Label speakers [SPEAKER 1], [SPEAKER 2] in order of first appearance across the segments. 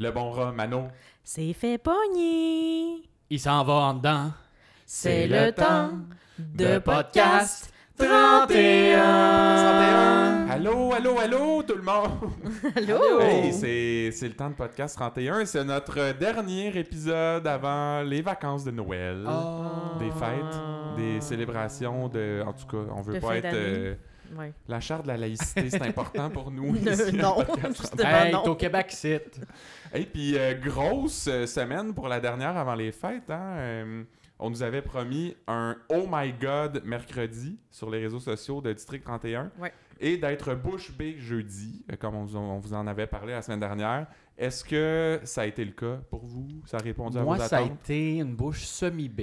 [SPEAKER 1] Le bon rat, Mano.
[SPEAKER 2] C'est fait pogner.
[SPEAKER 3] Il s'en va en dedans. hein.
[SPEAKER 2] C'est le temps de podcast
[SPEAKER 1] 31.
[SPEAKER 2] 31.
[SPEAKER 1] Allô, allô, allô, tout le monde!
[SPEAKER 2] Allô?
[SPEAKER 1] Hey, c'est c'est le temps de podcast 31. C'est notre dernier épisode avant les vacances de Noël.
[SPEAKER 2] Ah.
[SPEAKER 1] Des fêtes, des célébrations de. En tout cas, on veut
[SPEAKER 2] De
[SPEAKER 1] pas
[SPEAKER 2] fin
[SPEAKER 1] être.
[SPEAKER 2] d'année.
[SPEAKER 1] euh,
[SPEAKER 2] Ouais.
[SPEAKER 1] la charte de la laïcité, c'est important pour nous.
[SPEAKER 2] Ne-
[SPEAKER 1] ici, à
[SPEAKER 2] non,
[SPEAKER 1] Podcast
[SPEAKER 2] justement.
[SPEAKER 1] 31.
[SPEAKER 3] Hey,
[SPEAKER 2] non.
[SPEAKER 3] t'es au Québec, c'est.
[SPEAKER 1] Et puis, euh, grosse euh, semaine pour la dernière avant les fêtes. hein. Euh, on nous avait promis un Oh my God mercredi sur les réseaux sociaux de District 31
[SPEAKER 2] Ouais.
[SPEAKER 1] et d'être bouche bée jeudi, euh, comme on vous, en- on vous en avait parlé la semaine dernière. Est-ce que ça a été le cas pour vous? Ça a répondu à
[SPEAKER 3] Moi,
[SPEAKER 1] vos
[SPEAKER 3] ça a
[SPEAKER 1] attentes?
[SPEAKER 3] été une bouche semi-B.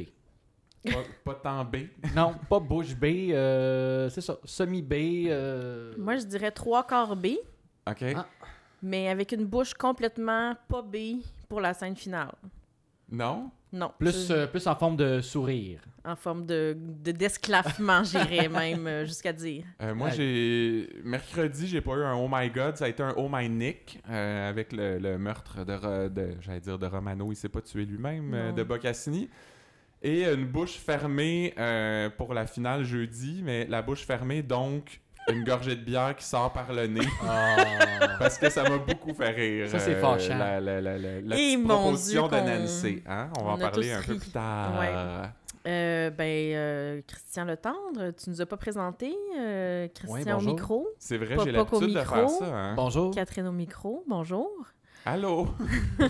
[SPEAKER 1] Pas, pas tant B.
[SPEAKER 3] Non, pas bouche B, euh, c'est ça, semi-B. euh,
[SPEAKER 2] Moi, je dirais trois quarts B,
[SPEAKER 1] OK.
[SPEAKER 3] Ah.
[SPEAKER 2] mais avec une bouche complètement pas B pour la scène finale.
[SPEAKER 1] Non?
[SPEAKER 2] Non.
[SPEAKER 3] plus,
[SPEAKER 2] je-
[SPEAKER 3] euh, plus en forme de sourire.
[SPEAKER 2] En forme de de- d'esclavement, j'irais même euh, jusqu'à dire.
[SPEAKER 1] Euh, moi,
[SPEAKER 3] Ouais.
[SPEAKER 1] j'ai. Mercredi, j'ai pas eu un Oh my God, ça a été un Oh my Nick euh, avec le, le meurtre de, Ro- de- J'allais dire de Romano, il s'est pas tué lui-même, euh,
[SPEAKER 2] Non.
[SPEAKER 1] de Boccassini. Et une bouche fermée euh, pour la finale jeudi, mais la bouche fermée, donc une gorgée de bière qui sort par le nez. Parce que ça m'a beaucoup fait rire.
[SPEAKER 3] Ça, c'est
[SPEAKER 1] euh,
[SPEAKER 3] fâchant.
[SPEAKER 1] la la, la, la, la
[SPEAKER 2] Et
[SPEAKER 1] petite
[SPEAKER 2] Eh, mon
[SPEAKER 1] proposition
[SPEAKER 2] Dieu,
[SPEAKER 1] de
[SPEAKER 2] qu'on-
[SPEAKER 1] Nancy. hein? On, va en
[SPEAKER 2] on a
[SPEAKER 1] parler
[SPEAKER 2] tous
[SPEAKER 1] un peu
[SPEAKER 2] ri.
[SPEAKER 1] plus tard.
[SPEAKER 2] Ouais. Euh, ben, euh, Christian Letendre, tu nous as pas présenté. euh, Christian au
[SPEAKER 3] bonjour.
[SPEAKER 2] micro.
[SPEAKER 1] C'est vrai,
[SPEAKER 2] Pas-
[SPEAKER 1] j'ai
[SPEAKER 2] pas qu'au
[SPEAKER 1] l'habitude de faire
[SPEAKER 2] micro.
[SPEAKER 1] ça. hein.
[SPEAKER 3] Bonjour,
[SPEAKER 2] Catherine au micro, bonjour.
[SPEAKER 1] Allô?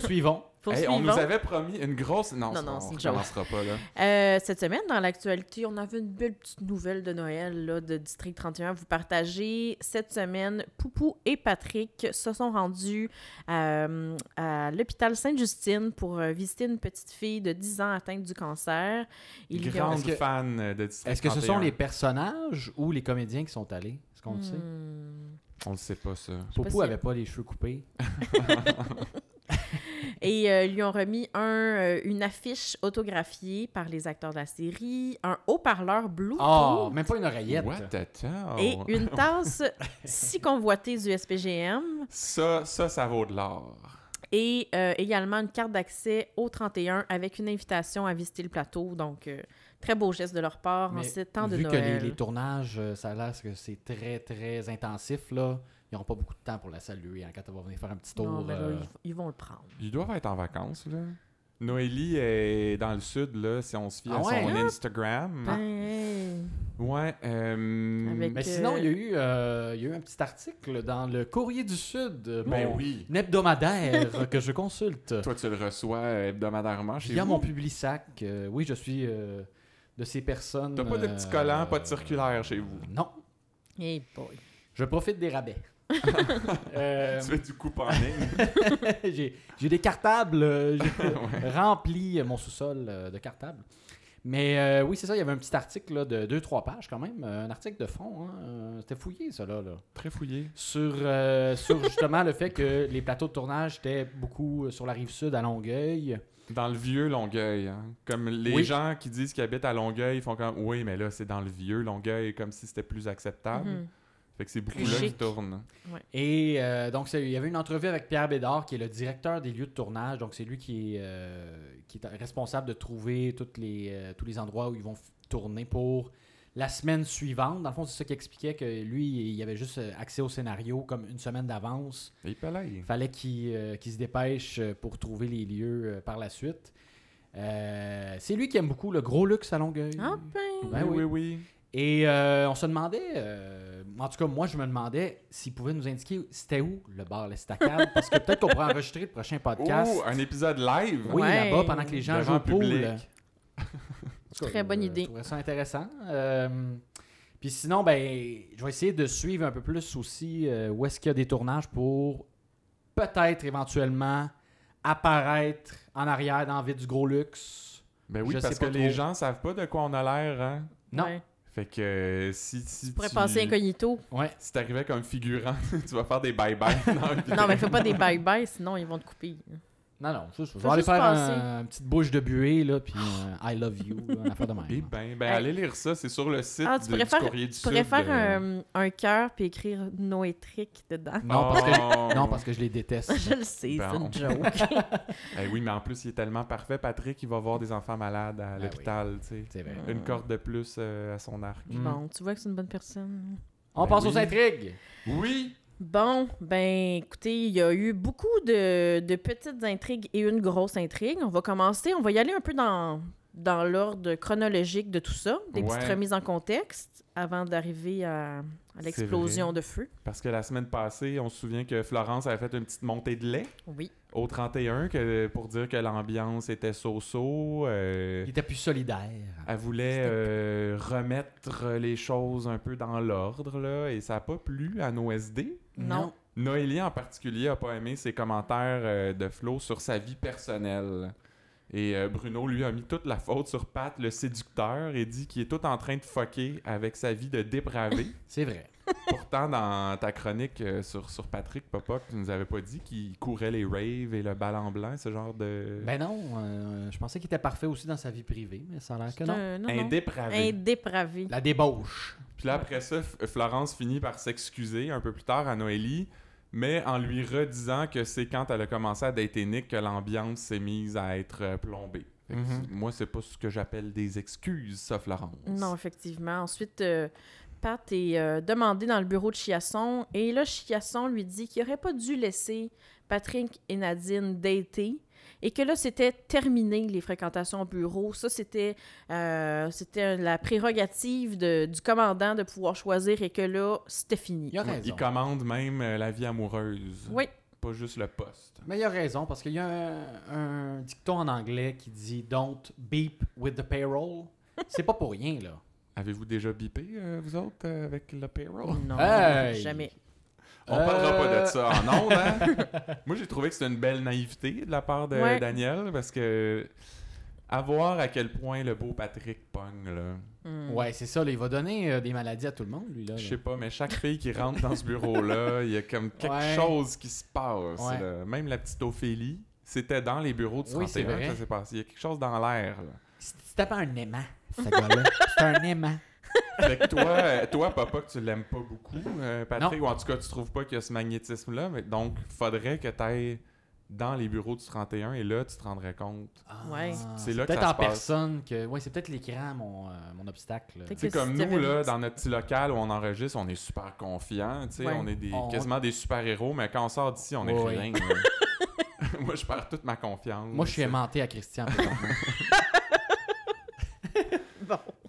[SPEAKER 3] suivons.
[SPEAKER 1] Hey,
[SPEAKER 2] Poursuivons.
[SPEAKER 1] on nous avait promis une grosse. Non,
[SPEAKER 2] Non, non,
[SPEAKER 1] on
[SPEAKER 2] c'est une
[SPEAKER 1] ne commencera pas là.
[SPEAKER 2] Euh, cette semaine, dans l'actualité, on avait une belle petite nouvelle de Noël là, de District 31 à vous partager. Cette semaine, Poupou et Patrick se sont rendus euh, à l'hôpital Sainte-Justine pour euh, visiter une petite fille de 10 ans atteinte du cancer. Ils lui ont-
[SPEAKER 1] Grande
[SPEAKER 3] Est-ce que-
[SPEAKER 1] fan euh, de District
[SPEAKER 3] Est-ce que ce
[SPEAKER 1] 31.
[SPEAKER 3] sont les personnages ou les comédiens qui sont allés? Est-ce qu'on le sait?
[SPEAKER 2] Hmm.
[SPEAKER 1] On le sait pas ça.
[SPEAKER 2] sais pas
[SPEAKER 3] Poupou
[SPEAKER 2] si-
[SPEAKER 3] avait pas les cheveux coupés.
[SPEAKER 2] Et euh, ils lui ont remis un, euh, une affiche autographiée par les acteurs de la série, un haut-parleur Bluetooth.
[SPEAKER 3] Ah, oh. même pas une oreillette.
[SPEAKER 1] What the hell?
[SPEAKER 2] Et une tasse si convoitée du SPGM.
[SPEAKER 1] Ça, ça, ça vaut de l'or.
[SPEAKER 2] Et euh, également une carte d'accès au 31 avec une invitation à visiter le plateau. Donc, euh, très beau geste de leur part en
[SPEAKER 3] Mais
[SPEAKER 2] ces temps de
[SPEAKER 3] vu que les,
[SPEAKER 2] Noël.
[SPEAKER 3] les tournages, euh, ça a l'air que c'est très, très intensif, là. Ils n'auront pas beaucoup de temps pour la saluer hein, quand elle va venir faire un petit tour.
[SPEAKER 2] Non, mais là,
[SPEAKER 3] euh,
[SPEAKER 2] ils, ils vont le prendre.
[SPEAKER 1] Ils doivent être en vacances, là. Noélie est dans le sud, là, si on se fie
[SPEAKER 3] Ah
[SPEAKER 1] à
[SPEAKER 3] ouais?
[SPEAKER 1] son Instagram.
[SPEAKER 2] Ben,
[SPEAKER 1] Ouais. euh,
[SPEAKER 2] Avec-
[SPEAKER 3] Mais
[SPEAKER 2] que-
[SPEAKER 3] sinon, il y, a eu, euh, il y a eu un petit article dans le Courrier du Sud, euh,
[SPEAKER 1] Ben
[SPEAKER 3] mon
[SPEAKER 1] oui.
[SPEAKER 3] hebdomadaire que je consulte
[SPEAKER 1] Toi, tu le reçois euh, hebdomadairement chez
[SPEAKER 3] via
[SPEAKER 1] vous.
[SPEAKER 3] mon Publisac. Euh, oui, je suis euh, de ces personnes. euh,
[SPEAKER 1] T'as pas de petits collants, pas de circulaire chez vous?
[SPEAKER 3] Non,
[SPEAKER 2] hey boy.
[SPEAKER 3] je profite des rabais. Euh,
[SPEAKER 1] Tu fais du coup en ligne.
[SPEAKER 3] j'ai j'ai des cartables. euh, J'ai rempli euh, mon sous-sol euh, de cartables. Mais euh, oui, c'est ça, il y avait un petit article là, de 2-3 pages quand même. euh, Un article de fond. hein, euh, C'était fouillé, ça, là. là.
[SPEAKER 1] Très fouillé.
[SPEAKER 3] Sur, euh, sur justement le fait que les plateaux de tournage étaient beaucoup euh, sur la rive sud à Longueuil.
[SPEAKER 1] Dans le vieux Longueuil, hein. Comme les
[SPEAKER 3] Oui.
[SPEAKER 1] gens qui disent qu'ils habitent à Longueuil, ils font comme Oui, mais là, c'est dans le vieux Longueuil, comme si c'était plus acceptable.
[SPEAKER 2] Mhm.
[SPEAKER 1] Fait que c'est beaucoup
[SPEAKER 2] Plus
[SPEAKER 1] là qui
[SPEAKER 2] chic.
[SPEAKER 1] tourne.
[SPEAKER 3] Et euh, donc, c'est- il y avait une entrevue avec Pierre Bédard, qui est le directeur des lieux de tournage. Donc, c'est lui qui est, euh, qui est responsable de trouver toutes les, euh, tous les endroits où ils vont f- tourner pour la semaine suivante. Dans le fond, c'est ça qui expliquait que lui, il avait juste euh, accès au scénario comme une semaine d'avance.
[SPEAKER 1] Et palais.
[SPEAKER 3] Il fallait qu'il euh, qu'il se dépêche euh, pour trouver les lieux euh, par la suite. Euh, c'est lui qui aime beaucoup le gros luxe à Longueuil.
[SPEAKER 2] Ah ben,
[SPEAKER 3] Ben
[SPEAKER 1] oui, oui,
[SPEAKER 3] oui.
[SPEAKER 1] oui.
[SPEAKER 3] Et euh, on se demandait, euh, en tout cas, moi, je me demandais s'il pouvait nous indiquer c'était où le bar L'Estacade, parce que peut-être qu'on pourrait enregistrer le prochain podcast.
[SPEAKER 1] Oh, un épisode live.
[SPEAKER 3] Oui,
[SPEAKER 2] Ouais.
[SPEAKER 3] là-bas, pendant que les gens
[SPEAKER 1] Devant
[SPEAKER 3] jouent au pool.
[SPEAKER 1] public.
[SPEAKER 3] En tout
[SPEAKER 2] Très bonne
[SPEAKER 3] euh,
[SPEAKER 2] idée.
[SPEAKER 3] Je trouverais ça intéressant. Euh, puis sinon, ben, je vais essayer de suivre un peu plus aussi euh, où est-ce qu'il y a des tournages pour peut-être éventuellement apparaître en arrière dans la ville du gros luxe.
[SPEAKER 1] Ben oui,
[SPEAKER 3] Je
[SPEAKER 1] parce
[SPEAKER 3] sais
[SPEAKER 1] que
[SPEAKER 3] pas
[SPEAKER 1] les
[SPEAKER 3] trop.
[SPEAKER 1] gens savent pas de quoi on a l'air, hein.
[SPEAKER 3] Non.
[SPEAKER 2] ouais.
[SPEAKER 1] Fait que euh, si, si
[SPEAKER 2] Tu pourrais passer incognito.
[SPEAKER 3] Ouais.
[SPEAKER 1] Si t'arrivais comme figurant, tu vas faire des bye-bye. dans le-
[SPEAKER 2] Non, mais fais pas des bye-bye, sinon ils vont te couper.
[SPEAKER 3] Non, non, ça, je vais
[SPEAKER 2] Faut
[SPEAKER 3] aller
[SPEAKER 2] juste
[SPEAKER 3] faire
[SPEAKER 2] passer.
[SPEAKER 3] un- une petite bouche de buée, là, puis euh, I love you, là, une affaire de
[SPEAKER 1] Eh
[SPEAKER 3] même.
[SPEAKER 1] ben, ben
[SPEAKER 2] Hey.
[SPEAKER 1] allez lire ça, c'est sur le site
[SPEAKER 2] Ah, tu
[SPEAKER 1] de-
[SPEAKER 2] pourrais faire-
[SPEAKER 1] du Courrier du
[SPEAKER 2] Tu pourrais
[SPEAKER 1] Sud,
[SPEAKER 2] faire
[SPEAKER 1] euh.
[SPEAKER 2] un, un cœur puis écrire noétrique dedans.
[SPEAKER 3] Non, parce que,
[SPEAKER 1] Oh.
[SPEAKER 3] non, parce que je les déteste.
[SPEAKER 2] Je le sais,
[SPEAKER 1] Bon.
[SPEAKER 2] c'est une joke.
[SPEAKER 1] Eh oui, mais en plus, il est tellement parfait, Patrick, il va voir des enfants malades à
[SPEAKER 3] oui.
[SPEAKER 1] l'hôpital, tu sais.
[SPEAKER 3] C'est vrai.
[SPEAKER 1] Une corde de plus euh, à son arc.
[SPEAKER 3] Mm.
[SPEAKER 2] Bon, tu vois que c'est une bonne personne.
[SPEAKER 3] On
[SPEAKER 1] Ben
[SPEAKER 3] passe aux
[SPEAKER 1] oui.
[SPEAKER 3] intrigues.
[SPEAKER 1] Oui!
[SPEAKER 2] Bon, ben écoutez, il y a eu beaucoup de, de petites intrigues et une grosse intrigue. On va commencer, on va y aller un peu dans, dans l'ordre chronologique de tout ça, des petites
[SPEAKER 1] Ouais.
[SPEAKER 2] remises en contexte avant d'arriver à, à
[SPEAKER 1] C'est
[SPEAKER 2] l'explosion
[SPEAKER 1] vrai.
[SPEAKER 2] de feu.
[SPEAKER 1] Parce que la semaine passée, on se souvient que Florence avait fait une petite montée de lait
[SPEAKER 2] Oui.
[SPEAKER 1] au 31 que, pour dire que l'ambiance était so-so. euh,
[SPEAKER 3] Il était plus solidaire.
[SPEAKER 1] elle voulait
[SPEAKER 2] C'était-
[SPEAKER 1] euh, remettre les choses un peu dans l'ordre, là, et ça n'a pas plu à nos SD.
[SPEAKER 2] Non.
[SPEAKER 1] Noélie, en particulier, a pas aimé ses commentaires euh, de Flo sur sa vie personnelle. Et euh, Bruno, lui, a mis toute la faute sur Pat, le séducteur, et dit qu'il est tout en train de fucker avec sa vie de dépravé.
[SPEAKER 3] C'est vrai.
[SPEAKER 1] Pourtant, dans ta chronique euh, sur, sur Patrick Popoc, tu nous avais pas dit qu'il courait les raves et le bal en blanc, ce genre de...
[SPEAKER 3] Ben non, euh, je pensais qu'il était parfait aussi dans sa vie privée, mais ça a l'air que
[SPEAKER 2] C'est
[SPEAKER 3] non.
[SPEAKER 2] un- non, non.
[SPEAKER 1] un dépravé.
[SPEAKER 2] Un dépravé.
[SPEAKER 3] La débauche.
[SPEAKER 1] Puis là, après ça, F- Florence finit par s'excuser un peu plus tard à Noélie, mais en lui redisant que c'est quand elle a commencé à dater Nick que l'ambiance s'est mise à être euh, plombée. Fait que
[SPEAKER 3] Mhm.
[SPEAKER 1] Moi, c'est pas ce que j'appelle des excuses, ça, Florence.
[SPEAKER 2] Non, effectivement. Ensuite, euh, Pat est euh, demandé dans le bureau de Chiasson et là, Chiasson lui dit qu'il aurait pas dû laisser Patrick et Nadine dater et que là, c'était terminé les fréquentations au bureau. Ça, c'était euh, c'était la prérogative de- du commandant de pouvoir choisir et que là, c'était fini.
[SPEAKER 3] Il a
[SPEAKER 1] Ouais,
[SPEAKER 3] raison.
[SPEAKER 1] Il commande même euh, la vie amoureuse,
[SPEAKER 2] Oui,
[SPEAKER 1] pas juste le poste.
[SPEAKER 3] Mais il a raison, parce qu'il y a un, un dicton en anglais qui dit Don't beep with the payroll. C'est pas pour rien, là.
[SPEAKER 1] Avez-vous déjà bipé, euh, vous autres, euh, avec le payroll?
[SPEAKER 2] non,
[SPEAKER 3] Oh. Hey!
[SPEAKER 2] jamais.
[SPEAKER 1] On
[SPEAKER 3] Euh.
[SPEAKER 1] parlera pas de ça en ondes, hein? Moi, j'ai trouvé que c'était une belle naïveté de la part de
[SPEAKER 2] Ouais.
[SPEAKER 1] Daniel, parce que... À voir à quel point le beau Patrick pogne, là.
[SPEAKER 2] Hmm.
[SPEAKER 3] Ouais, c'est ça, là, il va donner euh, des maladies à tout le monde, lui, là. là.
[SPEAKER 1] Je sais pas, mais chaque fille qui rentre dans ce bureau-là, il y a comme quelque
[SPEAKER 3] Ouais.
[SPEAKER 1] chose qui se passe.
[SPEAKER 3] Ouais.
[SPEAKER 1] là. Même la petite Ophélie, c'était dans les bureaux du
[SPEAKER 3] Oui,
[SPEAKER 1] 31
[SPEAKER 3] c'est vrai.
[SPEAKER 1] que ça s'est passé. Il y a quelque chose dans l'air. là.
[SPEAKER 3] C'est tapé un aimant, ce gars-là. C'est un aimant.
[SPEAKER 1] Fait que toi, euh, toi, papa, que tu l'aimes pas beaucoup, euh, Patrick, ou en tout cas, tu trouves pas qu'il y a ce magnétisme-là, mais donc, faudrait que tu ailles dans les bureaux du 31 et là, tu te rendrais compte.
[SPEAKER 2] Ouais.
[SPEAKER 1] C'est là que
[SPEAKER 3] peut-être
[SPEAKER 1] ça
[SPEAKER 3] en
[SPEAKER 1] se passe.
[SPEAKER 3] personne que. Ouais, c'est peut-être l'écran, mon, euh, mon obstacle.
[SPEAKER 2] Fait que
[SPEAKER 1] C'est
[SPEAKER 2] si
[SPEAKER 1] comme
[SPEAKER 2] tu
[SPEAKER 1] nous,
[SPEAKER 2] avais-
[SPEAKER 1] là, dans notre petit local où on enregistre, on est super confiants, tu sais,
[SPEAKER 2] Ouais.
[SPEAKER 1] on est des,
[SPEAKER 3] On-
[SPEAKER 1] quasiment des super-héros, mais quand on sort d'ici, on est
[SPEAKER 3] Ouais,
[SPEAKER 1] rien. là. Moi, je perds toute ma confiance.
[SPEAKER 3] Moi, je suis aimanté à Christian. présentement.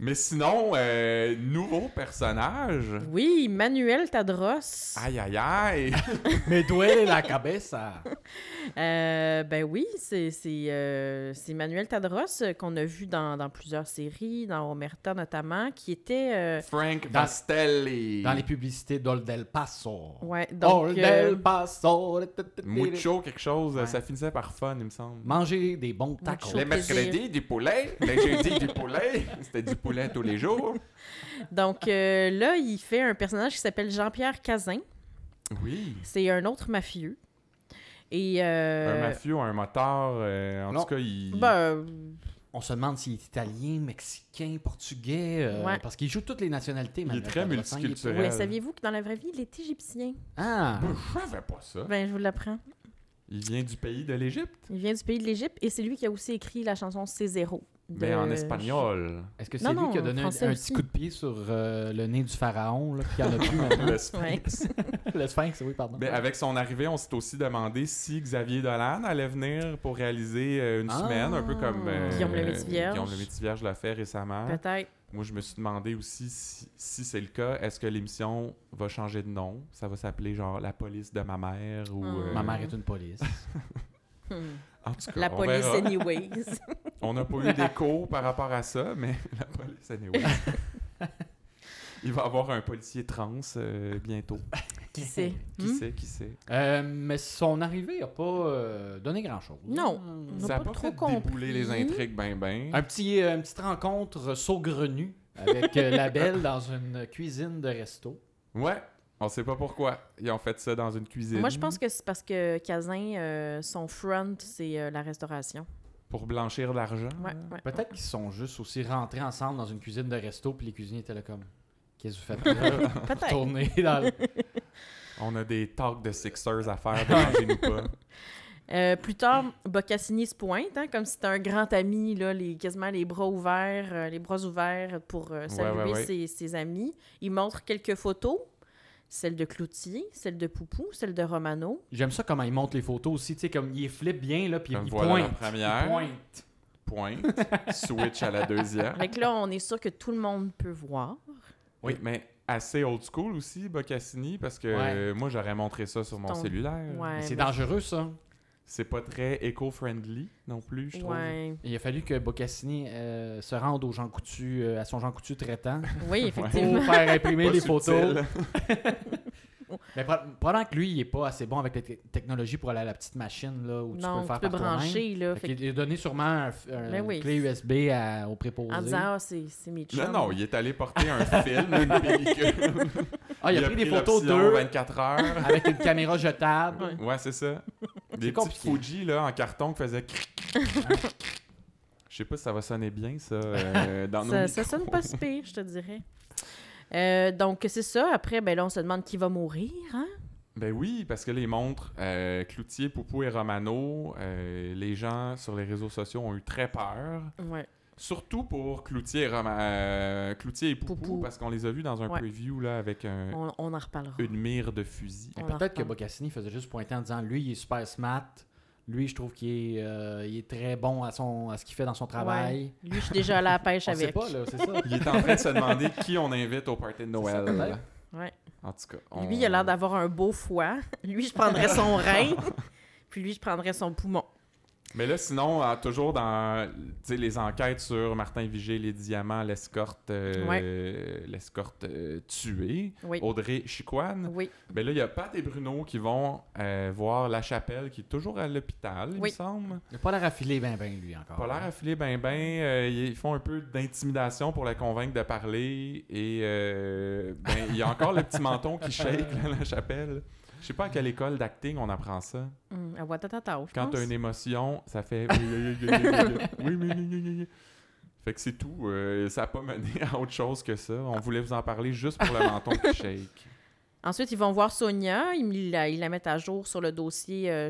[SPEAKER 1] Mais sinon, euh, nouveau personnage.
[SPEAKER 2] Oui, Manuel Tadros.
[SPEAKER 1] Aïe, aïe, aïe.
[SPEAKER 3] Mais duele la cabeza.
[SPEAKER 2] Euh, ben oui, c'est c'est, euh, c'est Manuel Tadros euh, qu'on a vu dans, dans plusieurs séries, dans Omerta notamment, qui était... euh,
[SPEAKER 1] Frank
[SPEAKER 3] Dans-
[SPEAKER 1] Bastelli.
[SPEAKER 3] Dans les publicités d'Ol del Paso.
[SPEAKER 2] ouais, donc...
[SPEAKER 3] Ol
[SPEAKER 2] euh,
[SPEAKER 3] del Paso.
[SPEAKER 1] Mucho quelque chose,
[SPEAKER 3] Ouais.
[SPEAKER 1] ça finissait par fun, il me semble.
[SPEAKER 3] Manger des bons tacos.
[SPEAKER 2] Mucho.
[SPEAKER 1] Les
[SPEAKER 2] Les plaisir.
[SPEAKER 1] mercredis,
[SPEAKER 2] mercredis,
[SPEAKER 1] du poulet. Les jeudis, du poulet. C'était du poulet tous les jours.
[SPEAKER 2] donc euh, là, il fait un personnage qui s'appelle Jean-Pierre Cazin.
[SPEAKER 1] Oui.
[SPEAKER 2] C'est un autre mafieux. Et... euh,
[SPEAKER 1] Un mafieux, un motard, euh, en
[SPEAKER 3] Non.
[SPEAKER 1] tout cas, il...
[SPEAKER 2] ben, euh,
[SPEAKER 3] On se demande s'il est italien, mexicain, portugais. euh,
[SPEAKER 2] Ouais.
[SPEAKER 3] Parce qu'il joue toutes les nationalités. Manuel
[SPEAKER 1] très
[SPEAKER 3] Pedrosa,
[SPEAKER 1] multiculturel.
[SPEAKER 2] ouais,
[SPEAKER 1] réel.
[SPEAKER 2] saviez-vous que dans la vraie vie, il est égyptien?
[SPEAKER 3] il est- Ah.
[SPEAKER 1] Ben, je savais pas ça.
[SPEAKER 2] Ben, je vous l'apprends.
[SPEAKER 1] Il vient du pays de l'Égypte,
[SPEAKER 2] Il vient du pays de l'Égypte et c'est lui qui a aussi écrit la chanson Césero.
[SPEAKER 1] mais en espagnol.
[SPEAKER 3] Est-ce que
[SPEAKER 2] Non,
[SPEAKER 3] c'est lui
[SPEAKER 2] non,
[SPEAKER 3] qui a donné un,
[SPEAKER 2] français
[SPEAKER 3] un
[SPEAKER 2] aussi.
[SPEAKER 3] petit coup de pied sur euh, le nez du pharaon, là, puis qu'il en a plus maintenant?
[SPEAKER 1] Le Sphinx.
[SPEAKER 3] le sphinx, oui, pardon.
[SPEAKER 1] Mais avec son arrivée, on s'est aussi demandé si Xavier Dolan allait venir pour réaliser euh, une
[SPEAKER 3] Ah.
[SPEAKER 1] semaine, un peu comme euh,
[SPEAKER 2] Guillaume le Métis-Vierge.
[SPEAKER 1] Guillaume le Métis-Vierge l'a fait récemment.
[SPEAKER 2] Peut-être.
[SPEAKER 1] Moi, je me suis demandé aussi si, si c'est le cas, est-ce que l'émission va changer de nom Ça va s'appeler genre La police de ma mère ou.
[SPEAKER 2] Ah.
[SPEAKER 1] euh,
[SPEAKER 3] Ma mère est une police.
[SPEAKER 2] Hmm.
[SPEAKER 1] En tout cas,
[SPEAKER 2] La
[SPEAKER 1] on
[SPEAKER 2] police,
[SPEAKER 1] verra.
[SPEAKER 2] anyways.
[SPEAKER 1] On n'a pas eu d'écho par rapport à ça, mais la police, anyway. Il va y avoir un policier trans euh, bientôt.
[SPEAKER 2] qui sait?
[SPEAKER 1] Qui
[SPEAKER 2] Hmm?
[SPEAKER 1] sait, qui sait
[SPEAKER 3] Euh, mais son arrivée n'a pas euh, donné grand-chose.
[SPEAKER 2] Non.
[SPEAKER 3] Euh,
[SPEAKER 2] On n'a
[SPEAKER 1] Ça a
[SPEAKER 2] pas
[SPEAKER 1] pas,
[SPEAKER 2] trop
[SPEAKER 1] fait débouler
[SPEAKER 2] compris.
[SPEAKER 1] les intrigues ben ben.
[SPEAKER 3] Un petit, euh, une petite rencontre saugrenue avec euh, la belle dans une cuisine de resto.
[SPEAKER 1] Ouais, On sait pas pourquoi. Ils ont fait ça dans une cuisine.
[SPEAKER 2] Moi, je pense que c'est parce que Kazin, euh, son front, c'est euh, la restauration.
[SPEAKER 1] Pour blanchir l'argent.
[SPEAKER 2] Ouais, ouais.
[SPEAKER 3] Peut-être qu'ils sont juste aussi rentrés ensemble dans une cuisine de resto, puis les cuisiniers étaient là comme. Qu'est-ce que vous faites là?
[SPEAKER 2] Peut-être.
[SPEAKER 3] Tourner dans le-
[SPEAKER 1] On a des talks de Sixers à faire, dérangez-nous pas.
[SPEAKER 2] Euh, plus tard, Boccassini se pointe, hein, comme si c'était un grand ami, là, les, quasiment les bras ouverts, euh, les bras ouverts pour euh, saluer
[SPEAKER 1] ouais, ouais.
[SPEAKER 2] Ses, ses amis. Il montre quelques photos, celle de Cloutier, celle de Poupou, celle de Romano.
[SPEAKER 3] J'aime ça comment ils montrent les photos aussi. Tu sais, comme ils flippent bien, là, puis
[SPEAKER 1] Comme
[SPEAKER 3] ils
[SPEAKER 1] voilà la
[SPEAKER 3] pointent.
[SPEAKER 1] première.
[SPEAKER 3] Ils pointent.
[SPEAKER 1] Pointe. Switch à la deuxième.
[SPEAKER 2] Fait que là, on est sûr que tout le monde peut voir.
[SPEAKER 1] Oui, mais assez old school aussi, Boccassini, parce que
[SPEAKER 3] Ouais.
[SPEAKER 1] euh, moi, j'aurais montré ça sur mon
[SPEAKER 2] Ton-
[SPEAKER 1] cellulaire.
[SPEAKER 2] Ouais,
[SPEAKER 3] C'est
[SPEAKER 2] mais-
[SPEAKER 3] dangereux, ça.
[SPEAKER 1] C'est pas très éco-friendly non plus, je trouve.
[SPEAKER 2] Ouais.
[SPEAKER 3] Il a fallu que Bocassini euh, se rende au Jean Coutu, euh, à son Jean Coutu traitant
[SPEAKER 2] Oui,
[SPEAKER 3] pour
[SPEAKER 2] effectivement.
[SPEAKER 3] faire imprimer
[SPEAKER 1] Pas
[SPEAKER 3] les
[SPEAKER 1] subtil.
[SPEAKER 3] photos. Mais pro- probablement que lui, il est pas assez bon avec les te- technologies pour aller à la petite machine là, où
[SPEAKER 2] non,
[SPEAKER 3] Oh, tu peux le faire
[SPEAKER 2] tu peux
[SPEAKER 3] par toi-même.
[SPEAKER 2] brancher, là.
[SPEAKER 3] Fait
[SPEAKER 2] Fait
[SPEAKER 3] qu'il a donné sûrement un f- un-
[SPEAKER 2] Ben oui.
[SPEAKER 3] une clé USB à- au préposé.
[SPEAKER 2] que- en disant, ah, c'est c'est mes chums.
[SPEAKER 1] Non, non, il est allé porter un film, une pellicule.
[SPEAKER 3] ah, il, a pris, des photos
[SPEAKER 1] l'option
[SPEAKER 3] d'eux
[SPEAKER 1] 24 heures.
[SPEAKER 3] avec une caméra jetable.
[SPEAKER 2] Ouais.
[SPEAKER 1] Ouais, c'est ça. Des petites
[SPEAKER 3] compliqué.
[SPEAKER 1] Fuji là, en carton qui faisaient cric, cric, cric. Je sais pas si ça va sonner bien, ça, euh, dans nos
[SPEAKER 2] Ça, ça sonne pas si pire, je te dirais. Euh, donc, c'est ça. Après, ben là, on se demande qui va mourir, hein?
[SPEAKER 1] Ben oui, parce que les montres, euh, Cloutier, Poupou et Romano, euh, les gens sur les réseaux sociaux ont eu très peur.
[SPEAKER 2] Ouais.
[SPEAKER 1] Surtout pour Cloutier et, Roma- euh, Cloutier et Poupou,
[SPEAKER 2] Poupou.
[SPEAKER 1] parce qu'on les a vus dans un
[SPEAKER 2] Ouais. Oh.
[SPEAKER 1] preview là, avec un-
[SPEAKER 2] On, on en reparlera.
[SPEAKER 1] une mire de fusil.
[SPEAKER 2] On en
[SPEAKER 3] Peut-être que
[SPEAKER 2] reparle.
[SPEAKER 3] Bocassini faisait juste pointer en disant lui, il est super smart. Lui, je trouve qu'il est, euh, il est très bon à, son, à ce qu'il fait dans son travail.
[SPEAKER 2] Lui, je suis déjà allée à la pêche
[SPEAKER 3] On sait
[SPEAKER 2] avec.
[SPEAKER 3] pas, là, c'est ça.
[SPEAKER 1] Il est en train de se demander qui on invite au party de Noël.
[SPEAKER 3] C'est ça, peut-être.
[SPEAKER 2] Ouais.
[SPEAKER 1] En tout cas, on-
[SPEAKER 2] Lui, il a l'air d'avoir un beau foie. Lui, je prendrais son rein. Puis lui, je prendrais son poumon.
[SPEAKER 1] Mais là, sinon, euh, toujours dans tu sais, les enquêtes sur Martin Vigé, les diamants, l'escorte euh, l'escorte euh, tuée,
[SPEAKER 2] Oui.
[SPEAKER 1] Audrey Chicoine,
[SPEAKER 2] Oui.
[SPEAKER 1] Ben là, il y a Pat et Bruno qui vont euh, voir La Chapelle, qui est toujours à l'hôpital, il me
[SPEAKER 2] Oui.
[SPEAKER 1] semble.
[SPEAKER 3] Il n'a pas l'air affilé ben ben, lui, encore.
[SPEAKER 1] Pas l'air affilé ben ben. euh, ils font un peu d'intimidation pour la convaincre de parler. Et euh, ben, il y a encore le petit menton qui shake, là, La Chapelle. Je sais pas à quelle école d'acting on apprend ça.
[SPEAKER 2] Hum, à Ouattatata, je
[SPEAKER 1] Quand
[SPEAKER 2] pense.
[SPEAKER 1] t'as une émotion, ça fait... oui, oui, oui, oui, oui, oui, oui, oui, oui, oui. Fait que c'est tout. euh, ça n'a pas mené à autre chose que ça. On voulait vous en parler juste pour le menton qui shake.
[SPEAKER 2] Ensuite, ils vont voir Sonia. Ils la, ils la mettent à jour sur le dossier euh,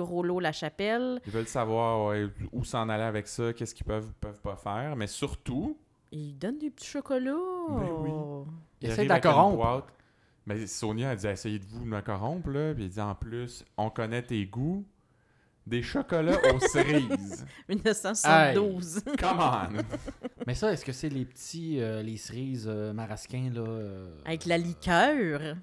[SPEAKER 2] Chabot-Groslo-La-Chapelle.
[SPEAKER 1] Ils veulent savoir ouais, où s'en aller avec ça, qu'est-ce qu'ils peuvent peuvent pas faire, mais surtout,
[SPEAKER 2] Ils donnent des petits chocolats.
[SPEAKER 1] Ben oui.
[SPEAKER 3] Il
[SPEAKER 1] ils
[SPEAKER 3] essaie
[SPEAKER 1] arrivent
[SPEAKER 3] de la
[SPEAKER 1] avec une
[SPEAKER 3] corrompre.
[SPEAKER 1] boîte. Mais Sonia a dit essayez de vous de me corrompre là, puis il dit en plus, on connaît tes goûts, des chocolats aux cerises.
[SPEAKER 2] 1972.
[SPEAKER 1] Come on.
[SPEAKER 3] Mais ça, est-ce que c'est les petits, euh, les cerises euh, marasquins, là euh,
[SPEAKER 2] Avec la liqueur.
[SPEAKER 3] moi,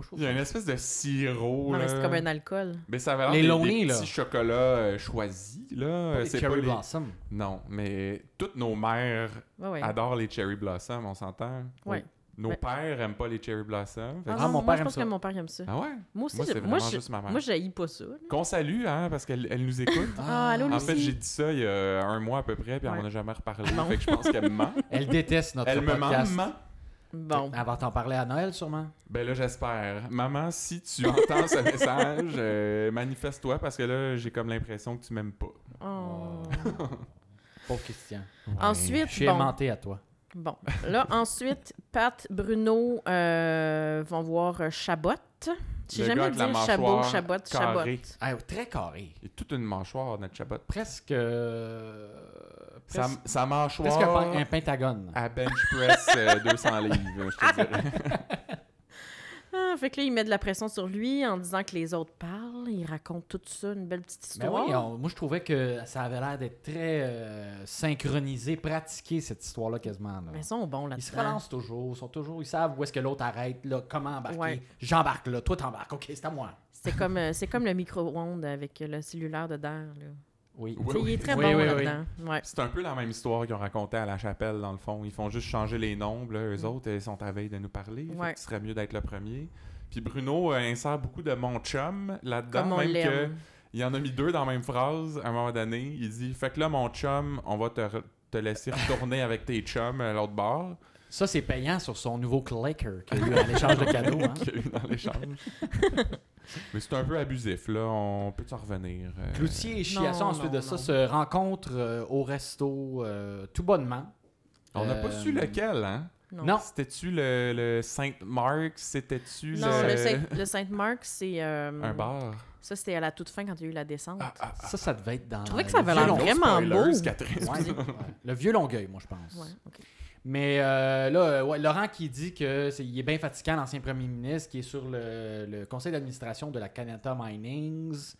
[SPEAKER 3] je trouve
[SPEAKER 1] Il y a une espèce de sirop
[SPEAKER 2] Non, mais c'est
[SPEAKER 1] là.
[SPEAKER 2] comme un alcool.
[SPEAKER 1] Mais ça va
[SPEAKER 3] Les
[SPEAKER 1] l'air des,
[SPEAKER 3] Lonely,
[SPEAKER 1] des
[SPEAKER 3] là.
[SPEAKER 1] petits chocolats euh, choisis là,
[SPEAKER 3] pas
[SPEAKER 1] Euh,
[SPEAKER 3] les
[SPEAKER 1] c'est
[SPEAKER 3] cherry
[SPEAKER 1] pas les-
[SPEAKER 3] blossom.
[SPEAKER 1] Non, mais toutes nos mères
[SPEAKER 2] Ouais, ouais.
[SPEAKER 1] adorent les cherry blossoms, on s'entend.
[SPEAKER 2] Ouais.
[SPEAKER 1] Nos
[SPEAKER 2] Mais-
[SPEAKER 1] pères aiment pas les cherry blossoms. Fait-
[SPEAKER 3] Ah,
[SPEAKER 2] non,
[SPEAKER 3] mon
[SPEAKER 2] moi,
[SPEAKER 3] père
[SPEAKER 2] je
[SPEAKER 3] aime
[SPEAKER 2] pense
[SPEAKER 3] ça.
[SPEAKER 2] que mon père aime ça.
[SPEAKER 1] Ah ouais.
[SPEAKER 2] Moi aussi,
[SPEAKER 1] Moi,
[SPEAKER 2] je-
[SPEAKER 1] c'est
[SPEAKER 2] moi,
[SPEAKER 1] vraiment
[SPEAKER 2] je
[SPEAKER 1] juste ma mère.
[SPEAKER 2] moi, j'haïs pas ça. là.
[SPEAKER 1] Qu'on salue, hein, parce qu'elle elle nous écoute.
[SPEAKER 2] Ah, allô,
[SPEAKER 1] En
[SPEAKER 2] Lucie?
[SPEAKER 1] fait, j'ai dit ça il y a un mois à peu près, puis on
[SPEAKER 2] Ouais.
[SPEAKER 1] n'en a jamais reparlé.
[SPEAKER 2] Non.
[SPEAKER 1] Fait que je pense qu'elle me ment.
[SPEAKER 3] Elle déteste notre
[SPEAKER 1] Elle me ment,
[SPEAKER 3] podcast.
[SPEAKER 1] maman.
[SPEAKER 2] Bon.
[SPEAKER 3] Elle va t'en parler à Noël, sûrement.
[SPEAKER 1] Ben là, j'espère. Maman, si tu entends ce message, euh, manifeste-toi, parce que là, j'ai comme l'impression que tu m'aimes pas.
[SPEAKER 2] Oh.
[SPEAKER 3] Pauvre Christian.
[SPEAKER 2] Ensuite,
[SPEAKER 3] Je suis
[SPEAKER 2] bon.
[SPEAKER 3] aimanté à toi.
[SPEAKER 2] Bon. Là, ensuite, Pat, Bruno euh, vont voir euh, Chabot. Je
[SPEAKER 1] Le gars
[SPEAKER 2] sais jamais
[SPEAKER 1] avec la
[SPEAKER 2] dire Chabot,
[SPEAKER 1] mâchoire
[SPEAKER 2] Chabot,
[SPEAKER 1] carrée.
[SPEAKER 2] Chabot.
[SPEAKER 3] Ah, très carré.
[SPEAKER 1] Il y a toute une mâchoire, notre chabot.
[SPEAKER 3] Presque. euh,
[SPEAKER 1] Sa,
[SPEAKER 3] presque
[SPEAKER 1] sa
[SPEAKER 3] presque un,
[SPEAKER 1] mâchoire
[SPEAKER 3] pen- un pentagone.
[SPEAKER 1] à bench press euh, 200 livres, je te dirais.
[SPEAKER 2] Ah, fait que là, il met de la pression sur lui en disant que les autres parlent. Il raconte tout ça, une belle petite
[SPEAKER 3] Mais
[SPEAKER 2] histoire.
[SPEAKER 3] Ben oui, on- moi je trouvais que ça avait l'air d'être très euh, synchronisé, pratiqué cette histoire-là quasiment. là.
[SPEAKER 2] Mais ils sont bons
[SPEAKER 3] Ils se
[SPEAKER 2] là-dedans.
[SPEAKER 3] relancent toujours, ils sont toujours, ils savent où est-ce que l'autre arrête, là, comment embarquer.
[SPEAKER 2] Ouais.
[SPEAKER 3] J'embarque là, toi t'embarques, ok, c'est à moi.
[SPEAKER 2] C'est comme, euh, c'est comme le micro-ondes avec euh, le cellulaire dedans. Là.
[SPEAKER 3] Oui.
[SPEAKER 1] Oui,
[SPEAKER 2] Tu sais, Il est très
[SPEAKER 3] Oui,
[SPEAKER 2] bon
[SPEAKER 3] oui, oui.
[SPEAKER 2] là-dedans. Ouais.
[SPEAKER 1] C'est un peu la même histoire qu'ils ont racontée à la chapelle, dans le fond. Ils font juste changer les nombres. Là. Eux
[SPEAKER 2] Mm.
[SPEAKER 1] autres, ils sont à veille de nous parler. Fait
[SPEAKER 2] Ouais.
[SPEAKER 1] que Ce serait mieux d'être le premier. Puis Bruno euh, insère beaucoup de mon chum
[SPEAKER 2] Comme
[SPEAKER 1] là-dedans,
[SPEAKER 2] on
[SPEAKER 1] même que
[SPEAKER 2] l'aime.
[SPEAKER 1] il en a mis deux dans la même phrase à un moment donné. Il dit Fait que là, mon chum, on va te, re- te laisser retourner avec tes chums à l'autre bord.
[SPEAKER 3] Ça, c'est payant sur son nouveau clicker qu'il y a eu à l'échange de cadeaux. hein.
[SPEAKER 1] qu'il y a eu dans l'échange. Mais c'est un peu abusif, là. On peut en revenir. euh,
[SPEAKER 3] Cloutier et
[SPEAKER 2] Non,
[SPEAKER 3] Chiasson, ensuite
[SPEAKER 2] non,
[SPEAKER 3] de
[SPEAKER 2] non.
[SPEAKER 3] ça, se rencontrent euh, au resto euh, tout bonnement.
[SPEAKER 1] On n'a pas
[SPEAKER 3] Euh,
[SPEAKER 1] su lequel, hein?
[SPEAKER 2] Non.
[SPEAKER 3] Non.
[SPEAKER 1] C'était-tu le, le Saint-Marc? C'était-tu
[SPEAKER 2] Non,
[SPEAKER 1] le...
[SPEAKER 2] le, Saint- le Sainte-Marc, c'est. euh,
[SPEAKER 1] Un bar? Ah,
[SPEAKER 2] Ça, c'était à la toute fin quand il y a eu la descente.
[SPEAKER 3] Ça, ça devait être dans.
[SPEAKER 2] Je trouvais que
[SPEAKER 3] le
[SPEAKER 2] ça avait
[SPEAKER 3] vieux
[SPEAKER 2] l'air
[SPEAKER 3] Longueuil.
[SPEAKER 2] vraiment
[SPEAKER 1] spoilers,
[SPEAKER 2] beau.
[SPEAKER 1] Catherine.
[SPEAKER 3] Ouais, ouais. Le vieux Longueuil, moi, je pense.
[SPEAKER 2] Ouais, ok.
[SPEAKER 3] Mais euh, là, euh, ouais, Laurent qui dit que c'est- il est bien fatigant, l'ancien premier ministre, qui est sur le, le conseil d'administration de la Canada Minings,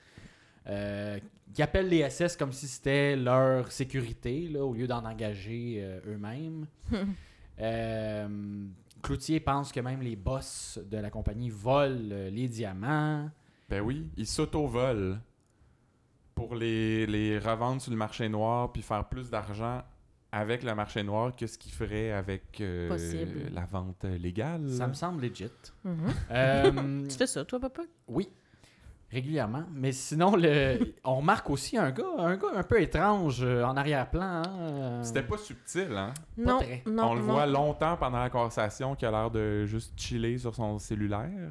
[SPEAKER 3] euh, qui appelle les SS comme si c'était leur sécurité, là, au lieu d'en engager euh, eux-mêmes. Euh, Cloutier pense que même les boss de la compagnie volent euh, les diamants.
[SPEAKER 1] Ben oui, ils s'auto-volent pour les, les revendre sur le marché noir puis faire plus d'argent avec le marché noir que ce qu'ils feraient avec euh,
[SPEAKER 2] Possible.
[SPEAKER 1] la vente légale.
[SPEAKER 3] Ça me semble legit.
[SPEAKER 2] Mhm.
[SPEAKER 3] Euh,
[SPEAKER 2] Tu fais ça, toi, papa?
[SPEAKER 3] Oui, régulièrement. Mais sinon, le... on remarque aussi un gars, un gars un peu étrange euh, en arrière-plan. hein, euh,
[SPEAKER 1] C'était pas subtil, hein?
[SPEAKER 2] Non,
[SPEAKER 3] très.
[SPEAKER 2] non,
[SPEAKER 1] On le
[SPEAKER 2] non.
[SPEAKER 1] voit longtemps pendant la conversation qu'il a l'air de juste chiller sur son cellulaire.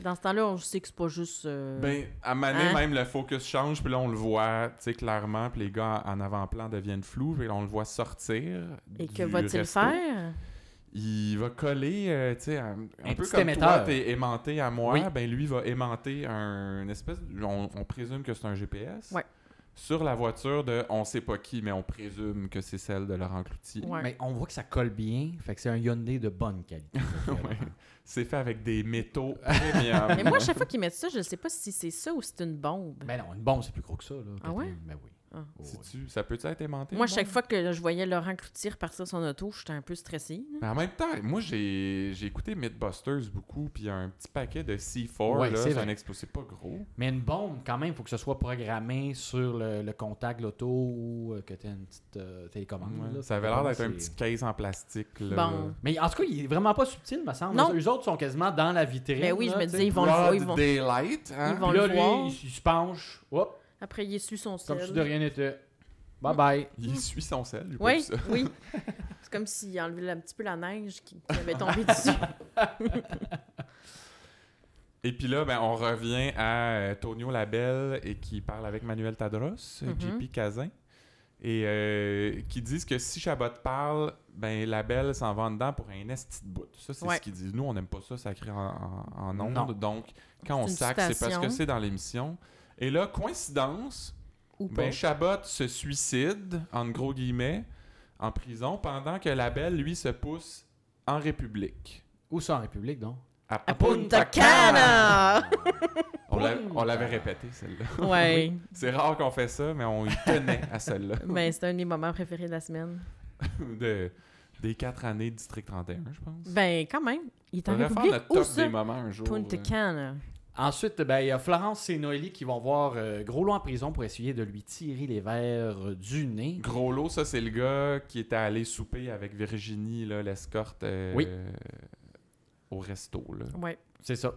[SPEAKER 2] Dans ce temps-là, on sait que c'est pas juste. euh,
[SPEAKER 1] Ben, à Mané,
[SPEAKER 2] Hein?
[SPEAKER 1] même le focus change, puis là, on le voit, tu sais, clairement, puis les gars en- en avant-plan deviennent flous, puis là, on le voit sortir.
[SPEAKER 2] Et
[SPEAKER 1] du
[SPEAKER 2] que va-t-il
[SPEAKER 1] resto.
[SPEAKER 2] faire?
[SPEAKER 1] Il va coller, euh, tu sais, un, un
[SPEAKER 3] Un
[SPEAKER 1] peu
[SPEAKER 3] petit
[SPEAKER 1] comme toi,
[SPEAKER 3] émetteur.
[SPEAKER 1] t'es aimanté à moi,
[SPEAKER 3] Oui.
[SPEAKER 1] ben lui va aimanter un une espèce, on, on présume que c'est un GPS.
[SPEAKER 2] Ouais.
[SPEAKER 1] Sur la voiture de on sait pas qui, mais on présume que c'est celle de Laurent Cloutier.
[SPEAKER 2] Ouais.
[SPEAKER 3] Mais on voit que ça colle bien. Fait que c'est un Hyundai de bonne qualité. ça,
[SPEAKER 1] Ouais.
[SPEAKER 3] vraiment.
[SPEAKER 1] C'est fait avec des métaux premium.
[SPEAKER 2] Mais moi, à chaque fois qu'ils mettent ça, je ne sais pas si c'est ça ou c'est une bombe.
[SPEAKER 1] Ben,
[SPEAKER 3] Mais Ben non, une bombe, c'est plus gros que ça. Là,
[SPEAKER 2] Ah ouais?
[SPEAKER 3] Mais oui.
[SPEAKER 2] Ah.
[SPEAKER 3] Oh, oui.
[SPEAKER 1] Sais-tu, ça peut être aimanté?
[SPEAKER 2] Moi,
[SPEAKER 1] le
[SPEAKER 2] chaque
[SPEAKER 1] monde?
[SPEAKER 2] fois que je voyais Laurent Cloutier repartir son auto, j'étais un peu stressée. là.
[SPEAKER 1] Mais en même temps, moi j'ai j'ai écouté Mythbusters beaucoup, puis il y a un petit paquet de C4
[SPEAKER 3] Ouais,
[SPEAKER 1] là,
[SPEAKER 3] c'est
[SPEAKER 1] c'est
[SPEAKER 3] vrai.
[SPEAKER 1] un expo, c'est pas gros.
[SPEAKER 3] Mais une bombe, quand même, il faut que ce soit programmé sur le, le contact, l'auto ou euh, que tu aies une petite euh, télécommande.
[SPEAKER 1] Ouais.
[SPEAKER 3] là.
[SPEAKER 1] Ça avait l'air d'être un
[SPEAKER 3] C'est-
[SPEAKER 1] petit case en plastique là.
[SPEAKER 2] Bon.
[SPEAKER 3] Mais en tout cas, il est vraiment pas subtil, me semble.
[SPEAKER 2] Non.
[SPEAKER 3] Eux autres sont quasiment dans la vitrine.
[SPEAKER 2] Ben oui, je
[SPEAKER 3] là,
[SPEAKER 2] me
[SPEAKER 3] tu sais.
[SPEAKER 2] disais, ils vont le voir.
[SPEAKER 1] Broad
[SPEAKER 2] Ils vont...
[SPEAKER 1] daylight, hein?
[SPEAKER 2] Ils vont
[SPEAKER 3] Puis là,
[SPEAKER 2] le voir.
[SPEAKER 3] lui, il, il se penche. Hop,
[SPEAKER 2] Après, il essuie son
[SPEAKER 3] comme
[SPEAKER 2] sel.
[SPEAKER 3] si de rien n'était. Bye bye.
[SPEAKER 1] Il suit son sel, lui,
[SPEAKER 2] Oui,
[SPEAKER 1] pour ça.
[SPEAKER 2] oui. C'est comme s'il enlevait un petit peu la neige qui, qui avait tombé dessus.
[SPEAKER 1] Ben, Et puis là, ben, on revient à euh, Tonio Labelle et qui parle avec Manuel Tadros, euh,
[SPEAKER 2] Mhm.
[SPEAKER 1] JP Cazin, et euh, qui disent que si Chabot parle, ben Labelle s'en va en dedans pour un esti de bout. Ça, c'est
[SPEAKER 2] Ouais.
[SPEAKER 1] ce qu'ils disent. Nous, on n'aime pas ça sacré en, en, en ondes.
[SPEAKER 3] Non.
[SPEAKER 1] Donc, quand on
[SPEAKER 2] une
[SPEAKER 1] sac, c'est parce
[SPEAKER 2] citation.
[SPEAKER 1] que c'est dans l'émission. Et là, coïncidence,
[SPEAKER 2] Ou pas.
[SPEAKER 1] ben, Chabot se suicide, en gros guillemets, en prison, pendant que Labelle, lui, se pousse en République.
[SPEAKER 3] Où ça en République, donc?
[SPEAKER 1] À,
[SPEAKER 2] À
[SPEAKER 1] Punta
[SPEAKER 2] Punta Cana!
[SPEAKER 1] on l'a-
[SPEAKER 3] Punta.
[SPEAKER 1] on l'avait répété, celle-là.
[SPEAKER 2] Ouais.
[SPEAKER 1] C'est rare qu'on fait ça, mais on y tenait à celle-là.
[SPEAKER 2] Ben, c'est un de mes moments préférés de la semaine.
[SPEAKER 1] De- des quatre années de District 31, je pense.
[SPEAKER 2] Ben, quand même. Il est
[SPEAKER 1] On
[SPEAKER 2] en
[SPEAKER 1] devrait faire
[SPEAKER 2] République
[SPEAKER 1] notre
[SPEAKER 2] ou
[SPEAKER 1] top des
[SPEAKER 2] ça?
[SPEAKER 1] moments un jour.
[SPEAKER 2] Punta
[SPEAKER 1] euh.
[SPEAKER 2] Cana.
[SPEAKER 3] Ensuite, ben, il y a Florence et Noélie qui vont voir euh, Groslot en prison pour essayer de lui tirer les verres euh, du nez.
[SPEAKER 1] Gros lot, ça, c'est le gars qui était allé souper avec Virginie, là, l'escorte, euh,
[SPEAKER 3] Oui.
[SPEAKER 1] au resto. Là.
[SPEAKER 2] Ouais.
[SPEAKER 3] C'est ça.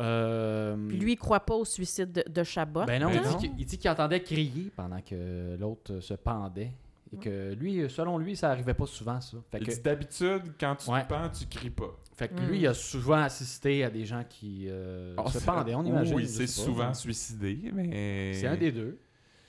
[SPEAKER 3] Euh,
[SPEAKER 2] Puis lui, il croit pas au suicide de, de Chabot.
[SPEAKER 3] ben non,
[SPEAKER 1] Hmm. Ben
[SPEAKER 3] il,
[SPEAKER 1] non.
[SPEAKER 3] Dit qu'il, il dit qu'il entendait crier pendant que l'autre euh, se pendait. Et
[SPEAKER 2] Hmm.
[SPEAKER 3] que lui, euh, selon lui, ça arrivait pas souvent, ça. Fait
[SPEAKER 1] Il
[SPEAKER 3] que,
[SPEAKER 1] dit, D'habitude, quand tu
[SPEAKER 3] Ouais.
[SPEAKER 1] te pends, tu cries pas.
[SPEAKER 3] fait que
[SPEAKER 2] Mm.
[SPEAKER 3] lui, il a souvent assisté à des gens qui euh,
[SPEAKER 1] Oh,
[SPEAKER 3] se
[SPEAKER 1] c'est-
[SPEAKER 3] pendaient, on imagine.
[SPEAKER 1] Oui,
[SPEAKER 3] je
[SPEAKER 1] c'est
[SPEAKER 3] sais pas.
[SPEAKER 1] souvent suicidé, mais.
[SPEAKER 3] C'est un des deux.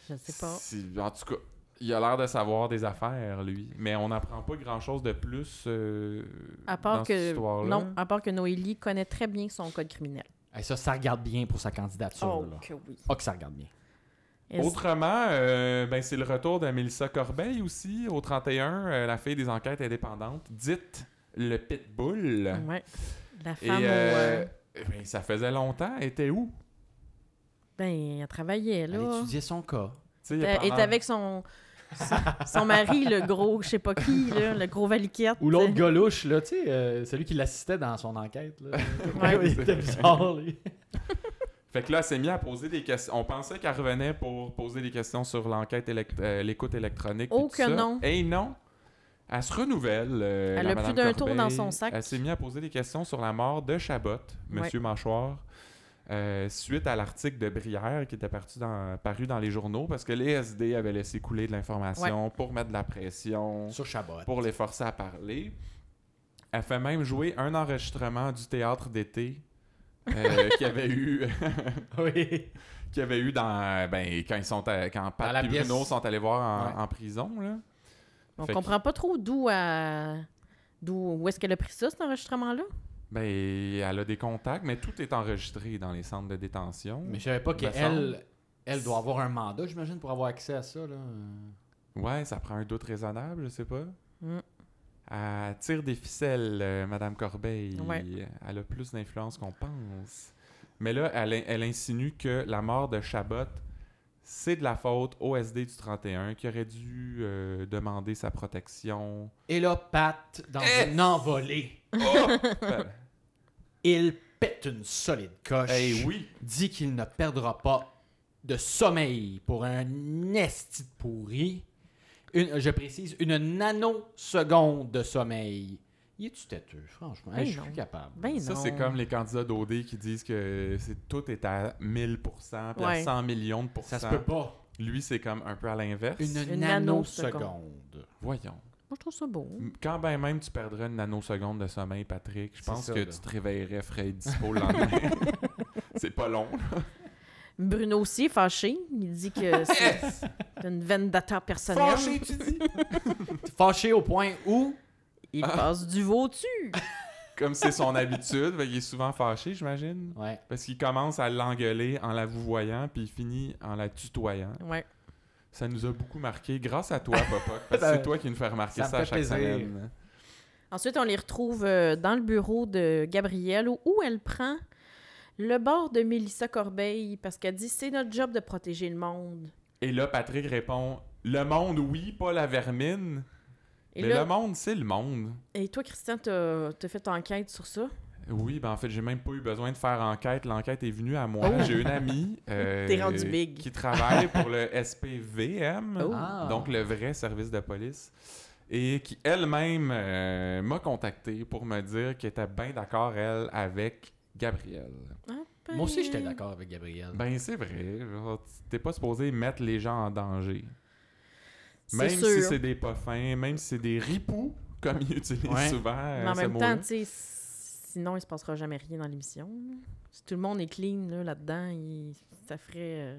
[SPEAKER 2] Je sais pas.
[SPEAKER 1] C'est- En tout cas, il a l'air de savoir des affaires, lui. Mais on n'apprend pas grand-chose de plus euh,
[SPEAKER 2] À part
[SPEAKER 1] dans cette
[SPEAKER 2] que.
[SPEAKER 1] histoire-là.
[SPEAKER 2] Non, à part que Noélie connaît très bien son code criminel.
[SPEAKER 3] Et ça, ça regarde bien pour sa candidature. là.
[SPEAKER 2] Oh, que oui.
[SPEAKER 3] Ah, que ça regarde bien.
[SPEAKER 2] Elle-
[SPEAKER 1] Autrement, euh, ben, c'est le retour de Mélissa Corbeil aussi, au 31, euh, la fille des enquêtes indépendantes, dite le Pitbull.
[SPEAKER 2] Ouais. La
[SPEAKER 1] hein. Et
[SPEAKER 2] Mm. femme au,
[SPEAKER 1] euh,
[SPEAKER 2] euh,
[SPEAKER 1] ben, ça faisait longtemps, elle était où?
[SPEAKER 2] Ben, elle travaillait,
[SPEAKER 3] Elle
[SPEAKER 2] là.
[SPEAKER 3] étudiait son cas.
[SPEAKER 1] Tu sais,
[SPEAKER 2] Elle
[SPEAKER 1] pendant-
[SPEAKER 2] est avec son. son- Son mari, le gros, je sais pas qui, là, le gros valiquette.
[SPEAKER 3] Ou l'autre gars louche, là, tu sais, euh, celui qui l'assistait dans son enquête. Là.
[SPEAKER 1] Ouais.
[SPEAKER 3] il était bizarre, lui.
[SPEAKER 1] Fait que là, elle s'est mise à poser des questions. On pensait qu'elle revenait pour poser des questions sur l'enquête, élect- euh, l'écoute électronique.
[SPEAKER 2] Oh
[SPEAKER 1] puis tout ça.
[SPEAKER 2] que non.
[SPEAKER 1] Et non! Elle se renouvelle. euh,
[SPEAKER 2] Elle
[SPEAKER 1] la
[SPEAKER 2] a plus
[SPEAKER 1] Madame
[SPEAKER 2] d'un tour
[SPEAKER 1] Corbeil. Euh,
[SPEAKER 2] dans son sac.
[SPEAKER 1] Elle s'est mise à poser des questions sur la mort de Chabot, Monsieur Mâchoire, euh, suite à l'article de Brière qui était parti dans- paru dans les journaux parce que les SD avaient laissé couler de l'information pour mettre de la pression
[SPEAKER 3] Sur Chabot.
[SPEAKER 1] pour les forcer à parler. Elle fait même jouer un enregistrement du théâtre d'été euh, qu'il y avait eu
[SPEAKER 3] Oui.
[SPEAKER 1] qu'il y avait eu dans ben quand ils sont à- quand
[SPEAKER 3] Dans la
[SPEAKER 1] Pat et
[SPEAKER 3] pièce.
[SPEAKER 1] Bruno sont allés voir en,
[SPEAKER 3] Ouais.
[SPEAKER 1] en prison là.
[SPEAKER 2] On
[SPEAKER 1] Fait que-
[SPEAKER 2] comprend pas trop d'où à... d'où où est-ce qu'elle a pris ça, cet enregistrement-là.
[SPEAKER 1] Ben elle a des contacts mais tout est enregistré dans les centres de détention.
[SPEAKER 3] Mais je savais pas
[SPEAKER 1] Me
[SPEAKER 3] qu'elle
[SPEAKER 1] semble.
[SPEAKER 3] elle doit avoir un mandat, j'imagine, pour avoir accès à ça. Là.
[SPEAKER 1] Ouais, ça prend un doute raisonnable, je sais pas.
[SPEAKER 2] Mm.
[SPEAKER 1] Elle tire des ficelles, euh, Madame Corbeil.
[SPEAKER 2] Ouais.
[SPEAKER 1] Elle a plus d'influence qu'on pense. Mais là, elle, in- elle insinue que la mort de Chabot, c'est de la faute au SD du 31 qui aurait dû euh, demander sa protection.
[SPEAKER 3] Et là, Pat, dans
[SPEAKER 1] Eh!
[SPEAKER 3] une envolée,
[SPEAKER 1] Ben,
[SPEAKER 3] il pète une solide coche.
[SPEAKER 1] hey, oui!
[SPEAKER 3] Dit qu'il ne perdra pas de sommeil pour un esti de pourri. Une, je précise, une nanoseconde de sommeil. Il est-tu têteux, franchement? Hey,
[SPEAKER 2] Ben
[SPEAKER 3] je suis
[SPEAKER 2] non.
[SPEAKER 3] plus capable.
[SPEAKER 2] Ben
[SPEAKER 1] Ça,
[SPEAKER 2] non.
[SPEAKER 1] c'est comme les candidats d'OD qui disent que c'est, tout est à 1000%, puis
[SPEAKER 2] Ouais.
[SPEAKER 1] à 100 millions de pourcents.
[SPEAKER 3] ça se peut pas.
[SPEAKER 1] Lui, c'est comme un peu à l'inverse.
[SPEAKER 3] Une,
[SPEAKER 2] Une
[SPEAKER 3] nanoseconde.
[SPEAKER 1] Voyons.
[SPEAKER 2] Moi, je trouve ça beau.
[SPEAKER 1] M- Quand ben même tu perdrais une nanoseconde de sommeil, Patrick, je
[SPEAKER 3] C'est
[SPEAKER 1] pense
[SPEAKER 3] ça,
[SPEAKER 1] que
[SPEAKER 3] là.
[SPEAKER 1] tu te réveillerais frais et dispo le lendemain. c'est pas long.
[SPEAKER 2] Bruno aussi est fâché. Il dit que c'est une vendetta personnelle.
[SPEAKER 1] Fâché, tu dis!
[SPEAKER 3] Fâché au point où
[SPEAKER 2] Il
[SPEAKER 1] Ah.
[SPEAKER 2] passe du veau dessus.
[SPEAKER 1] Comme c'est son habitude, ben, il est souvent fâché, j'imagine.
[SPEAKER 3] Ouais.
[SPEAKER 1] Parce qu'il commence à l'engueuler en la vouvoyant, puis il finit en la tutoyant.
[SPEAKER 2] Ouais.
[SPEAKER 1] Ça nous a beaucoup marqué, grâce à toi, Papa, parce que
[SPEAKER 3] Ça-
[SPEAKER 1] c'est toi qui nous fais remarquer
[SPEAKER 3] ça me
[SPEAKER 1] ça,
[SPEAKER 3] fait
[SPEAKER 1] à chaque
[SPEAKER 3] plaisir.
[SPEAKER 1] semaine.
[SPEAKER 2] Ensuite, on les retrouve euh, dans le bureau de Gabrielle où, où elle prend le bord de Mélissa Corbeil parce qu'elle dit c'est notre job de protéger le monde.
[SPEAKER 1] Et là, Patrick répond Le monde, oui, pas la vermine.
[SPEAKER 2] Et,
[SPEAKER 1] Mais
[SPEAKER 2] là,
[SPEAKER 1] le monde, c'est le monde.
[SPEAKER 2] et toi, Christian, t'as t'as fait ton enquête sur ça.
[SPEAKER 1] Oui, ben en fait, j'ai même pas eu besoin de faire enquête. L'enquête est venue à moi. J'ai une amie euh,
[SPEAKER 2] Oh! T'es rendu big.
[SPEAKER 1] qui travaille pour le SPVM,
[SPEAKER 2] Oh.
[SPEAKER 3] Ah.
[SPEAKER 1] donc le vrai service de police, et qui elle-même euh, m'a contacté pour me dire qu'elle était bien d'accord, elle, avec Gabriel.
[SPEAKER 2] Ah, ben-
[SPEAKER 3] Moi aussi, j'étais d'accord avec Gabriel.
[SPEAKER 1] Ben, c'est vrai. genre, T'es pas supposé mettre les gens en danger.
[SPEAKER 2] C'est
[SPEAKER 1] Même
[SPEAKER 2] sûr.
[SPEAKER 1] si c'est des pas fins, même si c'est des ripoux, comme ils utilisent
[SPEAKER 3] Ouais.
[SPEAKER 1] souvent
[SPEAKER 2] Mais
[SPEAKER 1] euh,
[SPEAKER 2] en
[SPEAKER 1] ce
[SPEAKER 2] même
[SPEAKER 1] mot-là.
[SPEAKER 2] temps, tu sais, sinon, il se passera jamais rien dans l'émission. là. Si tout le monde est clean là, là-dedans, il- ça ferait euh,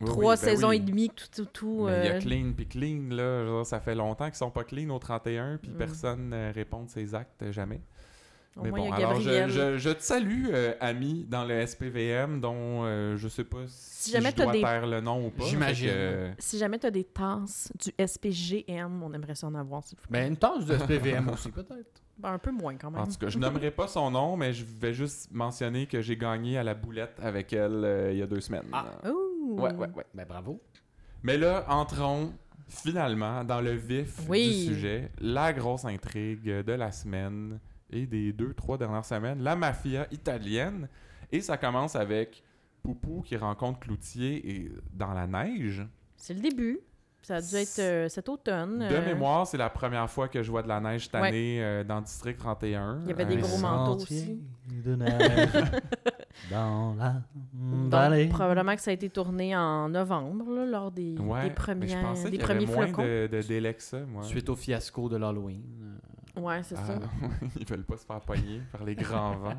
[SPEAKER 1] Oui, oui,
[SPEAKER 2] trois
[SPEAKER 1] ben
[SPEAKER 2] saisons
[SPEAKER 1] oui.
[SPEAKER 2] et demie, que tout, tout, tout.
[SPEAKER 1] Mais il y a
[SPEAKER 2] euh,
[SPEAKER 1] clean puis clean, là. Genre, ça fait longtemps qu'ils sont pas clean au 31, puis
[SPEAKER 2] Mm.
[SPEAKER 1] personne euh, répond de ses actes, euh, jamais.
[SPEAKER 2] au
[SPEAKER 1] Mais
[SPEAKER 2] moins, il
[SPEAKER 1] bon,
[SPEAKER 2] y a
[SPEAKER 1] alors je,
[SPEAKER 2] Gabriel.
[SPEAKER 1] je, je te salue, euh, ami, dans le SPVM, dont euh, je sais pas si,
[SPEAKER 2] jamais
[SPEAKER 1] je
[SPEAKER 2] t'as
[SPEAKER 1] dois
[SPEAKER 2] des-
[SPEAKER 1] taire le nom ou pas.
[SPEAKER 3] J'imagine.
[SPEAKER 1] Fait que, euh,
[SPEAKER 2] Si jamais tu as des tasses du SPGM, on aimerait ça en avoir, s'il vous plaît.
[SPEAKER 3] Ben, une tasse de SPVM aussi, peut-être.
[SPEAKER 2] Ben, un peu moins quand même.
[SPEAKER 1] en tout cas, je nommerai pas son nom, mais je vais juste mentionner que j'ai gagné à la boulette avec elle euh, il y a deux semaines.
[SPEAKER 3] Ah.
[SPEAKER 2] Ouh.
[SPEAKER 1] Ouais, ouais, ouais.
[SPEAKER 3] Ben, bravo.
[SPEAKER 1] Mais là, entrons finalement dans le vif
[SPEAKER 2] Oui.
[SPEAKER 1] du sujet, la grosse intrigue de la semaine et des deux, trois dernières semaines, la mafia italienne. Et ça commence avec Poupou qui rencontre Cloutier et dans la neige.
[SPEAKER 2] C'est le début. Ça a dû être euh, cet automne.
[SPEAKER 1] De
[SPEAKER 2] euh,
[SPEAKER 1] mémoire, c'est la première fois que je vois de la neige cette
[SPEAKER 2] Ouais.
[SPEAKER 1] année euh, dans District 31.
[SPEAKER 2] Il y avait des
[SPEAKER 1] Euh,
[SPEAKER 2] gros manteaux aussi.
[SPEAKER 3] dans la
[SPEAKER 2] Donc, probablement que ça a été tourné en novembre, là, lors des,
[SPEAKER 1] Ouais, mais
[SPEAKER 2] des
[SPEAKER 1] je
[SPEAKER 2] premières,
[SPEAKER 1] pensais
[SPEAKER 2] des
[SPEAKER 1] qu'il y avait
[SPEAKER 2] premiers
[SPEAKER 1] moins
[SPEAKER 2] flocons.
[SPEAKER 1] de, de délai que ça, moi.
[SPEAKER 3] Suite au fiasco de l'Halloween.
[SPEAKER 2] Ouais, c'est
[SPEAKER 1] Ah,
[SPEAKER 2] ça.
[SPEAKER 1] ils veulent pas se faire pogner par les grands vents.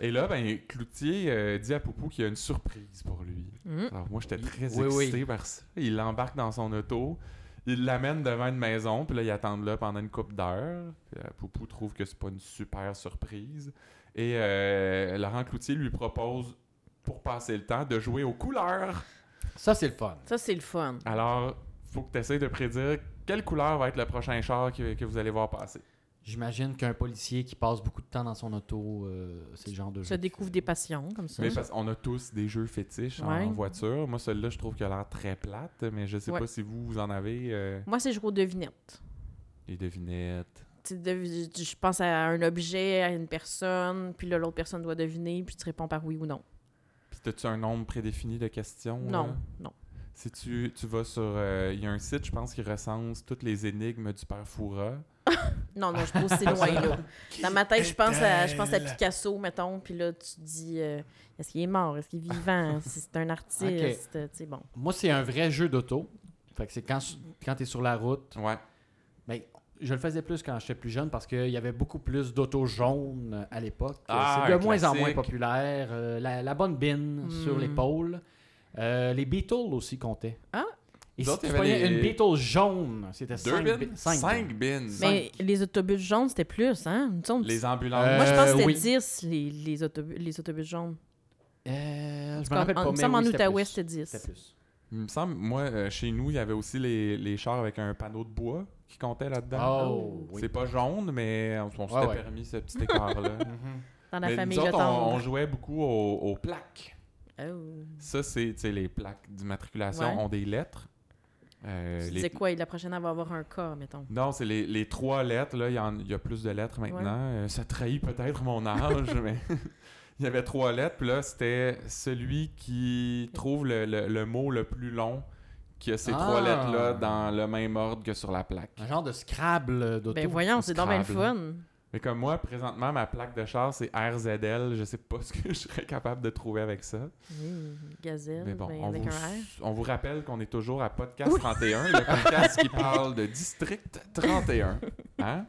[SPEAKER 1] Et là, ben, Cloutier euh, dit à Poupou qu'il y a une surprise pour lui.
[SPEAKER 2] Mm.
[SPEAKER 1] Alors moi, j'étais très
[SPEAKER 3] Oui, oui.
[SPEAKER 1] excité par ça. Il l'embarque dans son auto, il l'amène devant une maison, puis là, ils attendent là pendant une couple d'heures. Puis, euh, Poupou trouve que c'est pas une super surprise. Et euh, Laurent Cloutier lui propose, pour passer le temps, de jouer aux couleurs.
[SPEAKER 3] Ça, c'est le fun.
[SPEAKER 2] Ça, c'est le fun.
[SPEAKER 1] Alors, faut que tu essaies de prédire quelle couleur va être le prochain char que, que vous allez voir passer.
[SPEAKER 3] J'imagine qu'un policier qui passe beaucoup de temps dans son auto, euh, c'est le genre de jeu.
[SPEAKER 2] Ça découvre des passions, comme ça.
[SPEAKER 1] Mais parce qu'on a tous des jeux fétiches
[SPEAKER 2] Ouais.
[SPEAKER 1] en voiture. Moi, celui-là, je trouve qu'il a l'air très plate, mais je sais
[SPEAKER 2] Ouais.
[SPEAKER 1] pas si vous, vous en avez. euh,
[SPEAKER 2] Moi, c'est jouer aux devinettes.
[SPEAKER 1] les devinettes.
[SPEAKER 2] Tu dev- Je pense à un objet, à une personne, puis là, l'autre personne doit deviner, puis tu réponds par oui ou non.
[SPEAKER 1] Puis, t'as-tu un nombre prédéfini de questions? là?
[SPEAKER 2] Non, non.
[SPEAKER 1] Si tu, tu vas sur. euh, Il y a un site, je pense, qui recense toutes les énigmes du père Foura.
[SPEAKER 2] Non, non, je suis pas aussi loin, là. Dans ma tête, je pense, à, je pense à Picasso, mettons, puis là, tu te dis, euh, est-ce qu'il est mort, est-ce qu'il est vivant, si c'est un artiste, euh, tu sais, bon.
[SPEAKER 3] Moi, c'est un vrai jeu d'auto. Fait que c'est quand, quand tu es sur la route.
[SPEAKER 1] Ouais.
[SPEAKER 3] Ben, je le faisais plus quand j'étais plus jeune parce qu'il y avait beaucoup plus d'autos jaunes à l'époque.
[SPEAKER 1] Ah,
[SPEAKER 3] c'est de
[SPEAKER 1] un
[SPEAKER 3] moins en moins
[SPEAKER 1] classique.
[SPEAKER 3] populaire. Euh, la, la bonne bine
[SPEAKER 2] Hmm.
[SPEAKER 3] sur l'épaule. Euh, les Beatles aussi comptaient.
[SPEAKER 2] Ah.
[SPEAKER 3] Et
[SPEAKER 1] Nous
[SPEAKER 3] si
[SPEAKER 1] autres,
[SPEAKER 3] tu
[SPEAKER 1] il y avait
[SPEAKER 3] prenais
[SPEAKER 1] les-
[SPEAKER 3] une Beatles jaune, c'était 5
[SPEAKER 1] Deux bins? Cinq bins.
[SPEAKER 2] Mais les autobus jaunes, c'était plus, hein? Il me semble-
[SPEAKER 1] Les ambulances.
[SPEAKER 3] Euh,
[SPEAKER 2] Moi, je pense que c'était
[SPEAKER 3] oui.
[SPEAKER 2] 10, les, les, autobus, les autobus jaunes.
[SPEAKER 3] Euh, je
[SPEAKER 2] En-
[SPEAKER 3] me rappelle
[SPEAKER 2] en-
[SPEAKER 3] pas,
[SPEAKER 2] il me
[SPEAKER 3] mais
[SPEAKER 2] semble
[SPEAKER 3] oui,
[SPEAKER 2] en
[SPEAKER 3] c'était
[SPEAKER 2] Outaouais,
[SPEAKER 3] plus.
[SPEAKER 2] c'était 10.
[SPEAKER 3] C'était plus.
[SPEAKER 1] Il me semble, moi, euh, chez nous, il y avait aussi les, les chars avec un panneau de bois qui comptait
[SPEAKER 2] Ben,
[SPEAKER 1] là-dedans.
[SPEAKER 3] Oh, oui.
[SPEAKER 1] C'est pas jaune, mais on, on s'était
[SPEAKER 3] Ouais, ouais.
[SPEAKER 1] permis ce petit écart-là.
[SPEAKER 3] Mhm.
[SPEAKER 2] Dans la
[SPEAKER 1] mais
[SPEAKER 2] famille
[SPEAKER 1] nous
[SPEAKER 2] de
[SPEAKER 1] autres, on, on
[SPEAKER 2] tendre.
[SPEAKER 1] jouait beaucoup aux, aux plaques.
[SPEAKER 2] Oh.
[SPEAKER 1] Ça, c'est, tu sais, les plaques d'immatriculation
[SPEAKER 2] Ouais.
[SPEAKER 1] ont des lettres. Euh, les-
[SPEAKER 2] Tu disais quoi? La prochaine, elle va avoir un cas, mettons.
[SPEAKER 1] Non, c'est les, les trois lettres. Là, il y, en- il y a plus de lettres maintenant. Euh, ça trahit peut-être mon âge, mais il y avait trois lettres. Puis là, c'était celui qui trouve le, le- le mot le plus long qui a ces trois
[SPEAKER 3] Ah.
[SPEAKER 1] lettres-là dans le même ordre que sur la plaque.
[SPEAKER 3] Un genre de Scrabble d'auto.
[SPEAKER 2] Ben voyons, c'est donc bien le fun.
[SPEAKER 1] Mais comme moi, présentement, ma plaque de char, c'est RZL. Je sais pas ce que je serais capable de trouver avec ça.
[SPEAKER 2] Oui, gazelle,
[SPEAKER 1] Mais bon,
[SPEAKER 2] ben,
[SPEAKER 1] on,
[SPEAKER 2] avec
[SPEAKER 1] vous,
[SPEAKER 2] un R.
[SPEAKER 1] on vous rappelle qu'on est toujours à Podcast 31, le podcast qui parle de District 31. Hein?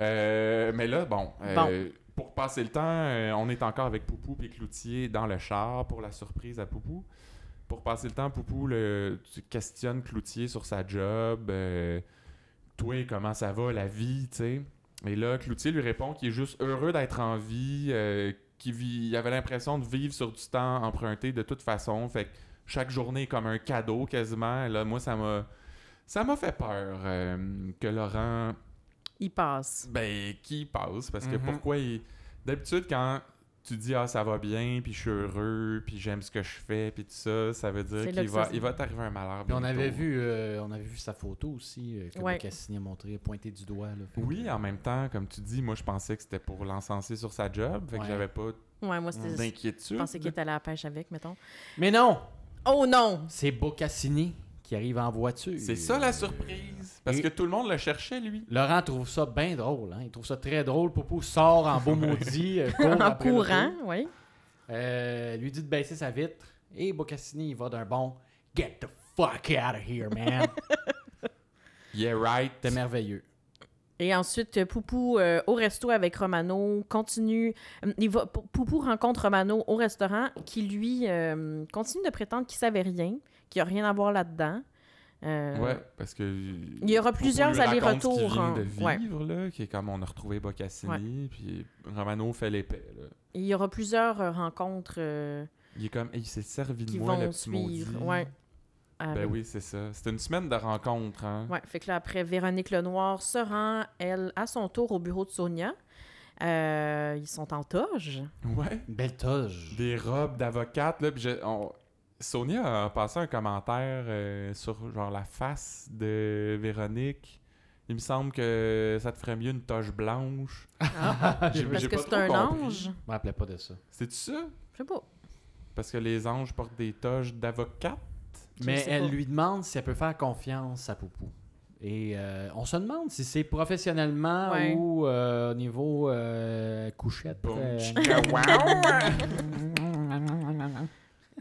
[SPEAKER 1] Euh, mais là, bon, euh, pour passer le temps, euh, on est encore avec Poupou et Cloutier dans le char pour la surprise à Poupou. Pour passer le temps, Poupou, le, tu questionnes Cloutier sur sa job. euh, toi, comment ça va, la vie, tu sais? Et là, Cloutier lui répond qu'il est juste heureux d'être en vie, euh, qu'il vit- il avait l'impression de vivre sur du temps emprunté de toute façon. Fait que chaque journée est comme un cadeau quasiment. Et là, moi, ça m'a. Ça m'a fait peur euh, que Laurent.
[SPEAKER 2] Il passe.
[SPEAKER 1] Ben, qui passe Parce que
[SPEAKER 3] Mhm.
[SPEAKER 1] pourquoi il. D'habitude, quand tu dis Ah, ça va bien, puis je suis heureux, puis j'aime ce que je fais, puis tout ça, ça veut dire
[SPEAKER 2] C'est là
[SPEAKER 1] qu'il
[SPEAKER 2] que ça
[SPEAKER 1] va,
[SPEAKER 2] se-
[SPEAKER 1] il va t'arriver un malheur.
[SPEAKER 3] Puis on
[SPEAKER 1] bientôt.
[SPEAKER 3] avait vu, euh, on avait vu sa photo aussi euh, que
[SPEAKER 2] Ouais.
[SPEAKER 3] Cassini a montré, pointé du doigt. là. Fait
[SPEAKER 1] Oui, hein.
[SPEAKER 3] que-
[SPEAKER 1] en même temps, comme tu dis, moi, je pensais que c'était pour l'encenser sur sa job. Fait que
[SPEAKER 3] Ouais.
[SPEAKER 1] j'avais pas
[SPEAKER 2] Ouais, moi, c'était. Ah, Je
[SPEAKER 1] d'inquiétude.
[SPEAKER 2] pensais qu'il était allé à la pêche avec, mettons.
[SPEAKER 3] Mais non,
[SPEAKER 2] Oh non!
[SPEAKER 3] c'est Boccassini qui arrive en voiture.
[SPEAKER 1] C'est ça la surprise. Parce
[SPEAKER 3] Et-
[SPEAKER 1] que tout le monde le cherchait, lui.
[SPEAKER 3] Laurent trouve ça bien drôle. hein. Il trouve ça très drôle. Popo sort en beau maudit, euh, court
[SPEAKER 2] en
[SPEAKER 3] après
[SPEAKER 2] courant,
[SPEAKER 3] l'auto.
[SPEAKER 2] oui.
[SPEAKER 3] Euh, lui dit de baisser sa vitre. Et Boccassini, il va d'un bon « Get the fuck out of here, man!
[SPEAKER 1] Yeah, » right.
[SPEAKER 3] C'était merveilleux.
[SPEAKER 2] Et ensuite, euh, Poupou euh, au resto avec Romano continue. euh, Il va, Pou- Poupou rencontre Romano au restaurant qui, lui, euh, continue de prétendre qu'il savait rien, qu'il n'y a rien à voir là-dedans. Euh,
[SPEAKER 1] Ouais, parce que.
[SPEAKER 2] Il y aura
[SPEAKER 1] Faut
[SPEAKER 2] plusieurs
[SPEAKER 1] qu'on lui raconte
[SPEAKER 2] allers-retours,
[SPEAKER 1] ce qu'il vient
[SPEAKER 2] hein.
[SPEAKER 1] de vivre, là, qui est comme on a retrouvé Bocassini, puis Romano fait l'épée. Là.
[SPEAKER 2] Il y aura plusieurs euh, rencontres euh,
[SPEAKER 1] Il est comme, Hey, il s'est servi de
[SPEAKER 2] qui
[SPEAKER 1] moi, le
[SPEAKER 2] vont
[SPEAKER 1] petit
[SPEAKER 2] suivre.
[SPEAKER 1] maudit.
[SPEAKER 2] Ouais.
[SPEAKER 1] Ben
[SPEAKER 2] Avec-
[SPEAKER 1] oui, c'est ça. C'était une semaine de rencontres, hein.
[SPEAKER 2] Ouais, fait que là, après, Véronique Lenoir se rend, elle, à son tour au bureau de Sonia. Euh, ils sont en toge.
[SPEAKER 1] Ouais.
[SPEAKER 3] Une belle toge.
[SPEAKER 1] Des robes d'avocate, là, puis je- on- Sonia a passé un commentaire euh, sur, genre, la face de Véronique. Il me semble que ça te ferait mieux une toche blanche. J'ai-
[SPEAKER 3] Je
[SPEAKER 2] Parce
[SPEAKER 1] j'ai
[SPEAKER 2] que
[SPEAKER 1] pas
[SPEAKER 2] c'est
[SPEAKER 1] trop
[SPEAKER 2] un
[SPEAKER 1] compris.
[SPEAKER 2] ange.
[SPEAKER 3] me rappelais pas de ça.
[SPEAKER 1] C'est-tu ça?
[SPEAKER 2] Je sais pas.
[SPEAKER 1] Parce que les anges portent des toches d'avocate.
[SPEAKER 2] Je
[SPEAKER 3] Mais
[SPEAKER 2] sais
[SPEAKER 3] elle
[SPEAKER 2] pas.
[SPEAKER 3] lui demande si elle peut faire confiance à Poupou. Et euh, on se demande si c'est professionnellement
[SPEAKER 2] Ouais.
[SPEAKER 3] ou euh, au niveau euh, couchette.
[SPEAKER 1] Boum,
[SPEAKER 3] euh,
[SPEAKER 1] chica, wow!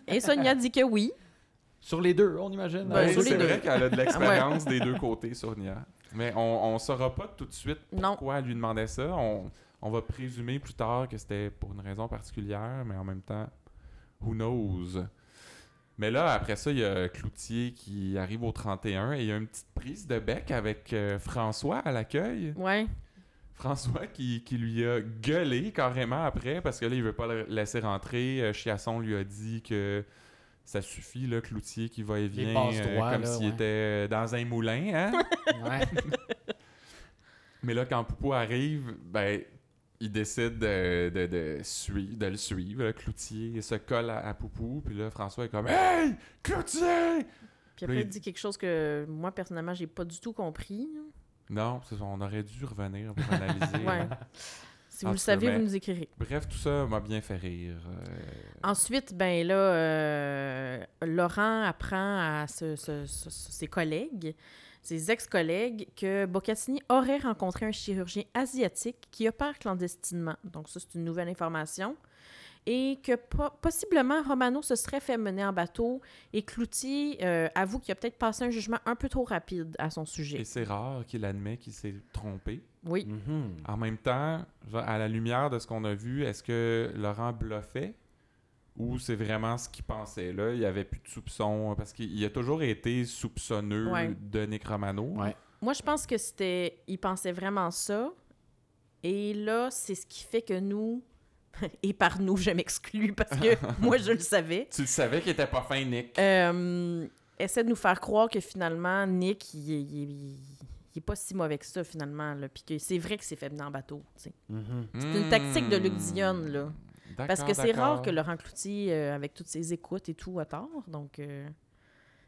[SPEAKER 2] Et Sonia dit que oui.
[SPEAKER 3] sur les deux, on imagine.
[SPEAKER 2] Ben,
[SPEAKER 1] Oui,
[SPEAKER 2] sur les
[SPEAKER 1] c'est
[SPEAKER 2] deux.
[SPEAKER 1] vrai qu'elle a de l'expérience des deux côtés, Sonia. Mais on ne saura pas tout de suite
[SPEAKER 2] Non.
[SPEAKER 1] pourquoi elle lui demandait ça. On, on va présumer plus tard que c'était pour une raison particulière, mais en même temps, who knows? Mais là, après ça, il y a Cloutier qui arrive au 31 et il y a une petite prise de bec avec euh, François à l'accueil.
[SPEAKER 2] Ouais.
[SPEAKER 1] François qui, qui lui a gueulé carrément après parce que là, il veut pas le laisser rentrer. Euh, Chiasson lui a dit que ça suffit, là, Cloutier qui va et vient
[SPEAKER 3] passe
[SPEAKER 1] euh,
[SPEAKER 3] droits,
[SPEAKER 1] comme
[SPEAKER 3] là,
[SPEAKER 1] s'il
[SPEAKER 3] ouais.
[SPEAKER 1] était euh, dans un moulin. hein.
[SPEAKER 3] Ouais.
[SPEAKER 1] Mais là, quand Poupou arrive, ben, il décide de, de, de suivre, de le suivre. là. Cloutier il se colle à, à Poupou. Puis là, François est comme Hey, Cloutier
[SPEAKER 2] Puis après,
[SPEAKER 1] Là,
[SPEAKER 2] elle
[SPEAKER 1] il-
[SPEAKER 2] dit quelque chose que moi, personnellement, j'ai pas du tout compris.
[SPEAKER 1] Non, c'est ça, on aurait dû revenir pour analyser.
[SPEAKER 2] Ouais. Si vous
[SPEAKER 1] En
[SPEAKER 2] le
[SPEAKER 1] tout cas, ben,
[SPEAKER 2] savez,
[SPEAKER 1] mais-
[SPEAKER 2] vous nous écrirez.
[SPEAKER 1] Bref, tout ça m'a bien fait rire. Euh,
[SPEAKER 2] Ensuite, ben là, euh, Laurent apprend à ce- ce- ce- ce- ses collègues, ses ex-collègues, que Boccassini aurait rencontré un chirurgien asiatique qui opère clandestinement. Donc ça, c'est une nouvelle information. et que po- possiblement Romano se serait fait mener en bateau et Cloutier euh, avoue qu'il a peut-être passé un jugement un peu trop rapide à son sujet.
[SPEAKER 1] Et c'est rare qu'il admet qu'il s'est trompé.
[SPEAKER 2] Oui.
[SPEAKER 3] Mhm.
[SPEAKER 1] En même temps, genre, à la lumière de ce qu'on a vu, est-ce que Laurent bluffait ou c'est vraiment ce qu'il pensait là Il n'y avait plus de soupçon parce qu'il a toujours été soupçonneux
[SPEAKER 2] Ouais.
[SPEAKER 1] de Necromano.
[SPEAKER 3] Ouais.
[SPEAKER 2] Moi, je pense que c'était. Il pensait vraiment ça. Et là, c'est ce qui fait que nous. et par nous, je m'exclus parce que moi, je le savais.
[SPEAKER 1] Tu le savais qu'il était pas fin, Nick.
[SPEAKER 2] Euh, essaie de nous faire croire que finalement, Nick, il est, il est- il est pas si mauvais que ça, finalement. Là. Puis que c'est vrai que c'est fait venir en bateau. tu sais.
[SPEAKER 3] Mhm.
[SPEAKER 2] C'est
[SPEAKER 1] Hmm.
[SPEAKER 2] une tactique de Luc Dionne, là. Parce que c'est rare que Laurent Cloutier, euh, avec toutes ses écoutes et tout, à tort. Donc, euh,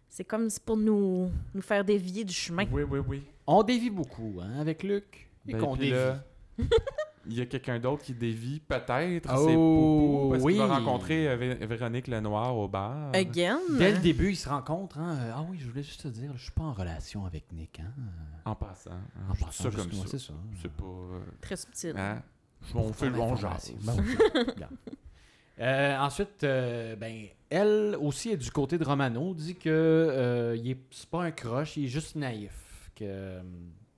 [SPEAKER 2] c'est comme si pour nous, nous faire dévier du chemin.
[SPEAKER 1] Oui, oui, oui.
[SPEAKER 3] On dévie beaucoup hein, avec Luc. Et
[SPEAKER 1] Ben,
[SPEAKER 3] qu'on
[SPEAKER 1] puis
[SPEAKER 3] dévie.
[SPEAKER 1] là, Il y a quelqu'un d'autre qui dévie, peut-être.
[SPEAKER 3] Oh,
[SPEAKER 1] c'est Poupou, parce qu'il va
[SPEAKER 3] oui.
[SPEAKER 1] rencontrer euh, Vé- Véronique Lenoir au bar.
[SPEAKER 2] Again.
[SPEAKER 3] Dès
[SPEAKER 1] hein?
[SPEAKER 3] le début, ils se rencontrent. hein. Euh, Ah oui, je voulais juste te dire, je suis pas en relation avec Nick. Hein.
[SPEAKER 1] En passant.
[SPEAKER 3] En
[SPEAKER 1] Je dis
[SPEAKER 3] passant,
[SPEAKER 1] ça
[SPEAKER 3] juste
[SPEAKER 1] comme
[SPEAKER 3] moi,
[SPEAKER 1] ça.
[SPEAKER 3] c'est ça.
[SPEAKER 1] C'est pas. euh,
[SPEAKER 2] Très subtil.
[SPEAKER 3] Ah,
[SPEAKER 1] hein? On fait le bon genre.
[SPEAKER 3] Information. Ben oui, regarde. Euh, ensuite, euh, ben, elle aussi est du côté de Romano, dit que euh, il est- c'est pas un croche, il est juste naïf. Que, euh,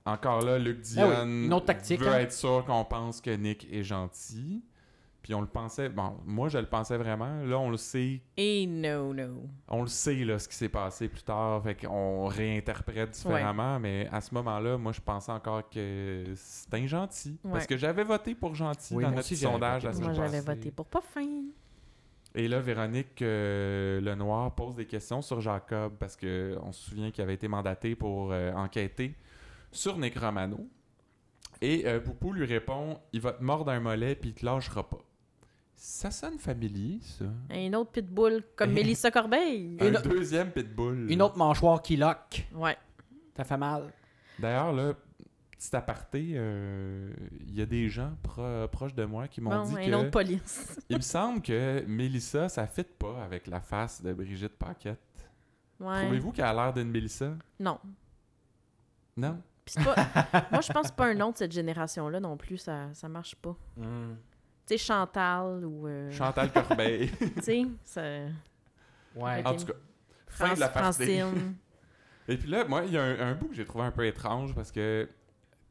[SPEAKER 1] Encore là, Luc
[SPEAKER 3] Ah oui,
[SPEAKER 1] Dion
[SPEAKER 3] une autre tactique,
[SPEAKER 1] veut
[SPEAKER 3] hein.
[SPEAKER 1] être sûr qu'on pense que Nick est gentil. Puis on le pensait. Bon, moi je le pensais vraiment. Là, on le sait.
[SPEAKER 2] Et no, no.
[SPEAKER 1] On le sait là, ce qui s'est passé plus tard. Fait qu'on réinterprète différemment. Mais à ce moment-là, moi je pensais encore que c'était un gentil. Parce
[SPEAKER 2] Ouais.
[SPEAKER 1] que j'avais voté pour gentil
[SPEAKER 3] Oui,
[SPEAKER 1] dans
[SPEAKER 3] moi
[SPEAKER 1] notre
[SPEAKER 3] aussi, j'avais
[SPEAKER 1] sondage
[SPEAKER 3] voté
[SPEAKER 1] la
[SPEAKER 3] pour
[SPEAKER 1] semaine
[SPEAKER 2] Moi, j'avais
[SPEAKER 1] passée.
[SPEAKER 2] voté pour pas fin.
[SPEAKER 1] Et là, Véronique euh, Lenoir pose des questions sur Jacob parce que on se souvient qu'il avait été mandaté pour euh, enquêter sur Necromano. Et euh, Poupou lui répond Il va te mordre un mollet puis il te lâchera pas. Ça sonne familier, ça.
[SPEAKER 2] Un autre pitbull comme Mélissa Corbeil.
[SPEAKER 1] Un
[SPEAKER 3] Une-
[SPEAKER 1] deuxième pitbull.
[SPEAKER 3] Une autre mâchoire qui lock.
[SPEAKER 2] Ouais.
[SPEAKER 3] Ça fait mal.
[SPEAKER 1] D'ailleurs, là, petit aparté, euh, il y a des gens pro- proches de moi qui m'ont
[SPEAKER 2] Bon,
[SPEAKER 1] dit
[SPEAKER 2] un
[SPEAKER 1] que.
[SPEAKER 2] autre police.
[SPEAKER 1] Il me semble que Mélissa, ça fit pas avec la face de Brigitte Paquette.
[SPEAKER 2] Ouais.
[SPEAKER 1] Trouvez-vous qu'elle a l'air d'une Mélissa
[SPEAKER 2] Non.
[SPEAKER 1] Non
[SPEAKER 2] Puis c'est pas... Moi, je pense pas un nom de cette génération-là non plus. Ça, ça marche pas.
[SPEAKER 3] Hmm.
[SPEAKER 2] Tu sais, Chantal ou. euh,
[SPEAKER 1] Chantal Corbeil.
[SPEAKER 2] tu sais, ça-
[SPEAKER 3] Ouais.
[SPEAKER 1] en tout cas. Fin de la partie.
[SPEAKER 2] Francine.
[SPEAKER 1] Et puis là, moi, il y a un, un bout que j'ai trouvé un peu étrange parce que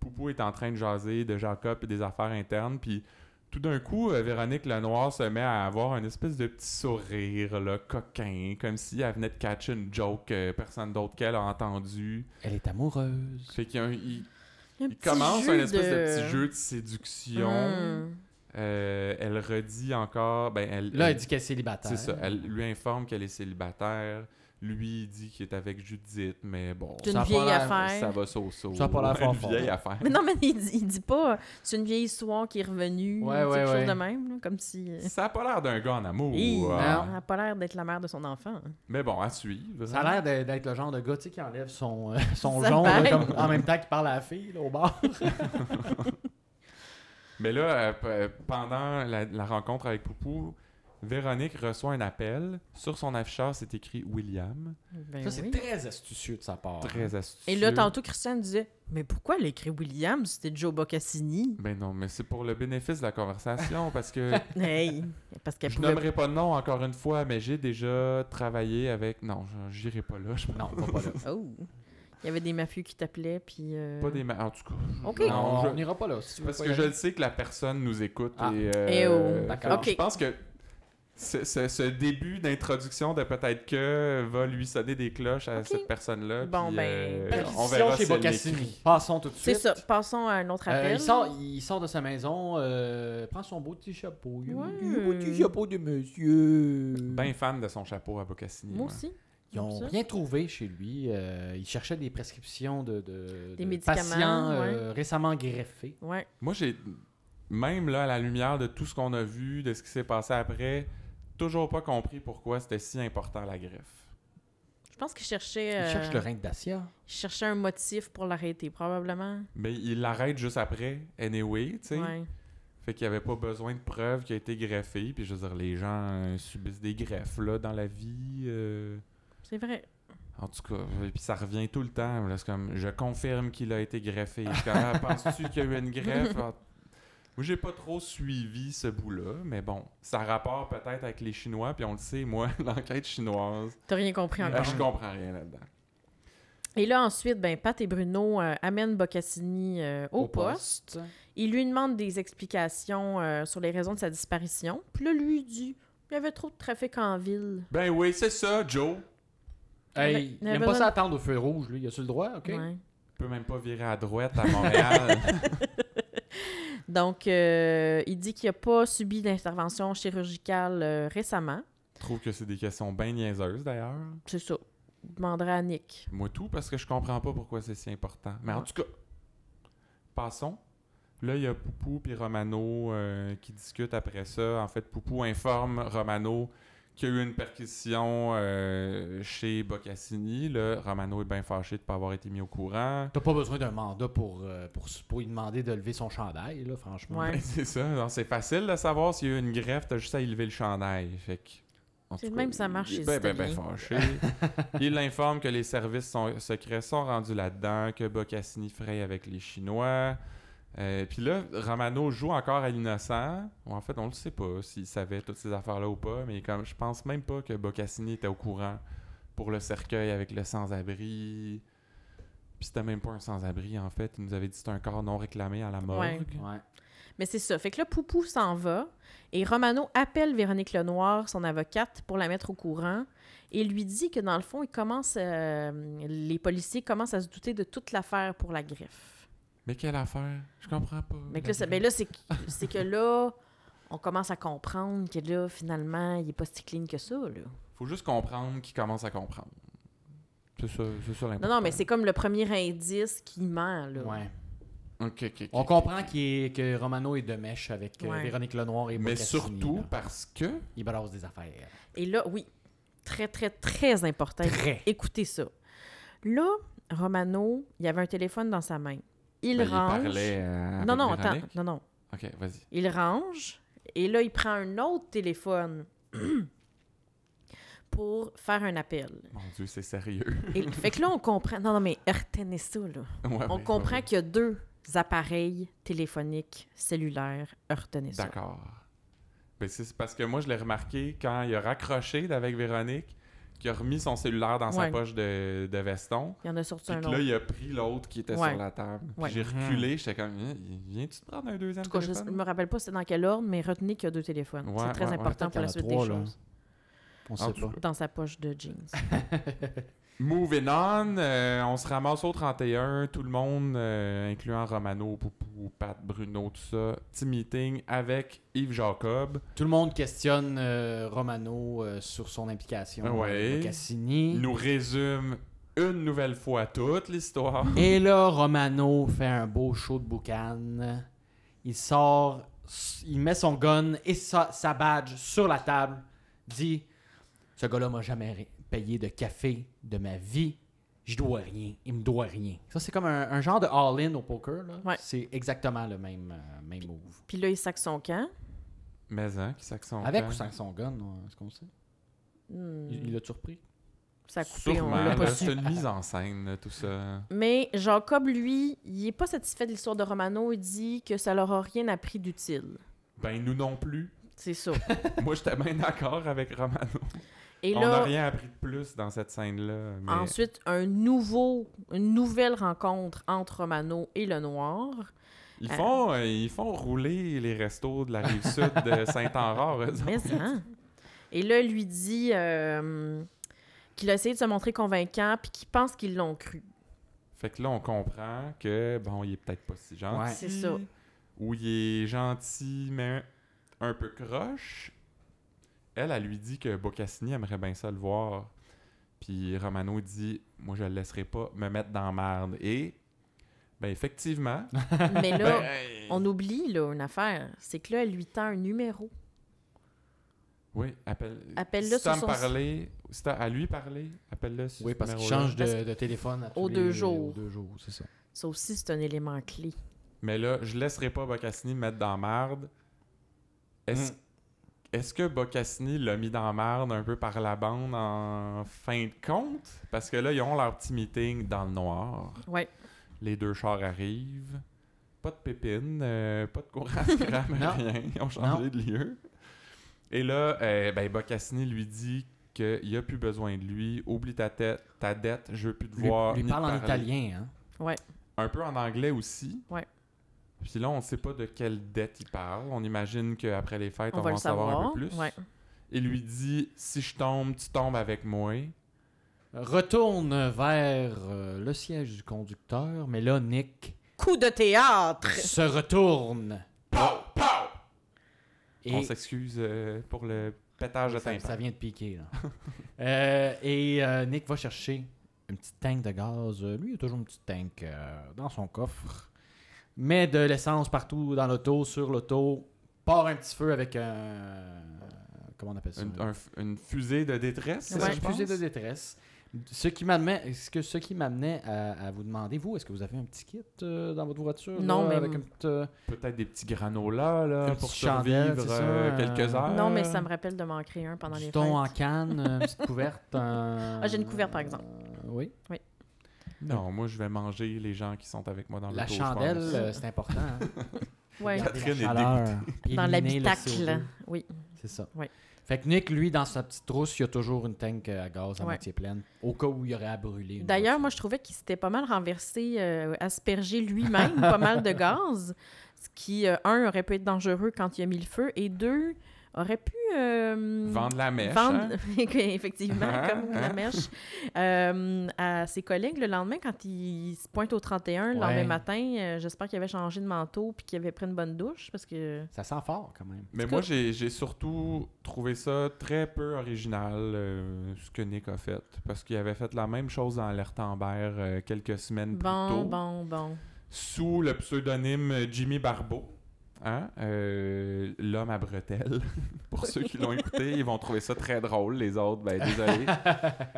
[SPEAKER 1] Poupou est en train de jaser de Jacob et des affaires internes. Puis tout d'un coup, euh, Véronique Lenoir se met à avoir une espèce de petit sourire, là, coquin, comme si elle venait de catcher une joke que personne d'autre qu'elle a entendue.
[SPEAKER 3] Elle est amoureuse.
[SPEAKER 1] Fait qu'il y a un- il-
[SPEAKER 2] Un
[SPEAKER 1] il
[SPEAKER 2] petit
[SPEAKER 1] commence
[SPEAKER 2] jeu
[SPEAKER 1] un espèce de... petit jeu de séduction.
[SPEAKER 2] Mm.
[SPEAKER 1] Euh, elle redit encore. Ben, elle,
[SPEAKER 3] Là,
[SPEAKER 1] elle-
[SPEAKER 3] elle dit qu'elle est célibataire.
[SPEAKER 1] C'est ça. Elle lui informe qu'elle est célibataire. Lui, il dit qu'il est avec Judith, mais bon.
[SPEAKER 2] C'est une
[SPEAKER 1] ça a pas
[SPEAKER 2] vieille
[SPEAKER 1] l'air-
[SPEAKER 2] affaire.
[SPEAKER 1] Ça va so-so.
[SPEAKER 3] Ça a pas l'air fort
[SPEAKER 1] Une
[SPEAKER 3] fort.
[SPEAKER 1] vieille affaire.
[SPEAKER 2] Mais non, mais il dit, il dit pas. C'est une vieille histoire qui est revenue.
[SPEAKER 3] Ouais,
[SPEAKER 2] c'est
[SPEAKER 3] ouais,
[SPEAKER 2] quelque
[SPEAKER 3] ouais.
[SPEAKER 2] chose de même. là, comme si. euh,
[SPEAKER 1] Ça a pas l'air d'un gars en amour.
[SPEAKER 2] hey,
[SPEAKER 1] euh,
[SPEAKER 2] elle
[SPEAKER 3] non.
[SPEAKER 2] a pas l'air d'être la mère de son enfant.
[SPEAKER 1] Mais bon, à suivre.
[SPEAKER 3] Ça a l'air d'être- d'être le genre de gars tu sais, qui enlève son, euh, son
[SPEAKER 2] Ça
[SPEAKER 3] jonc là,
[SPEAKER 2] paraît.
[SPEAKER 3] comme- en même temps qu'il parle à la fille là, au bar.
[SPEAKER 1] Mais là, euh, p- euh, pendant la, la rencontre avec Poupou, Véronique reçoit un appel. Sur son afficheur, c'est écrit William.
[SPEAKER 2] Ben
[SPEAKER 3] Ça, c'est
[SPEAKER 2] oui.
[SPEAKER 3] très astucieux de sa part.
[SPEAKER 1] Eh Très astucieux.
[SPEAKER 2] Et là, tantôt, Christiane disait Mais pourquoi elle a écrit William si c'était Joe Boccassini
[SPEAKER 1] Ben non, mais c'est pour le bénéfice de la conversation parce que
[SPEAKER 2] Hey, parce qu'elle
[SPEAKER 1] je
[SPEAKER 2] pouvait.
[SPEAKER 1] nommerai pas de nom encore une fois, mais j'ai déjà travaillé avec. Non, je- j'irai pas là. Je pense.
[SPEAKER 3] Non, va pas là.
[SPEAKER 2] Oh. Il y avait des mafieux qui t'appelaient, puis. euh,
[SPEAKER 1] Pas des ma- En tout cas. je-
[SPEAKER 2] Ok.
[SPEAKER 1] Non,
[SPEAKER 3] Non,
[SPEAKER 1] je-
[SPEAKER 3] on n'ira pas là. si tu veux
[SPEAKER 1] Parce
[SPEAKER 3] pas
[SPEAKER 1] que
[SPEAKER 3] y
[SPEAKER 1] je
[SPEAKER 3] aller.
[SPEAKER 1] le sais que la personne nous écoute
[SPEAKER 3] Ah.
[SPEAKER 1] et euh,
[SPEAKER 2] Eh oh.
[SPEAKER 1] fait
[SPEAKER 3] D'accord.
[SPEAKER 1] que
[SPEAKER 2] Ok.
[SPEAKER 1] je pense que ce, ce- ce début d'introduction de peut-être que va lui sonner des cloches à
[SPEAKER 2] Ok.
[SPEAKER 1] cette personne-là.
[SPEAKER 2] Bon,
[SPEAKER 1] puis,
[SPEAKER 2] ben,
[SPEAKER 1] euh,
[SPEAKER 3] Perquisition
[SPEAKER 1] on verra
[SPEAKER 3] chez
[SPEAKER 1] si elle
[SPEAKER 3] Bocassini.
[SPEAKER 1] l'écrit.
[SPEAKER 3] Passons tout de
[SPEAKER 2] C'est
[SPEAKER 3] suite.
[SPEAKER 2] ça. Passons à un autre
[SPEAKER 3] Euh,
[SPEAKER 2] appel.
[SPEAKER 3] il, sort, il sort de sa maison, euh, prend son beau petit chapeau. Il a
[SPEAKER 2] Ouais.
[SPEAKER 3] mis le petit chapeau de monsieur.
[SPEAKER 1] Ben fan de son chapeau à Bocassini.
[SPEAKER 2] Moi
[SPEAKER 1] moi.
[SPEAKER 2] aussi.
[SPEAKER 3] Ils n'ont
[SPEAKER 2] Ça.
[SPEAKER 3] rien trouvé chez lui. euh, il cherchait des prescriptions de, de-
[SPEAKER 2] Des
[SPEAKER 3] de
[SPEAKER 2] médicaments,
[SPEAKER 3] patients euh, récemment greffés.
[SPEAKER 2] Ouais.
[SPEAKER 1] Moi, j'ai même là à la lumière de tout ce qu'on a vu, de ce qui s'est passé après, toujours pas compris pourquoi c'était si important la greffe.
[SPEAKER 2] Je pense qu'il cherchait,
[SPEAKER 3] Il
[SPEAKER 2] euh,
[SPEAKER 3] cherche le rein de Dacia.
[SPEAKER 2] il cherchait un motif pour l'arrêter, probablement.
[SPEAKER 1] Mais il l'arrête juste après, anyway, tu sais.
[SPEAKER 2] Ouais.
[SPEAKER 1] Fait qu'il n'y avait pas besoin de preuves qu'il a été greffé. Puis je veux dire, les gens euh, subissent des greffes là, dans la vie. euh,
[SPEAKER 2] C'est vrai.
[SPEAKER 1] En tout cas, et puis ça revient tout le temps. là, C'est comme, je confirme qu'il a été greffé. C'est comme, Ah, Penses-tu qu'il y a eu une greffe? Ah, Moi, j'ai pas trop suivi ce bout-là, mais bon, ça rapporte peut-être avec les Chinois, puis on le sait, moi, l'enquête chinoise,
[SPEAKER 2] T'as rien compris
[SPEAKER 1] euh,
[SPEAKER 2] encore.
[SPEAKER 1] je comprends rien là-dedans.
[SPEAKER 2] Et là, ensuite, ben, Pat et Bruno euh, amènent Boccassini euh, au, poste. Il lui demande des explications euh, sur les raisons de sa disparition. Puis là, lui, il dit il y avait trop de trafic en ville.
[SPEAKER 1] Ben oui, c'est ça, Joe.
[SPEAKER 3] Hey,
[SPEAKER 2] Il
[SPEAKER 3] il
[SPEAKER 2] avait
[SPEAKER 3] aime pas
[SPEAKER 2] besoin-
[SPEAKER 3] ça attendre au feu rouge, lui. Il a sur le droit, OK?
[SPEAKER 2] Ouais.
[SPEAKER 1] Tu peux même pas virer à droite à Montréal.
[SPEAKER 2] Donc, euh, il dit qu'il n'a pas subi d'intervention chirurgicale euh, récemment.
[SPEAKER 1] je trouve que c'est des questions bien niaiseuses, d'ailleurs.
[SPEAKER 2] C'est ça. Il demandera à Nick.
[SPEAKER 1] Moi, tout, parce que je comprends pas pourquoi c'est si important. Mais en
[SPEAKER 2] Ouais.
[SPEAKER 1] tout cas, passons. Là, il y a Poupou puis Romano euh, qui discutent après ça. En fait, Poupou informe Romano qu'il y a eu une perquisition euh, chez Boccassini. Là, Romano est bien fâché de ne pas avoir été mis au courant.
[SPEAKER 3] T'as pas besoin d'un mandat pour, euh, pour, pour lui demander de lever son chandail, là, franchement.
[SPEAKER 2] Ouais.
[SPEAKER 1] Ben, c'est ça. Alors, c'est facile de savoir s'il y a eu une greffe. T'as juste à élever le chandail. Fait que... en
[SPEAKER 2] C'est
[SPEAKER 1] tout
[SPEAKER 2] de
[SPEAKER 1] cas,
[SPEAKER 2] même que ça
[SPEAKER 1] il
[SPEAKER 2] marche
[SPEAKER 1] est
[SPEAKER 2] chez
[SPEAKER 1] ben, ben, ben
[SPEAKER 2] Italiens.
[SPEAKER 1] fâché. il l'informe que les services sont- secrets sont rendus là-dedans, que Boccassini fraye avec les Chinois. Euh, Puis là, Romano joue encore à l'innocent. Ou en fait, on le sait pas s'il savait toutes ces affaires-là ou pas, mais comme je pense même pas que Boccassini était au courant pour le cercueil avec le sans-abri. Puis c'était même pas un sans-abri, en fait. Il nous avait dit c'est un corps non réclamé à la morgue.
[SPEAKER 2] Ouais.
[SPEAKER 3] Ouais.
[SPEAKER 2] Mais c'est ça. Fait que là, Poupou s'en va et Romano appelle Véronique Lenoir, son avocate, pour la mettre au courant et lui dit que dans le fond, il commence, euh, les policiers commencent à se douter de toute l'affaire pour la greffe.
[SPEAKER 1] Mais quelle affaire? Je comprends pas.
[SPEAKER 2] Mais que là, c'est- ben là, c'est que- c'est que là, on commence à comprendre que là, finalement, il n'est pas si clean que ça. Là.
[SPEAKER 1] Faut juste comprendre qu'il commence à comprendre. C'est ça, c'est ça l'important.
[SPEAKER 2] Non, non, mais c'est comme le premier indice qui ment. Là.
[SPEAKER 3] Ouais.
[SPEAKER 1] Ok, ok, ok.
[SPEAKER 3] On comprend qu'il est- que Romano est de mèche avec euh,
[SPEAKER 2] Ouais.
[SPEAKER 3] Véronique Lenoir et
[SPEAKER 1] Mais
[SPEAKER 3] Boccassini,
[SPEAKER 1] surtout
[SPEAKER 3] là.
[SPEAKER 1] parce que
[SPEAKER 3] Il balance des affaires.
[SPEAKER 2] Et là, oui, très, très, très important.
[SPEAKER 3] Très.
[SPEAKER 2] Écoutez ça. Là, Romano, il avait un téléphone dans sa main. Il
[SPEAKER 1] ben, il
[SPEAKER 2] range.
[SPEAKER 1] parlait euh, avec
[SPEAKER 2] non, non,
[SPEAKER 1] Véronique.
[SPEAKER 2] attends. Non, non.
[SPEAKER 1] Ok, vas-y.
[SPEAKER 2] Il range et là, il prend un autre téléphone pour faire un appel.
[SPEAKER 1] Mon Dieu, c'est sérieux.
[SPEAKER 2] Et, fait que là, on comprend. Non, non, mais retenez ça, là.
[SPEAKER 1] Ouais, ouais,
[SPEAKER 2] On
[SPEAKER 1] ouais,
[SPEAKER 2] comprend
[SPEAKER 1] ouais.
[SPEAKER 2] qu'il y a deux appareils téléphoniques cellulaires. Retenez ça.
[SPEAKER 1] D'accord. Ben, c'est c'est parce que moi, je l'ai remarqué quand il a raccroché avec Véronique, qu'il a remis son cellulaire dans sa
[SPEAKER 2] Ouais.
[SPEAKER 1] poche de, de veston.
[SPEAKER 2] Il y en a sorti
[SPEAKER 1] Puis
[SPEAKER 2] un
[SPEAKER 1] que
[SPEAKER 2] autre.
[SPEAKER 1] là, il a pris l'autre qui était
[SPEAKER 2] Ouais.
[SPEAKER 1] sur la table. Puis
[SPEAKER 2] Ouais.
[SPEAKER 1] j'ai reculé, j'étais comme, Hein, viens-tu te prendre un deuxième
[SPEAKER 2] En tout cas, je
[SPEAKER 1] téléphone?
[SPEAKER 2] ne me rappelle pas c'est dans quel ordre, mais retenez qu'il y a deux téléphones.
[SPEAKER 1] Ouais,
[SPEAKER 2] c'est très
[SPEAKER 1] ouais, ouais.
[SPEAKER 2] important
[SPEAKER 3] Peut-être
[SPEAKER 2] pour la
[SPEAKER 3] qu'il y
[SPEAKER 2] suite
[SPEAKER 3] en a trois,
[SPEAKER 2] des
[SPEAKER 3] là.
[SPEAKER 2] choses.
[SPEAKER 3] On
[SPEAKER 1] En
[SPEAKER 3] sait
[SPEAKER 1] tout
[SPEAKER 3] pas.
[SPEAKER 2] Dans sa poche de jeans.
[SPEAKER 1] Moving on, euh, on se ramasse au 31, tout le monde, euh, incluant Romano, Poupou, Pat, Bruno, tout ça. Petit meeting avec Yves Jacob.
[SPEAKER 3] Tout le monde questionne euh, Romano euh, sur son implication
[SPEAKER 1] Ben Ouais.
[SPEAKER 3] avec Cassini.
[SPEAKER 1] Il nous résume une nouvelle fois toute l'histoire.
[SPEAKER 3] Et là, Romano fait un beau show de boucan. Il sort, il met son gun et sa, sa badge sur la table. Dit Ce gars-là m'a jamais ri- payé de café de ma vie. Je dois rien. Il me doit rien. Ça, c'est comme un, un genre de all-in au poker. là.
[SPEAKER 2] Ouais.
[SPEAKER 3] C'est exactement le même, euh, même move.
[SPEAKER 2] Puis là, il sac son camp.
[SPEAKER 1] Mais hein, qui s'accentue.
[SPEAKER 3] Avec ou sans son gun, euh, est-ce qu'on sait
[SPEAKER 2] Hmm,
[SPEAKER 3] Il il l'a surpris.
[SPEAKER 2] ça a coupé, on
[SPEAKER 1] Sûrement,
[SPEAKER 2] l'a pas
[SPEAKER 1] là,
[SPEAKER 2] su.
[SPEAKER 1] c'est une mise en scène, là, tout ça.
[SPEAKER 2] Mais Jacob, lui, il est pas satisfait de l'histoire de Romano. Il dit que ça leur a rien appris d'utile.
[SPEAKER 1] Ben, nous non plus.
[SPEAKER 2] C'est ça.
[SPEAKER 1] Moi, j'étais bien d'accord avec Romano.
[SPEAKER 2] Et
[SPEAKER 1] on n'a
[SPEAKER 2] là,
[SPEAKER 1] rien appris de plus dans cette scène-là. mais-
[SPEAKER 2] ensuite, un nouveau, une nouvelle rencontre entre Romano et le Noir.
[SPEAKER 1] Ils
[SPEAKER 2] Euh.
[SPEAKER 1] font, euh, ils font rouler les restos de la rive sud de Saint-Henri. eux autres.
[SPEAKER 2] Mais hein? Et là, il lui dit euh, qu'il a essayé de se montrer convaincant puis qu'il pense qu'ils l'ont cru.
[SPEAKER 1] Fait que là, on comprend que, bon, il est peut-être pas si gentil.
[SPEAKER 3] Ouais.
[SPEAKER 2] C'est ça.
[SPEAKER 1] Ou il est gentil, mais un peu croche. Elle, elle lui dit que Boccassini aimerait bien ça le voir. Puis Romano dit Moi, je le laisserai pas me mettre dans la merde. Et, ben, effectivement.
[SPEAKER 2] Mais là,
[SPEAKER 1] ben, hey.
[SPEAKER 2] on oublie là, une affaire. C'est que là, elle lui tend un numéro.
[SPEAKER 1] Oui, appelle.
[SPEAKER 2] Appelle-le
[SPEAKER 1] si
[SPEAKER 2] sur
[SPEAKER 1] t'as me
[SPEAKER 2] son-
[SPEAKER 1] parler, si t'as à lui parler, appelle-le. sur
[SPEAKER 3] Oui,
[SPEAKER 1] ce
[SPEAKER 3] parce qu'il
[SPEAKER 1] numéro-là.
[SPEAKER 3] change
[SPEAKER 2] Parce
[SPEAKER 3] de, de téléphone à tous
[SPEAKER 2] Aux
[SPEAKER 3] les-
[SPEAKER 2] deux jours.
[SPEAKER 3] Aux deux jours, c'est ça.
[SPEAKER 2] Ça aussi, c'est un élément clé.
[SPEAKER 1] Mais là, je laisserai pas Boccassini me mettre dans la merde.
[SPEAKER 3] Hmm.
[SPEAKER 1] Est-ce est-ce que Boccassini l'a mis dans la merde un peu par la bande en fin de compte? Parce que là, ils ont leur petit meeting dans le noir.
[SPEAKER 2] Ouais.
[SPEAKER 1] Les deux chars arrivent. Pas pas de pépines, euh, pas de courant à scrap,
[SPEAKER 3] Non.
[SPEAKER 1] rien. Ils ont changé de lieu. Et là, euh, ben, Bocassini lui dit qu'il a plus besoin de lui. Oublie ta, tête, ta dette, je veux plus te
[SPEAKER 3] Lui,
[SPEAKER 1] voir.
[SPEAKER 3] lui
[SPEAKER 1] ni te
[SPEAKER 3] parle en
[SPEAKER 1] parler.
[SPEAKER 3] italien, hein.
[SPEAKER 1] Un peu en anglais aussi.
[SPEAKER 2] Ouais.
[SPEAKER 1] Puis là, on sait pas de quelle dette il parle. On imagine qu'après les fêtes,
[SPEAKER 2] On
[SPEAKER 1] on,
[SPEAKER 2] va
[SPEAKER 1] va
[SPEAKER 2] le
[SPEAKER 1] en savoir un
[SPEAKER 2] savoir,
[SPEAKER 1] peu plus.
[SPEAKER 2] ouais.
[SPEAKER 1] Il lui dit Si je tombe, tu tombes avec moi.
[SPEAKER 3] Retourne vers euh, le siège du conducteur, mais là, Nick
[SPEAKER 2] Coup de théâtre!
[SPEAKER 3] se retourne.
[SPEAKER 1] Pow! Pow! On
[SPEAKER 3] Et
[SPEAKER 1] s'excuse euh, pour le pétage de
[SPEAKER 3] ça,
[SPEAKER 1] tympan.
[SPEAKER 3] ça vient de piquer, là. Euh, et euh, Nick va chercher une petite tank de gaz. Euh, Lui, il a toujours une petite tank euh, dans son coffre. Met de l'essence partout dans l'auto, sur l'auto. Part un petit feu avec un... Comment on appelle ça?
[SPEAKER 1] Une, un f- une fusée de détresse, c'est
[SPEAKER 3] C'est
[SPEAKER 1] ça,
[SPEAKER 2] Ouais.
[SPEAKER 1] je
[SPEAKER 3] un fusée de
[SPEAKER 1] pense?
[SPEAKER 3] détresse. Ce qui m'amenait, ce que, ce qui m'amenait à, à vous demander, vous, est-ce que vous avez un petit kit euh, dans votre voiture
[SPEAKER 2] Non,
[SPEAKER 3] là,
[SPEAKER 2] mais-
[SPEAKER 3] avec un petit, euh,
[SPEAKER 1] Peut-être des petits granolas là,
[SPEAKER 3] Une
[SPEAKER 1] pour
[SPEAKER 3] petite chandelle,
[SPEAKER 1] survivre
[SPEAKER 3] c'est ça,
[SPEAKER 1] euh,
[SPEAKER 3] euh,
[SPEAKER 1] quelques heures.
[SPEAKER 2] Non, mais ça me rappelle de m'en créer un pendant
[SPEAKER 3] du
[SPEAKER 2] les
[SPEAKER 3] thon en
[SPEAKER 2] fêtes.
[SPEAKER 3] canne, une petite couverte un-
[SPEAKER 2] Ah, j'ai une couverte, par exemple.
[SPEAKER 3] euh, oui.
[SPEAKER 1] Non, moi, je vais manger les gens qui sont avec moi dans
[SPEAKER 3] La
[SPEAKER 1] l'auto, je
[SPEAKER 3] chandelle,
[SPEAKER 1] pense.
[SPEAKER 3] euh, c'est important. hein.
[SPEAKER 2] Ouais.
[SPEAKER 3] Garder la
[SPEAKER 1] Catherine est
[SPEAKER 3] chaleur,
[SPEAKER 2] Dans
[SPEAKER 3] éliminer le
[SPEAKER 2] l'habitacle.
[SPEAKER 3] CO2.
[SPEAKER 2] Oui.
[SPEAKER 3] C'est ça.
[SPEAKER 2] Ouais.
[SPEAKER 3] Fait que Nick, lui, dans sa petite trousse, il y a toujours une tank à gaz à
[SPEAKER 2] Ouais.
[SPEAKER 3] moitié pleine, au cas où il y aurait à brûler. une
[SPEAKER 2] D'ailleurs,
[SPEAKER 3] voiture.
[SPEAKER 2] moi, je trouvais qu'il s'était pas mal renversé, euh, aspergé lui-même pas mal de gaz, ce qui, euh, un, aurait pu être dangereux quand il a mis le feu, et deux, aurait pu... euh,
[SPEAKER 1] Vendre la mèche.
[SPEAKER 2] vendre-
[SPEAKER 1] hein?
[SPEAKER 2] effectivement,
[SPEAKER 1] Hein,
[SPEAKER 2] comme la
[SPEAKER 1] hein.
[SPEAKER 2] mèche, euh, à ses collègues le lendemain quand il se pointe au 31, le lendemain
[SPEAKER 3] Ouais.
[SPEAKER 2] matin. euh, J'espère qu'il avait changé de manteau puis qu'il avait pris une bonne douche parce que...
[SPEAKER 3] Ça sent fort quand même.
[SPEAKER 1] Mais
[SPEAKER 2] tout
[SPEAKER 1] moi,
[SPEAKER 2] cas-
[SPEAKER 1] j'ai j'ai surtout trouvé ça très peu original, euh, ce que Nick a fait. Parce qu'il avait fait la même chose dans l'Ertambert euh, quelques semaines plus
[SPEAKER 2] Bon,
[SPEAKER 1] tôt.
[SPEAKER 2] bon, bon.
[SPEAKER 1] Sous le pseudonyme euh, Jimmy Barbeau. Hein? Euh, L'homme à bretelles. Pour ceux qui l'ont écouté, ils vont trouver ça très drôle. Les autres, ben désolé.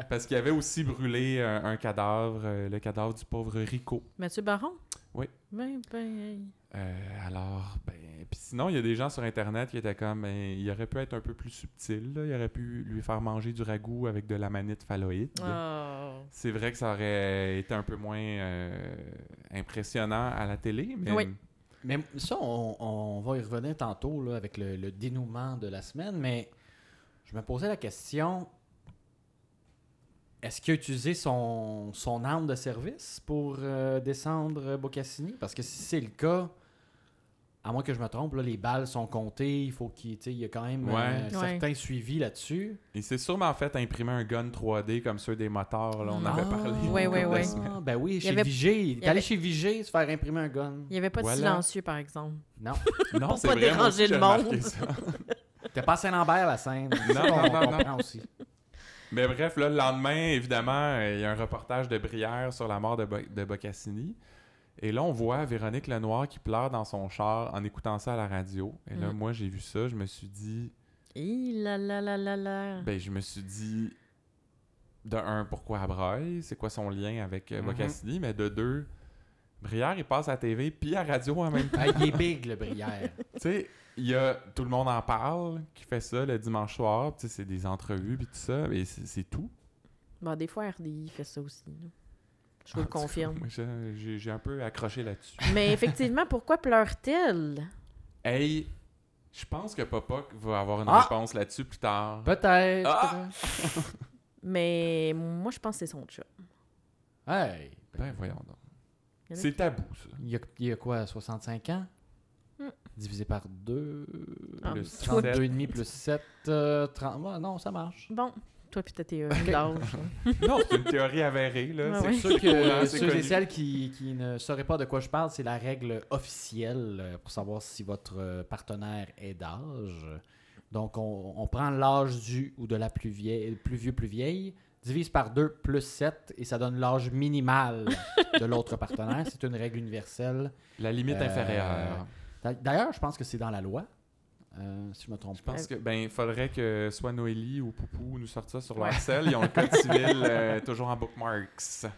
[SPEAKER 1] Parce qu'il avait aussi brûlé un, un cadavre, euh, le cadavre du pauvre Rico.
[SPEAKER 2] Mathieu Baron?
[SPEAKER 1] Oui.
[SPEAKER 2] Ben, ben,
[SPEAKER 1] Euh, alors, ben. Puis sinon, il y a des gens sur Internet qui étaient comme. Ben, il aurait pu être un peu plus subtil, là. Il aurait pu lui faire manger du ragoût avec de la manite phalloïde.
[SPEAKER 2] oh.
[SPEAKER 1] C'est vrai que ça aurait été un peu moins euh, impressionnant à la télé, mais.
[SPEAKER 2] Oui.
[SPEAKER 3] Mais ça, on, on va y revenir tantôt là, avec le, le dénouement de la semaine, mais je me posais la question est-ce qu'il a utilisé son, son arme de service pour euh, descendre euh, Bocassini Parce que si c'est le cas, à moins que je me trompe, là, les balles sont comptées, il faut qu'il tu sais, il y a quand même
[SPEAKER 1] Ouais.
[SPEAKER 3] euh,
[SPEAKER 2] Ouais.
[SPEAKER 3] certains suivis là-dessus.
[SPEAKER 1] Il s'est sûrement fait imprimer un gun 3D comme ceux des moteurs, là. On
[SPEAKER 2] Ah,
[SPEAKER 1] avait parlé.
[SPEAKER 2] ouais, ouais, ouais.
[SPEAKER 3] Ah, Ben oui,
[SPEAKER 2] Il y
[SPEAKER 3] chez
[SPEAKER 2] avait-
[SPEAKER 3] Vigée. Il est
[SPEAKER 2] il y avait-
[SPEAKER 3] allé chez Vigée se faire imprimer un gun.
[SPEAKER 2] Il n'y avait pas de
[SPEAKER 1] Voilà.
[SPEAKER 2] silencieux, par exemple.
[SPEAKER 3] Non.
[SPEAKER 1] Non,
[SPEAKER 2] Pour
[SPEAKER 1] c'est
[SPEAKER 2] pas
[SPEAKER 1] vrai, moi aussi,
[SPEAKER 2] déranger le
[SPEAKER 1] j'ai remarqué
[SPEAKER 2] monde.
[SPEAKER 1] ça.
[SPEAKER 3] T'es pas à Saint-Lambert, la scène. Ça,
[SPEAKER 1] non,
[SPEAKER 3] on
[SPEAKER 1] non, non.
[SPEAKER 3] comprend aussi.
[SPEAKER 1] Mais bref, là, le lendemain, évidemment, euh, il y a un reportage de Brière sur la mort de, Bo- de Bocassini. Et là, on voit Véronique Lenoir qui pleure dans son char en écoutant ça à la radio. Et là,
[SPEAKER 2] Mm.
[SPEAKER 1] moi, j'ai vu ça, je me suis dit...
[SPEAKER 2] Hi la la la la la.
[SPEAKER 1] Ben, je me suis dit... De un, pourquoi elle braille? C'est quoi son lien avec
[SPEAKER 2] Mm-hmm.
[SPEAKER 1] euh,
[SPEAKER 3] Mhm.
[SPEAKER 1] Bocassini? Mais de deux, Brière, il passe à la TV puis à la radio en même temps.
[SPEAKER 3] Ah, il est big, le Brière.
[SPEAKER 1] tu sais, il y a... Tout le monde en parle, qui fait ça le dimanche soir. Tu sais, c'est des entrevues puis tout ça. Mais c'est c'est tout.
[SPEAKER 2] Bon, des fois, RDI fait ça aussi. là. Je vous
[SPEAKER 1] Ah,
[SPEAKER 2] le
[SPEAKER 1] En tout cas,
[SPEAKER 2] confirme.
[SPEAKER 1] moi, j'ai- J'ai j'ai un peu accroché là-dessus.
[SPEAKER 2] Mais effectivement, pourquoi pleure-t-elle?
[SPEAKER 1] Hey, je pense que Papa va avoir une
[SPEAKER 3] Ah!
[SPEAKER 1] réponse là-dessus plus tard.
[SPEAKER 3] Peut-être.
[SPEAKER 1] Ah!
[SPEAKER 2] Mais moi, je pense que c'est son chat.
[SPEAKER 3] Hey!
[SPEAKER 1] Ben voyons donc.
[SPEAKER 2] Il y en a
[SPEAKER 1] C'est tabou, ça.
[SPEAKER 3] Il y, a, il y a quoi, 65 ans?
[SPEAKER 2] Hmm.
[SPEAKER 3] Divisé par 2.
[SPEAKER 2] Ah,
[SPEAKER 1] Le
[SPEAKER 2] toi-
[SPEAKER 3] 32,5 plus 7, 30. Ouais, non, ça marche.
[SPEAKER 2] Bon, toi puis ta théorie d'âge. là.
[SPEAKER 1] Non, c'est une théorie avérée, là.
[SPEAKER 2] Ah
[SPEAKER 1] C'est
[SPEAKER 2] ouais.
[SPEAKER 1] sûr
[SPEAKER 3] Ceux, que,
[SPEAKER 1] Ouais, c'est
[SPEAKER 3] ceux et
[SPEAKER 1] connu.
[SPEAKER 3] celles qui, qui ne sauraient pas de quoi je parle, c'est la règle officielle euh, pour savoir si votre euh, partenaire est d'âge. Donc, on, on prend l'âge du ou de la plus vieille, plus vieux, plus vieille, divise par 2 plus 7, et ça donne l'âge minimal de l'autre partenaire. C'est une règle universelle.
[SPEAKER 1] La limite
[SPEAKER 3] Euh,
[SPEAKER 1] inférieure.
[SPEAKER 3] D'a- D'ailleurs, je pense que c'est dans la loi. euh, si je me trompe
[SPEAKER 1] Je
[SPEAKER 3] pas.
[SPEAKER 1] pense que ben faudrait que soit Noélie ou Poupou nous sortent ça sur
[SPEAKER 2] Ouais.
[SPEAKER 1] leur selle. Ils ont le code civil euh, toujours en bookmarks.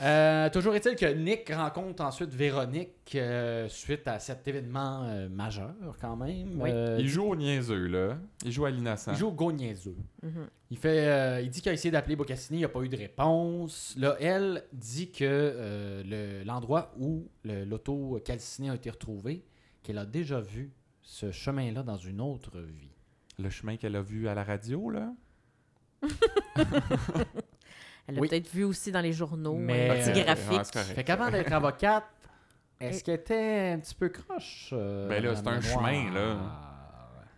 [SPEAKER 3] Euh, toujours est-il que Nick rencontre ensuite Véronique euh, suite à cet événement euh, majeur quand même.
[SPEAKER 2] Oui.
[SPEAKER 3] Euh,
[SPEAKER 1] Ils jouent au niaiseux, là. Ils jouent à l'innocent.
[SPEAKER 3] il joue au go niaiseux.
[SPEAKER 2] Mhm.
[SPEAKER 3] Il, fait, euh, il dit qu'il a essayé d'appeler Bocassini, il n'y a pas eu de réponse. Là, elle dit que euh, le- l'endroit où le- l'auto calciné a été retrouvé, qu'elle a déjà vu ce chemin-là dans une autre vie.
[SPEAKER 1] Le chemin qu'elle a vu à la radio, là.
[SPEAKER 2] Elle l'a
[SPEAKER 3] Oui.
[SPEAKER 2] peut-être vu aussi dans les journaux,
[SPEAKER 3] Mais,
[SPEAKER 2] un petit
[SPEAKER 3] euh,
[SPEAKER 1] ouais, c'est
[SPEAKER 2] graphique.
[SPEAKER 1] correct.
[SPEAKER 3] Fait qu'avant d'être avocate, est-ce qu'elle était un petit peu croche? euh,
[SPEAKER 1] Ben là, c'est
[SPEAKER 3] Madame
[SPEAKER 1] un
[SPEAKER 3] Lenoir?
[SPEAKER 1] chemin, là.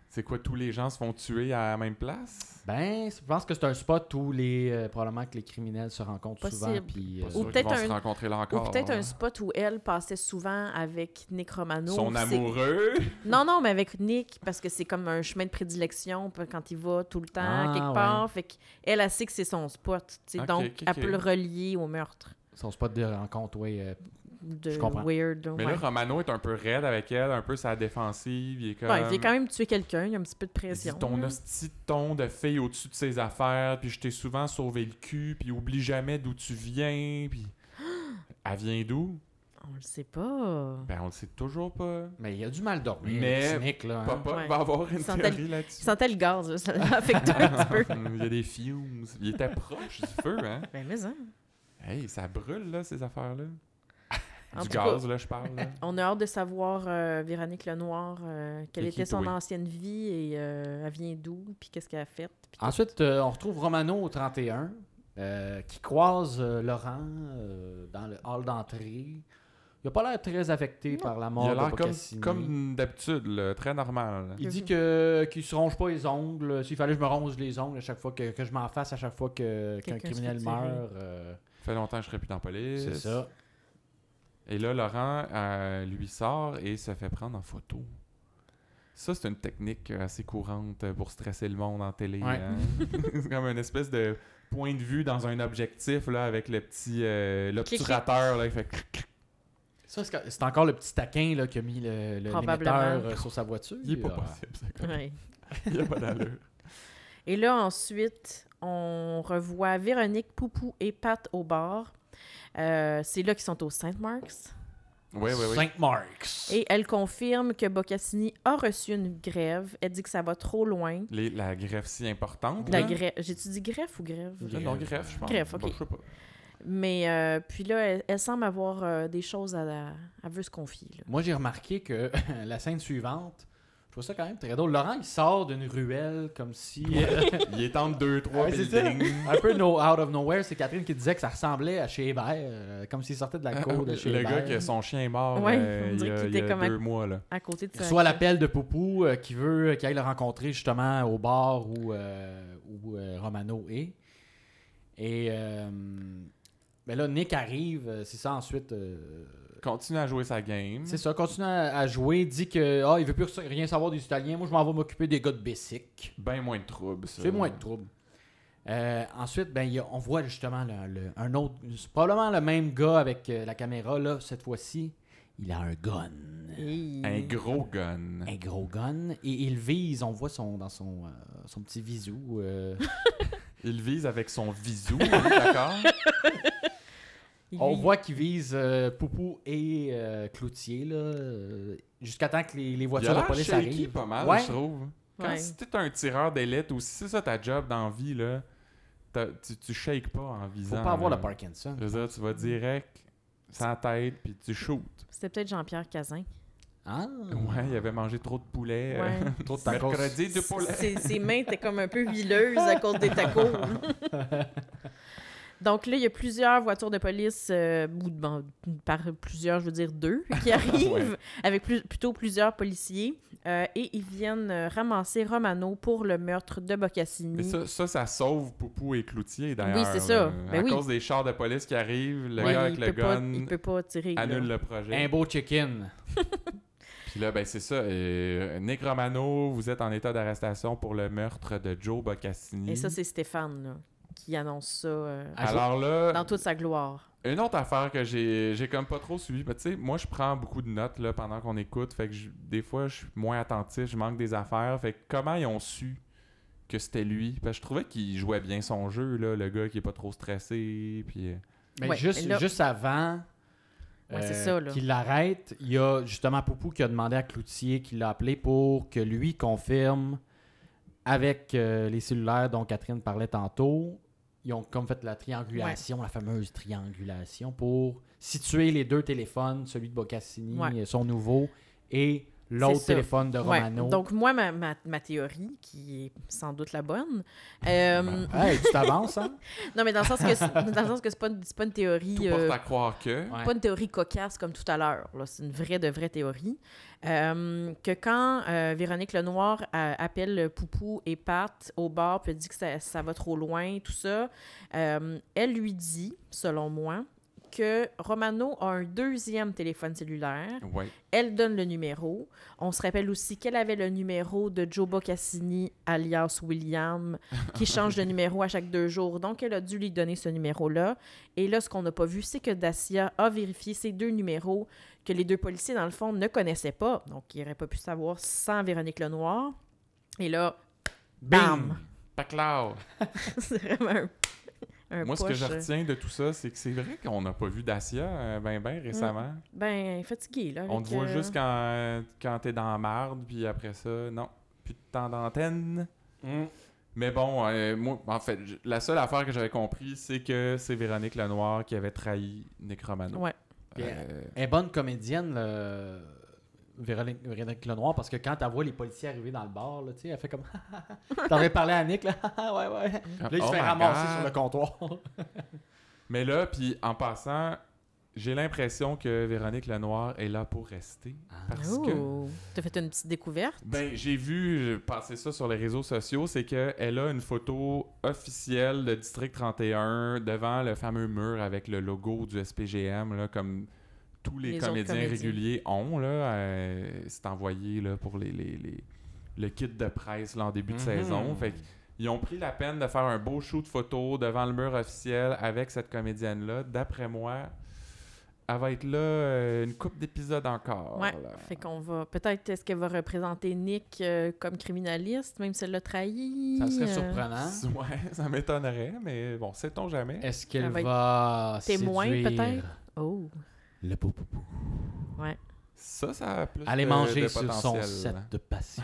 [SPEAKER 1] C'est quoi, tous les gens se font tuer à la même place?
[SPEAKER 3] Ben, je pense que c'est un spot où les, euh, probablement que les criminels se rencontrent souvent.
[SPEAKER 2] Possible.
[SPEAKER 3] Puis,
[SPEAKER 1] Pas
[SPEAKER 3] euh,
[SPEAKER 1] sûr qu'ils
[SPEAKER 2] peut-être
[SPEAKER 1] vont se
[SPEAKER 2] un-
[SPEAKER 1] rencontrer là
[SPEAKER 2] Ou
[SPEAKER 1] encore.
[SPEAKER 2] peut-être
[SPEAKER 1] hein.
[SPEAKER 2] un spot où elle passait souvent avec Nick Romano.
[SPEAKER 1] Son
[SPEAKER 2] C'est-
[SPEAKER 1] amoureux.
[SPEAKER 2] Non, non, mais avec Nick, parce que c'est comme un chemin de prédilection puis quand il va tout le temps,
[SPEAKER 3] Ah,
[SPEAKER 2] quelque part. Fait qu'elle, elle sait que c'est son spot. tu sais.
[SPEAKER 1] Ok,
[SPEAKER 2] donc,
[SPEAKER 1] ok,
[SPEAKER 2] elle
[SPEAKER 1] ok.
[SPEAKER 2] peut le relier au meurtre
[SPEAKER 3] Son spot de rencontre, oui. euh,
[SPEAKER 2] de
[SPEAKER 3] Je comprends.
[SPEAKER 2] Weird.
[SPEAKER 1] Mais
[SPEAKER 2] ouais.
[SPEAKER 1] là, Romano est un peu raide avec elle, un peu sa défensive. Il est comme.
[SPEAKER 2] Ouais, il vient quand même tuer quelqu'un, il y a un petit peu de
[SPEAKER 1] Il dit,
[SPEAKER 2] pression.
[SPEAKER 1] ton
[SPEAKER 2] là.
[SPEAKER 1] hostie de ton de fille au-dessus de ses affaires, puis je t'ai souvent sauvé le cul, puis oublie jamais d'où tu viens, puis... Elle vient d'où?
[SPEAKER 2] On le sait pas.
[SPEAKER 1] Ben, on le sait toujours pas.
[SPEAKER 3] Mais il a du mal dormir,
[SPEAKER 1] Mais-
[SPEAKER 3] le petit Nick, là. hein.
[SPEAKER 1] Papa
[SPEAKER 2] Ouais.
[SPEAKER 1] va avoir une
[SPEAKER 2] Santé-
[SPEAKER 1] théorie
[SPEAKER 2] Il
[SPEAKER 1] là-dessus.
[SPEAKER 2] sentait le gaz, là, ça l'a affecté un petit peu.
[SPEAKER 1] Il y a des fumes. Il était proche du feu, hein?
[SPEAKER 2] Ben, mais hein.
[SPEAKER 1] Hey, ça brûle, là, ces affaires-là.
[SPEAKER 2] En
[SPEAKER 1] Du
[SPEAKER 2] tout cas,
[SPEAKER 1] gaz, là, je parle. là.
[SPEAKER 2] On a hâte de savoir, euh, Véronique Lenoir, euh, quelle
[SPEAKER 1] C'est
[SPEAKER 2] était
[SPEAKER 1] qui,
[SPEAKER 2] son
[SPEAKER 1] toi?
[SPEAKER 2] ancienne vie et euh, elle vient d'où, puis qu'est-ce qu'elle a fait. puis tout.
[SPEAKER 3] Ensuite, euh, on retrouve Romano au 31, euh, qui croise euh, Laurent euh, dans le hall d'entrée. Il a pas l'air très affecté par la
[SPEAKER 1] Il
[SPEAKER 3] mort
[SPEAKER 1] a l'air
[SPEAKER 3] de
[SPEAKER 1] comme,
[SPEAKER 3] Bocassini.
[SPEAKER 1] comme d'habitude, là, très normal.
[SPEAKER 3] Il dit que qu'il se ronge pas les ongles. S'il fallait que je me ronge les ongles à chaque fois que, que je m'en fasse à chaque fois que- qu'un
[SPEAKER 2] Quelqu'un se
[SPEAKER 3] criminel
[SPEAKER 2] fait tirer.
[SPEAKER 3] meurt. euh,
[SPEAKER 1] Ça fait longtemps que je serais plus dans la police.
[SPEAKER 3] c'est ça.
[SPEAKER 1] Et là, Laurent euh, lui sort et se fait prendre en photo. Ça, c'est une technique euh, assez courante pour stresser le monde en télé.
[SPEAKER 3] Ouais.
[SPEAKER 1] hein. c'est comme une espèce de point de vue dans un objectif là, avec le petit euh, l'obturateur. Là, qui fait clic, clic.
[SPEAKER 3] Ça, c'est quand- c'est encore le petit taquin là, qui a mis le, le
[SPEAKER 2] Probablement.
[SPEAKER 3] l'émetteur, euh, sur sa voiture.
[SPEAKER 1] Il est pas
[SPEAKER 3] Euh,
[SPEAKER 1] possible, ça. comme-
[SPEAKER 2] Ouais.
[SPEAKER 1] Il n'y a pas d'allure.
[SPEAKER 2] Et là, ensuite, on revoit Véronique, Poupou et Pat au bar. Euh, c'est là qu'ils sont au St. Mark's.
[SPEAKER 1] Oui, oui, oui.
[SPEAKER 3] Saint Marks.
[SPEAKER 2] Et elle confirme que Bocassini a reçu une grève. Elle dit que ça va trop loin.
[SPEAKER 1] Les- la greffe si importante.
[SPEAKER 2] La
[SPEAKER 1] là.
[SPEAKER 2] grève. J'ai-tu dit greffe ou grève?
[SPEAKER 1] Là, Hein? Ah, Non, greffe, je pense.
[SPEAKER 2] Greffe,
[SPEAKER 1] Bon,
[SPEAKER 2] ok.
[SPEAKER 1] je sais pas.
[SPEAKER 2] Mais euh, puis là, elle, elle semble avoir euh, des choses à. La... Elle veut se confier. là.
[SPEAKER 3] Moi, j'ai remarqué que la scène suivante, je trouve ça quand même très drôle. Laurent, il sort d'une ruelle comme si.
[SPEAKER 1] Il est entre deux, trois
[SPEAKER 3] Ouais, c'est ça.
[SPEAKER 1] buildings.
[SPEAKER 3] un peu no, out of nowhere. C'est Catherine qui disait que ça ressemblait à chez Hébert, euh, comme s'il sortait de la cour de chez
[SPEAKER 1] Ah, le
[SPEAKER 3] Hébert.
[SPEAKER 1] gars que son chien est mort
[SPEAKER 2] Ouais,
[SPEAKER 1] euh, il
[SPEAKER 2] on
[SPEAKER 1] y
[SPEAKER 2] dirait
[SPEAKER 1] a,
[SPEAKER 2] qu'il
[SPEAKER 1] il y a
[SPEAKER 2] était comme à-
[SPEAKER 1] deux mois. Là.
[SPEAKER 2] À côté de
[SPEAKER 3] Il reçoit l'appel de Poupou euh, qui veut euh, qu'il aille le rencontrer justement au bar où, euh, où, euh, Romano est. Et euh, ben là, Nick arrive, euh, c'est ça ensuite. euh,
[SPEAKER 1] Continue à jouer sa game.
[SPEAKER 3] c'est ça, continue à, à jouer, dit que ah, il veut plus rien savoir des Italiens, moi je m'en vais m'occuper des gars de Bessic.
[SPEAKER 1] Ben moins de troubles, ça.
[SPEAKER 3] C'est moins de trouble. Euh, ensuite, ben, il y a- on voit justement le- le- un autre, c'est probablement le même gars avec euh, la caméra, là, cette fois-ci. Il a un gun,
[SPEAKER 1] Un gros gun.
[SPEAKER 3] un gros gun, et il vise, on voit son, dans son, euh, son petit visou. euh,
[SPEAKER 1] Il vise avec son visou, hein, d'accord?
[SPEAKER 3] on voit qu'il vise euh, Poupou et euh, Cloutier, là, euh, jusqu'à temps que les,
[SPEAKER 1] Il
[SPEAKER 3] les
[SPEAKER 1] a
[SPEAKER 3] voitures de
[SPEAKER 1] l'air
[SPEAKER 3] police
[SPEAKER 1] shaky
[SPEAKER 3] arrivent.
[SPEAKER 1] pas mal,
[SPEAKER 3] Ouais.
[SPEAKER 1] je trouve. Quand
[SPEAKER 2] Ouais.
[SPEAKER 1] si t'es un tireur d'élite ou si c'est ça ta job dans la vie, là, t'as- tu, tu shakes pas en
[SPEAKER 3] Faut
[SPEAKER 1] visant.
[SPEAKER 3] pas avoir
[SPEAKER 1] là.
[SPEAKER 3] le Parkinson.
[SPEAKER 1] Je veux dire, tu vas direct, sans tête, puis tu shoot.
[SPEAKER 2] C'était peut-être Jean-Pierre Cazin.
[SPEAKER 3] Hein?
[SPEAKER 1] Ouais, il avait mangé trop de poulet. euh,
[SPEAKER 2] Mm. Ouais.
[SPEAKER 3] Trop de tacos.
[SPEAKER 1] mercredi de poulet.
[SPEAKER 2] Ses, ses mains étaient comme un peu huileuses à cause des tacos. Donc là, il y a plusieurs voitures de police, euh, ou de- bon, par plusieurs, je veux dire deux, qui arrivent,
[SPEAKER 1] Ouais.
[SPEAKER 2] avec plus- plutôt plusieurs policiers, euh, et ils viennent euh, ramasser Romano pour le meurtre de Boccassini.
[SPEAKER 1] Mais ça, ça, ça sauve Poupou et Cloutier, d'ailleurs.
[SPEAKER 2] Oui, c'est ça.
[SPEAKER 1] là.
[SPEAKER 2] Ben
[SPEAKER 1] à
[SPEAKER 2] oui.
[SPEAKER 1] cause des chars de police qui arrivent, le
[SPEAKER 2] Ouais,
[SPEAKER 1] gars avec
[SPEAKER 2] il
[SPEAKER 1] le
[SPEAKER 2] peut pas-
[SPEAKER 1] gun
[SPEAKER 2] il peut pas tirer. là.
[SPEAKER 1] annule le projet.
[SPEAKER 3] Un beau chicken.
[SPEAKER 1] Puis là, ben c'est ça. euh, Nick Romano, vous êtes en état d'arrestation pour le meurtre de Joe Bocassini.
[SPEAKER 2] Et ça, c'est Stéphane. là. qui annonce ça euh,
[SPEAKER 3] Ah,
[SPEAKER 1] Alors là,
[SPEAKER 2] dans toute sa gloire.
[SPEAKER 1] Une autre affaire que j'ai j'ai comme pas trop suivi, mais tu sais, moi je prends beaucoup de notes là, pendant qu'on écoute, fait que je- des fois je suis moins attentif, je manque des affaires, fait que comment ils ont su que c'était lui Parce que je trouvais qu'il jouait bien son jeu là, le gars qui est pas trop stressé, puis euh,
[SPEAKER 3] Mais
[SPEAKER 2] Ouais,
[SPEAKER 3] juste,
[SPEAKER 2] mais là-
[SPEAKER 3] juste avant euh,
[SPEAKER 2] Ouais, c'est ça, là.
[SPEAKER 3] qu'il l'arrête, il y a justement Poupou qui a demandé à Cloutier qu'il l'a appelé pour que lui confirme avec euh, les cellulaires dont Catherine parlait tantôt. Ils ont comme fait la triangulation, la fameuse triangulation, pour situer les deux téléphones, celui de Boccassini,
[SPEAKER 2] Ouais.
[SPEAKER 3] euh, son nouveau, et l'autre
[SPEAKER 2] ça.
[SPEAKER 3] téléphone de
[SPEAKER 2] Ouais.
[SPEAKER 3] Romano.
[SPEAKER 2] Donc, moi, ma, ma- ma théorie, qui est sans doute la bonne, euh,
[SPEAKER 3] Hey, tu t'avances, hein?
[SPEAKER 2] non, mais dans le sens que c'est- dans le sens que c'est pas, une- c'est pas une théorie.
[SPEAKER 1] tout
[SPEAKER 2] euh,
[SPEAKER 1] porte à croire que
[SPEAKER 3] Ouais.
[SPEAKER 2] pas une théorie cocasse comme tout à l'heure. là. C'est une vraie de vraie théorie. Euh, que quand euh, Véronique Lenoir euh, appelle Poupou et Pat au bar puis elle dit que ça, ça va trop loin, tout ça, euh, elle lui dit, selon moi, que Romano a un deuxième téléphone cellulaire.
[SPEAKER 1] ouais,
[SPEAKER 2] Elle donne le numéro. On se rappelle aussi qu'elle avait le numéro de Joe Boccassini, alias William, qui change de numéro à chaque deux jours. Donc, elle a dû lui donner ce numéro-là. Et là, ce qu'on n'a pas vu, c'est que Dacia a vérifié ces deux numéros que les deux policiers, dans le fond, ne connaissaient pas. Donc, ils n'auraient pas pu savoir sans Véronique Lenoir. Et là, Bam!
[SPEAKER 1] pas clair.
[SPEAKER 2] c'est vraiment un, un
[SPEAKER 1] Moi ce que
[SPEAKER 2] push,
[SPEAKER 1] je
[SPEAKER 2] euh,
[SPEAKER 1] retiens de tout ça, c'est que c'est vrai qu'on n'a pas vu Dacia euh, ben
[SPEAKER 2] Mm.
[SPEAKER 1] ben récemment.
[SPEAKER 2] Ben, fatigué, là.
[SPEAKER 1] On
[SPEAKER 2] avec,
[SPEAKER 1] te voit
[SPEAKER 2] euh,
[SPEAKER 1] juste quand quand t'es dans la marde, puis après ça, non, plus de temps d'antenne.
[SPEAKER 3] Hmm.
[SPEAKER 1] Mais bon, euh, moi, en fait, j- la seule affaire que j'avais compris, c'est que c'est Véronique Lenoir qui avait trahi Necromano.
[SPEAKER 2] Ouais.
[SPEAKER 1] Euh,
[SPEAKER 3] Elle est bonne comédienne, le- Véronique, Véronique Lenoir, parce que quand elle voit les policiers arriver dans le bar, là, tu sais, elle fait comme. T'en avais parlé à Nick, là. ouais, ouais. Là, il
[SPEAKER 1] oh
[SPEAKER 3] se fait
[SPEAKER 1] my
[SPEAKER 3] ramasser
[SPEAKER 1] God.
[SPEAKER 3] sur le comptoir.
[SPEAKER 1] Mais là, puis en passant, j'ai l'impression que Véronique Lenoir est là pour rester. Parce que.
[SPEAKER 2] Oh, T'as fait une petite découverte?
[SPEAKER 1] Ben, j'ai vu euh, passer ça sur les réseaux sociaux, c'est qu'elle a une photo officielle de District 31 devant le fameux mur avec le logo du SPGM, là, comme tous les,
[SPEAKER 2] Les autres
[SPEAKER 1] comédiens
[SPEAKER 2] comédiens.
[SPEAKER 1] réguliers ont. Là, euh, c'est envoyé là, pour les, les- les- le kit de presse là, en début de saison. Fait qu'ils ont pris la peine de faire un beau shoot photo devant le mur officiel avec cette comédienne-là. D'après moi, elle va être là euh, une coupe d'épisodes encore.
[SPEAKER 2] Ouais,
[SPEAKER 1] là.
[SPEAKER 2] fait qu'on va. Peut-être est-ce qu'elle va représenter Nick euh, comme criminaliste, même si elle l'a trahi.
[SPEAKER 3] Ça
[SPEAKER 2] euh,
[SPEAKER 3] serait surprenant.
[SPEAKER 1] Ouais, ça m'étonnerait, mais bon, sait-on jamais.
[SPEAKER 3] Est-ce qu'elle
[SPEAKER 2] Elle va être
[SPEAKER 3] va.
[SPEAKER 2] témoin,
[SPEAKER 3] séduire
[SPEAKER 2] peut-être? Oh.
[SPEAKER 3] Le poupoupou.
[SPEAKER 1] Ça, ça a plus
[SPEAKER 3] Aller
[SPEAKER 1] de-
[SPEAKER 3] manger
[SPEAKER 1] de
[SPEAKER 3] sur son
[SPEAKER 1] potentiel. hein.
[SPEAKER 3] set de passion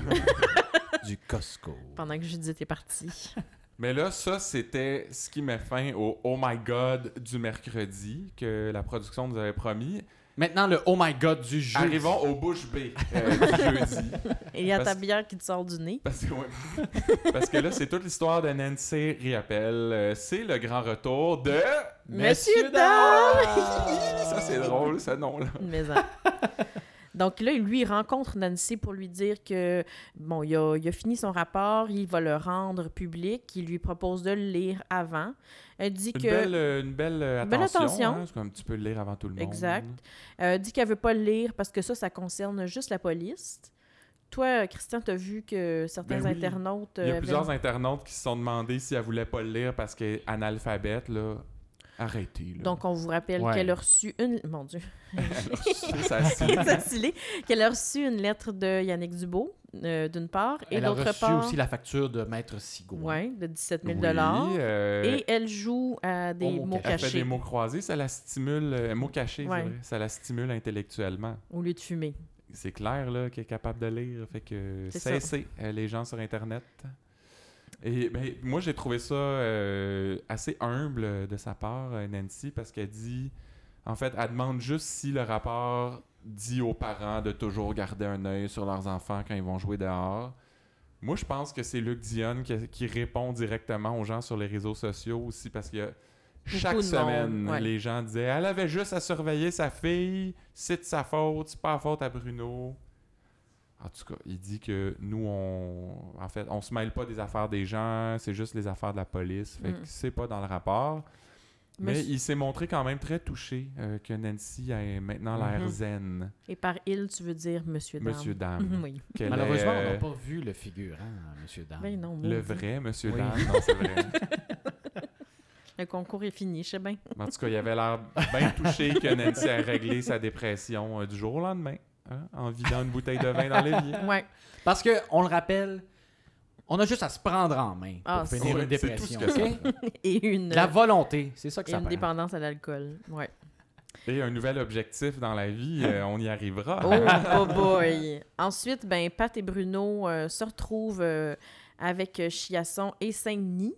[SPEAKER 3] du Costco.
[SPEAKER 2] Pendant que Judith est partie.
[SPEAKER 1] Mais là, ça, c'était ce qui met fin au Oh My God du mercredi que la production nous avait promis.
[SPEAKER 3] Maintenant, le oh my god du jeu.
[SPEAKER 1] Arrivons au bouche B euh, du jeudi.
[SPEAKER 2] Et il y a ta
[SPEAKER 1] Parce-
[SPEAKER 2] bière qui te sort du nez.
[SPEAKER 1] Parce que, ouais. Parce que là, c'est toute l'histoire de Nancy Riappel. Euh, C'est le grand retour de...
[SPEAKER 2] Monsieur Ah!
[SPEAKER 1] Ça, c'est drôle, ce nom-là.
[SPEAKER 2] Une maison. Donc là, lui, il rencontre Nancy pour lui dire que, bon, il a, il a fini son rapport, il va le rendre public, il lui propose de le lire avant. Elle dit
[SPEAKER 1] Une
[SPEAKER 2] que...
[SPEAKER 1] belle, euh, une belle euh,
[SPEAKER 2] Une belle
[SPEAKER 1] attention.
[SPEAKER 2] attention.
[SPEAKER 1] hein. c'est comme tu peux le lire avant tout le monde.
[SPEAKER 2] Exact. Euh, dit qu'elle veut pas le lire parce que ça, ça concerne juste la police. Toi, Christian, t'as vu que certains
[SPEAKER 1] Ben oui.
[SPEAKER 2] internautes.
[SPEAKER 1] Il y
[SPEAKER 2] euh,
[SPEAKER 1] a plusieurs
[SPEAKER 2] avaient-
[SPEAKER 1] internautes qui se sont demandé si elle voulait pas le lire parce qu'elle est analphabète, là. Arrêtez, là.
[SPEAKER 2] Donc, on vous rappelle
[SPEAKER 3] Ouais.
[SPEAKER 2] qu'elle a reçu une. Mon Dieu.
[SPEAKER 1] C'est ça, c'est-
[SPEAKER 2] Ça, c'est laid. qu'elle a reçu une lettre de Yannick Dubo, euh, d'une part, et
[SPEAKER 3] Elle a
[SPEAKER 2] d'autre
[SPEAKER 3] reçu
[SPEAKER 2] part.
[SPEAKER 3] aussi la facture de Maître Sigo.
[SPEAKER 2] Ouais, de 17 000
[SPEAKER 1] Oui, euh, Oh,
[SPEAKER 2] Et elle joue à des
[SPEAKER 3] Au mot
[SPEAKER 2] mots
[SPEAKER 1] elle fait des
[SPEAKER 2] cachés
[SPEAKER 1] mots croisés, ça la stimule... euh, mots cachés,
[SPEAKER 2] Ouais.
[SPEAKER 1] c'est vrai. Ça la stimule intellectuellement.
[SPEAKER 2] au lieu de fumer.
[SPEAKER 1] C'est clair, là, qu'elle est capable de lire. Fait que
[SPEAKER 2] C'est ça.
[SPEAKER 1] cessez euh, les gens sur Internet. Et ben, moi, j'ai trouvé ça euh, assez humble de sa part, euh, Nancy, parce qu'elle dit... En fait, elle demande juste si le rapport dit aux parents de toujours garder un œil sur leurs enfants quand ils vont jouer dehors. Moi, je pense que c'est Luc Dionne qui, qui répond directement aux gens sur les réseaux sociaux aussi parce que chaque
[SPEAKER 2] de
[SPEAKER 1] semaine,
[SPEAKER 2] monde, ouais.
[SPEAKER 1] les gens disaient Elle avait juste à surveiller sa fille, c'est de sa faute, c'est pas la faute à Bruno. En tout cas, il dit que nous, on. En fait, on se mêle pas des affaires des gens, c'est juste les affaires de la police. Fait
[SPEAKER 2] Mm.
[SPEAKER 1] que c'est pas dans le rapport. Mais
[SPEAKER 2] Monsieur-
[SPEAKER 1] il s'est montré quand même très touché euh, que Nancy ait maintenant l'air
[SPEAKER 2] Mm-hmm.
[SPEAKER 3] Mhm.
[SPEAKER 1] zen,
[SPEAKER 2] Et par il, tu veux dire Monsieur Dame. Mhm,
[SPEAKER 1] Monsieur Dame.
[SPEAKER 2] Oui.
[SPEAKER 1] Qu'elle
[SPEAKER 3] Malheureusement,
[SPEAKER 1] ait,
[SPEAKER 3] on
[SPEAKER 1] euh,
[SPEAKER 3] n'a pas vu le figurant, hein, Monsieur Dame.
[SPEAKER 2] Ben non,
[SPEAKER 1] Le
[SPEAKER 2] maudit.
[SPEAKER 1] vrai Monsieur
[SPEAKER 3] Oui.
[SPEAKER 1] Dame, non, c'est vrai.
[SPEAKER 2] Le concours est fini, je sais bien.
[SPEAKER 1] Mais En tout cas, il avait l'air bien touché que Nancy a réglé sa dépression euh, du jour au lendemain, hein, en vidant une bouteille de vin dans l'évier.
[SPEAKER 2] Ouais.
[SPEAKER 3] Parce que, on le rappelle, on a juste à se prendre en main pour
[SPEAKER 2] Ah,
[SPEAKER 3] finir
[SPEAKER 1] c'est-
[SPEAKER 3] une
[SPEAKER 1] Ouais, c'est tout ce
[SPEAKER 3] dépression.
[SPEAKER 1] que ça
[SPEAKER 3] ok?
[SPEAKER 2] Et une, euh,
[SPEAKER 3] La volonté, c'est ça que
[SPEAKER 2] et
[SPEAKER 3] ça
[SPEAKER 2] une
[SPEAKER 3] prend.
[SPEAKER 2] dépendance à l'alcool. Ouais.
[SPEAKER 1] Et un nouvel objectif dans la vie, euh, on y arrivera.
[SPEAKER 2] Oh, oh boy! Ensuite, ben, Pat et Bruno euh, se retrouvent euh, avec euh, Chiasson et Saint-Denis.